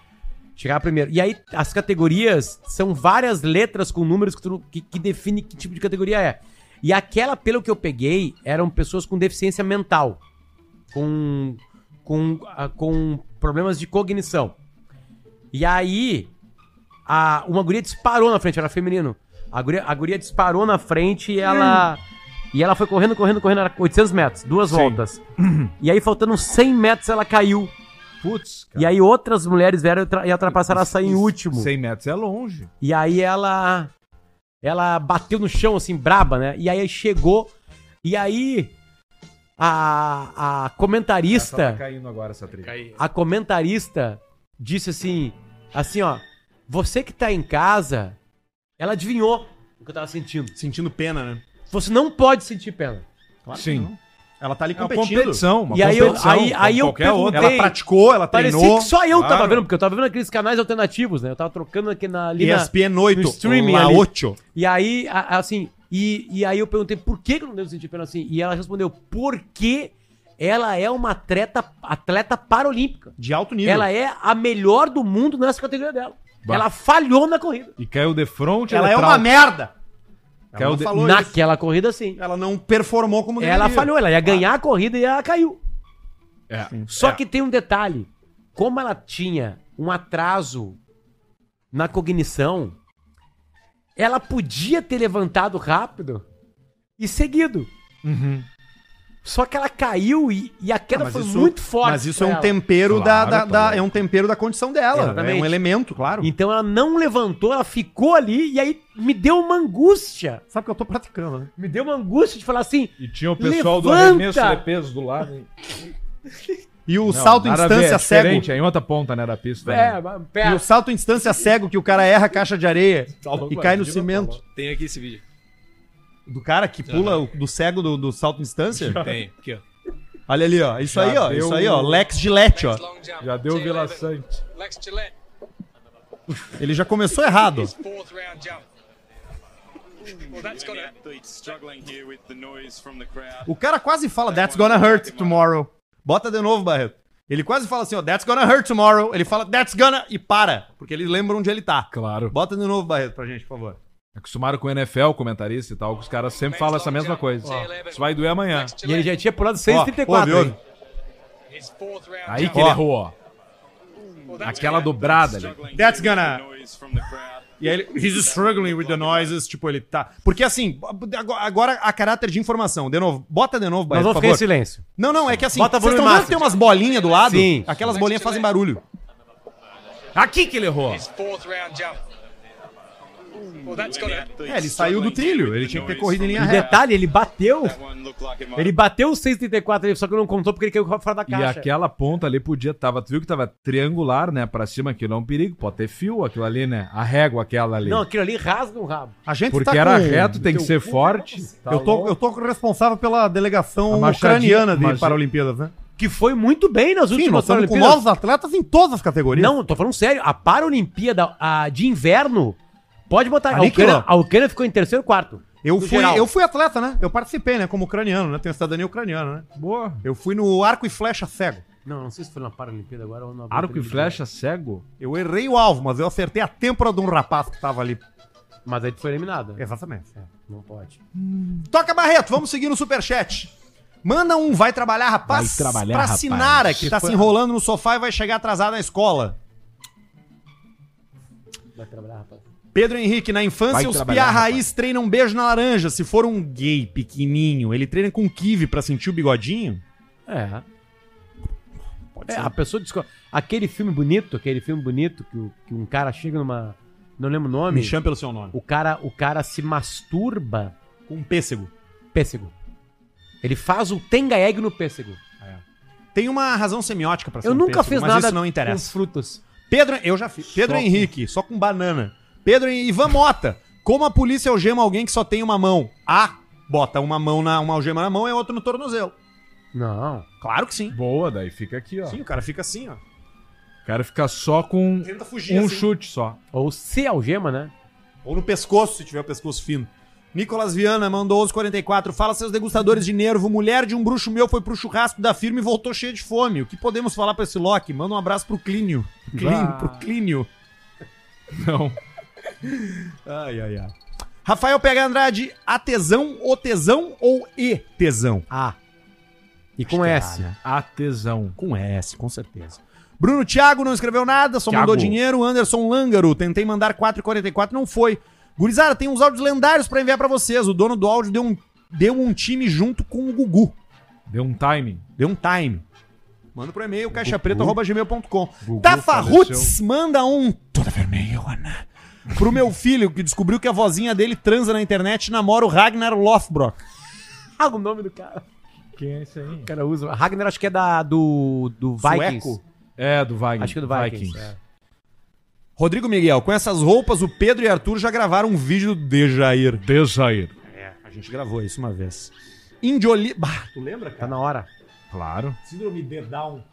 Speaker 3: Chegava primeiro. E aí, as categorias são várias letras com números que, tu- que, que define que tipo de categoria é. E aquela, pelo que eu peguei, eram pessoas com deficiência mental. Com, com, ah, com problemas de cognição. E aí, a, uma guria disparou na frente, era feminino. A guria, a guria disparou na frente e ela... E ela foi correndo, correndo, correndo, era 800 metros, duas voltas. E aí, faltando 100 metros, ela caiu.
Speaker 2: Putz,
Speaker 3: E aí outras mulheres vieram e tra- e ultrapassaram a sair em último.
Speaker 2: 100 metros é longe.
Speaker 3: E aí ela ela bateu no chão assim braba, né? E aí chegou e aí a, a
Speaker 2: Essa tá
Speaker 3: comentarista,
Speaker 2: caindo agora essa trilha.
Speaker 3: a comentarista disse assim, assim, ó, você que tá em casa, ela adivinhou o que eu tava sentindo.
Speaker 1: Sentindo pena, né?
Speaker 3: Você não pode sentir pena.
Speaker 1: Claro que
Speaker 2: Sim.
Speaker 1: não. Ela tá ali
Speaker 2: É uma
Speaker 1: competindo.
Speaker 2: competição, uma
Speaker 3: E aí eu-
Speaker 2: competição.
Speaker 3: aí- aí
Speaker 2: como
Speaker 3: eu
Speaker 2: qualquer outra.
Speaker 1: Ela
Speaker 3: Tem.
Speaker 1: praticou, ela
Speaker 3: Parecia
Speaker 1: treinou.
Speaker 3: que só eu tava
Speaker 2: claro.
Speaker 3: vendo, porque eu tava vendo aqueles canais alternativos, né? Eu tava trocando aqui na, ali na,
Speaker 1: ESPN 8,
Speaker 3: no streaming
Speaker 1: é La
Speaker 3: ali.
Speaker 1: 8.
Speaker 3: E aí, a- assim, e, e aí eu perguntei por que que eu não devo sentir pena assim? E ela respondeu, porque ela é uma atleta, atleta paralímpica.
Speaker 1: De alto nível.
Speaker 3: Ela é a melhor do mundo nessa categoria dela.
Speaker 2: Bah.
Speaker 3: Ela falhou na corrida.
Speaker 2: tá- E caiu de frente.
Speaker 1: Ela é uma merda.
Speaker 2: Caiu
Speaker 1: não
Speaker 2: de-
Speaker 1: falou isso.
Speaker 3: Naquela corrida, sim.
Speaker 1: Ela não performou como
Speaker 3: Ela falhou, ela ia ganhar a corrida e ela caiu.
Speaker 2: É.
Speaker 3: Só que tem um detalhe. Como ela tinha um atraso na cognição, ela podia ter levantado rápido e seguido. Só que ela caiu e, e a queda
Speaker 1: Ah, mas
Speaker 3: foi
Speaker 1: isso-
Speaker 3: muito forte.
Speaker 1: Mas isso é
Speaker 3: pra
Speaker 1: um
Speaker 3: ela.
Speaker 1: tempero
Speaker 2: Claro,
Speaker 1: da, da- da-
Speaker 2: claro.
Speaker 1: é um tempero da condição dela,
Speaker 3: Exatamente.
Speaker 1: é um elemento, claro.
Speaker 3: Então ela não levantou, ela ficou ali e aí me deu uma angústia.
Speaker 1: Sabe que eu tô praticando, né?
Speaker 3: Me deu uma angústia de falar assim.
Speaker 2: E tinha o pessoal do
Speaker 3: Levanta!
Speaker 2: arremesso de peso do lado. hein?
Speaker 1: E o
Speaker 2: Não,
Speaker 1: salto em
Speaker 2: nada a ver,
Speaker 1: distância
Speaker 2: é diferente,
Speaker 1: cego.
Speaker 2: É em outra ponta, né, da pista.
Speaker 3: É,
Speaker 2: né?
Speaker 1: E o
Speaker 3: pera.
Speaker 1: salto em distância cego que o cara erra a caixa de areia
Speaker 2: louco,
Speaker 1: e cai no
Speaker 2: Guardiola, tá
Speaker 1: cimento.
Speaker 9: Tem aqui esse vídeo.
Speaker 1: Do cara que pula o- do cego do, do salto em distância?
Speaker 9: Tem. Aqui, ó.
Speaker 1: Olha ali, ó. Isso
Speaker 2: Já
Speaker 1: aí, ó.
Speaker 2: deu
Speaker 1: Isso aí, ó.
Speaker 2: um-
Speaker 1: Lex Gillette, ó.
Speaker 3: É.
Speaker 2: Já deu o Vila Sante.
Speaker 9: Lex Gillette,
Speaker 1: Ele já começou errado. ó.
Speaker 9: fourth round jump. Well, that's got a...
Speaker 1: O cara quase fala That's gonna hurt tomorrow. Bota de novo, Barreto. Ele quase fala assim, ó, That's gonna hurt tomorrow. Ele fala That's gonna e para, porque ele lembra onde ele tá.
Speaker 2: Claro.
Speaker 1: Bota de novo, Barreto, pra gente, por favor.
Speaker 2: Acostumaram com o NFL, comentarista e tal, que os caras sempre falam essa mesma coisa. Ó, Isso vai doer amanhã.
Speaker 3: E ele já tinha pulado
Speaker 1: Ó, ouve,
Speaker 3: 6,34.
Speaker 1: ouve.
Speaker 3: hein?
Speaker 9: His fourth round.
Speaker 2: Aí que
Speaker 1: Ó.
Speaker 2: ele errou, ó.
Speaker 9: Well, that's
Speaker 2: Aquela
Speaker 9: good.
Speaker 2: dobrada ali.
Speaker 9: Struggling
Speaker 1: That's
Speaker 9: to get
Speaker 1: gonna-
Speaker 9: the noise from the crowd.
Speaker 1: E aí ele, he's struggling with the noises, tipo, ele tá... Porque assim, agora- agora a caráter de informação, de novo, bota de novo,
Speaker 3: Nós
Speaker 1: Baeta,
Speaker 3: vamos
Speaker 1: por
Speaker 3: ficar em
Speaker 1: favor.
Speaker 3: silêncio.
Speaker 1: Não, não, é que assim,
Speaker 3: Bota
Speaker 1: vocês
Speaker 3: volume
Speaker 1: estão vendo que
Speaker 3: máximo.
Speaker 1: tem umas bolinhas do lado?
Speaker 3: Sim.
Speaker 1: Aquelas bolinhas fazem barulho.
Speaker 2: Aqui que ele errou.
Speaker 9: His fourth round jump. Well, that's gonna.
Speaker 1: É, ele saiu do trilho, ele tinha que ter corrido em linha
Speaker 3: E
Speaker 1: reta.
Speaker 3: detalhe, ele bateu.
Speaker 9: That one looked like it might.
Speaker 3: Ele bateu o 6,34 ali, só que não contou porque ele caiu fora da
Speaker 2: E
Speaker 3: caixa.
Speaker 2: aquela ponta ali podia tava, tu viu que tava triangular, né, Pra cima, aquilo é um perigo, pode ter fio aquilo ali, né? A régua aquela ali.
Speaker 3: Não, aquilo ali rasga um rabo.
Speaker 1: A gente
Speaker 2: Porque
Speaker 1: tá
Speaker 2: era
Speaker 1: com-
Speaker 2: reto, tem que ser forte.
Speaker 1: eu, tô, eu tô responsável pela
Speaker 2: A
Speaker 1: delegação
Speaker 2: machadinha-
Speaker 1: ucraniana de
Speaker 2: mas-
Speaker 1: Paralimpíadas, né?
Speaker 3: Que foi muito bem nas
Speaker 1: Sim, nós
Speaker 3: últimas
Speaker 1: estamos com novos atletas em todas as categorias.
Speaker 3: Não, tô falando sério. A Paralimpíada a de inverno, pode botar. A
Speaker 1: Ali que
Speaker 3: Ucrânia,
Speaker 1: não.
Speaker 3: a Ucrânia ficou em terceiro quarto.
Speaker 1: eu,
Speaker 3: no
Speaker 1: fui,
Speaker 3: geral.
Speaker 1: eu fui atleta, né? Eu participei, né? Como ucraniano, né? Tenho cidadania ucraniana, né?
Speaker 2: Boa.
Speaker 1: Eu fui no arco e flecha cego.
Speaker 3: Não, não sei se foi na Paralimpíada agora ou na.
Speaker 2: Arco e flecha cego?
Speaker 1: Eu errei o alvo, mas eu acertei a têmpora de um rapaz que tava ali.
Speaker 3: Mas aí tu foi eliminado.
Speaker 1: Exatamente.
Speaker 3: Não pode.
Speaker 1: Toca Barreto, vamos seguir no superchat. Manda um vai trabalhar, rapaz,
Speaker 2: Vai trabalhar,
Speaker 1: pra
Speaker 2: rapaz.
Speaker 1: Sinara, que tá
Speaker 2: Foi-
Speaker 1: se enrolando no sofá e vai chegar atrasada na escola.
Speaker 3: Vai trabalhar, rapaz.
Speaker 1: Pedro Henrique, na infância
Speaker 2: Vai
Speaker 1: os
Speaker 2: trabalhar,
Speaker 1: piá raiz treinam um beijo na laranja. Se for um gay pequenininho, ele treina com kiwi pra sentir o bigodinho?
Speaker 3: É. É, a pessoa descobre. Aquele filme bonito, aquele filme bonito que, o- que um cara chega numa. Não lembro o nome.
Speaker 1: Me chame pelo seu nome.
Speaker 3: O cara, o cara se masturba
Speaker 1: Com um pêssego.
Speaker 3: pêssego. Ele faz o tenga egg no pêssego.
Speaker 1: Tem uma razão semiótica pra ser
Speaker 3: Eu
Speaker 1: um
Speaker 3: nunca
Speaker 1: pêssego,
Speaker 3: fiz
Speaker 1: mas
Speaker 3: nada
Speaker 1: isso não interessa.
Speaker 3: com frutas.
Speaker 1: Pedro, eu já fiz. Pedro
Speaker 3: Só com-
Speaker 1: Henrique, só com banana. Pedro Hen- Ivan Mota, como a polícia algema alguém que só tem uma mão? Ah, bota uma mão na uma algema na mão e outra no tornozelo.
Speaker 3: Não.
Speaker 1: Claro que sim.
Speaker 2: Boa, daí fica aqui, ó.
Speaker 1: Sim, o cara fica assim, ó.
Speaker 2: O cara fica só com
Speaker 1: Tenta fugir
Speaker 2: um
Speaker 1: assim.
Speaker 2: chute só.
Speaker 3: Ou se algema, né?
Speaker 1: Ou no pescoço, se tiver o pescoço fino. Nicolas Viana mandou 1144. Fala seus degustadores de nervo. Mulher de um bruxo meu foi pro churrasco da firma e voltou cheia de fome. O que podemos falar pra esse Loki? Manda um abraço pro Clínio. Clín,
Speaker 3: Bah.
Speaker 1: pro Clínio.
Speaker 2: Não.
Speaker 1: Ai, ai, ai. Rafael Pega Andrade, a tesão, o tesão ou e tesão?
Speaker 3: A. E com
Speaker 1: que é
Speaker 3: S.
Speaker 1: A, né?
Speaker 2: A Ah, tesão.
Speaker 1: Com S, com certeza. Bruno Thiago não escreveu nada, só
Speaker 2: Thiago.
Speaker 1: mandou dinheiro. Anderson Lângaro, tentei mandar 4,44, não foi. Gurizada, tem uns áudios lendários pra enviar pra vocês. O dono do áudio deu um, deu um time junto com o Gugu.
Speaker 2: Deu um timing.
Speaker 1: Deu um time. Manda pro e-mail caixapreta.gmail.com.
Speaker 2: Gugu
Speaker 1: Tafa
Speaker 2: faleceu.
Speaker 1: Roots manda um toda vermelhona pro meu filho que descobriu que a vozinha dele transa na internet e namora o Ragnar Lothbrok.
Speaker 3: Ah, o nome do cara.
Speaker 2: Quem é esse aí?
Speaker 3: O cara usa. Ragnar acho que é da, do, do Vikings.
Speaker 1: Sueco?
Speaker 2: É, do Vikings.
Speaker 3: Acho que é do Vikings. é.
Speaker 1: Rodrigo Miguel, com essas roupas, o Pedro e Arthur já gravaram um vídeo do Dejair.
Speaker 3: é.
Speaker 2: Desair.
Speaker 1: A gente gravou isso uma vez. Indioli... Bah, tu lembra,
Speaker 3: Tá
Speaker 1: cara?
Speaker 3: na hora.
Speaker 2: Claro.
Speaker 1: Síndrome de Down.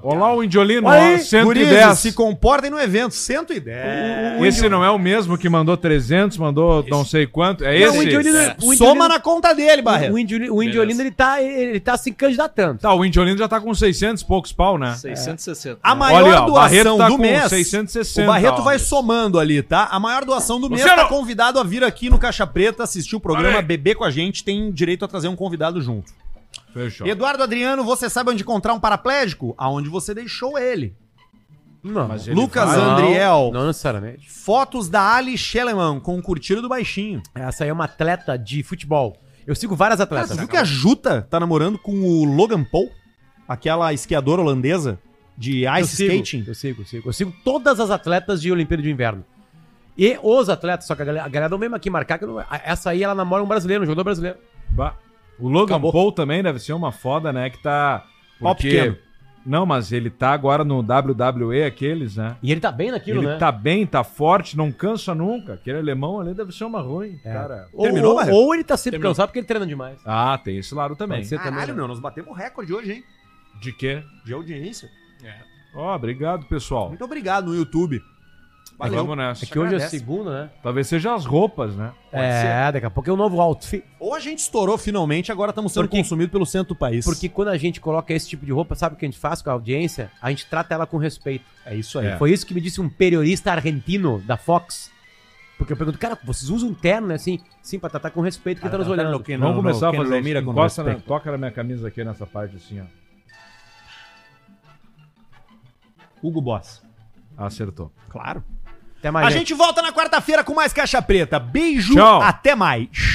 Speaker 2: Olá, o Indiolino.
Speaker 1: Aí,
Speaker 2: ó,
Speaker 1: 110.
Speaker 2: 110.
Speaker 1: se comportem no evento. 110.
Speaker 2: Esse não é o mesmo que mandou 300, mandou não sei quanto. É
Speaker 3: Não,
Speaker 2: esse?
Speaker 3: o Indiolino-
Speaker 2: É.
Speaker 3: o Indiolino-
Speaker 1: Soma na conta dele, Barreto.
Speaker 3: O Indiolino, o Indiolino ele, tá, ele tá se candidatando.
Speaker 2: Tá, o Indiolino já tá com 600 e poucos pau, né?
Speaker 9: 660.
Speaker 1: A maior
Speaker 2: Olha, ó,
Speaker 1: doação
Speaker 2: Barreto tá
Speaker 1: do
Speaker 2: com
Speaker 1: mês.
Speaker 2: 660,
Speaker 1: o Barreto
Speaker 2: ó.
Speaker 1: vai somando ali, tá? A maior doação do mês
Speaker 2: Luciano!
Speaker 1: tá convidado a vir aqui no Caixa Preta assistir o programa
Speaker 2: Olha aí.
Speaker 1: Beber com a gente. Tem direito a trazer um convidado junto.
Speaker 2: Fechou.
Speaker 3: é
Speaker 1: Eduardo Adriano, você sabe onde encontrar um paraplégico? Aonde você deixou ele.
Speaker 3: é- Ah, Não.
Speaker 2: Mas ele
Speaker 1: Lucas
Speaker 2: vai-
Speaker 1: Andriel.
Speaker 3: Não necessariamente.
Speaker 1: Fotos da Ali Schellemann com o curtido do baixinho.
Speaker 3: Essa aí é uma atleta de futebol. Eu sigo várias
Speaker 1: Cara,
Speaker 3: atletas.
Speaker 1: você viu que a Juta tá namorando com o Logan Paul? Aquela esquiadora holandesa de
Speaker 3: eu
Speaker 1: ice
Speaker 3: sigo,
Speaker 1: skating?
Speaker 3: Eu sigo, eu sigo. Eu sigo todas as atletas de Olimpíada de Inverno. E os atletas, só que a galera, a galera não mesmo aqui marcar, que eu não- a- essa aí ela namora um brasileiro, um jogador brasileiro.
Speaker 2: Ba- O Logan
Speaker 3: Acabou.
Speaker 2: Paul também deve ser uma foda, né? Que tá.
Speaker 1: Pau pequeno.
Speaker 2: Não, mas ele tá agora no WWE, aqueles, né?
Speaker 3: E ele tá bem naquilo,
Speaker 2: ele
Speaker 3: né?
Speaker 2: tá bem, tá forte, não cansa nunca. Aquele alemão ali deve ser uma
Speaker 3: É.
Speaker 2: ruim, cara.
Speaker 3: Ou,
Speaker 1: Terminou,
Speaker 3: ou-
Speaker 1: Barreto?
Speaker 3: ou ele tá sempre cansado porque ele treina demais.
Speaker 2: Ah, tem esse lado também.
Speaker 3: Pode ser também, né?
Speaker 1: meu, nós batemos recorde hoje, hein?
Speaker 2: De quê?
Speaker 1: De audiência.
Speaker 2: Ó, obrigado, pessoal.
Speaker 1: Muito obrigado no YouTube. Valeu.
Speaker 2: Vamos nessa.
Speaker 3: É que hoje é
Speaker 1: Agradece.
Speaker 3: segunda, né?
Speaker 2: Talvez seja as roupas, né?
Speaker 3: é, daqui a pouco é um novo outfit.
Speaker 1: Ou a gente estourou finalmente, agora estamos sendo
Speaker 3: Porque-
Speaker 1: consumidos pelo centro do país.
Speaker 3: Porque quando a gente coloca esse tipo de roupa, sabe o que a gente faz com a audiência? A gente trata ela com respeito.
Speaker 1: é isso aí.
Speaker 2: É.
Speaker 3: Foi isso que me disse um periodista argentino da Fox. Porque eu pergunto, cara, vocês usam terno, né? Assim, sim, pra tratar com respeito quem tá nos olhando.
Speaker 1: que
Speaker 2: Vamos começar a
Speaker 1: que
Speaker 2: fazer
Speaker 1: não é
Speaker 2: isso.
Speaker 1: mira com
Speaker 2: Encosta na,
Speaker 1: respeito.
Speaker 2: toca na minha camisa aqui nessa parte assim, ó.
Speaker 1: Hugo Boss.
Speaker 2: Acertou.
Speaker 1: Claro.
Speaker 3: Até
Speaker 1: A
Speaker 3: mais.
Speaker 1: gente volta na quarta-feira com mais Caixa Preta. Beijo,
Speaker 2: Tchau.
Speaker 1: até mais.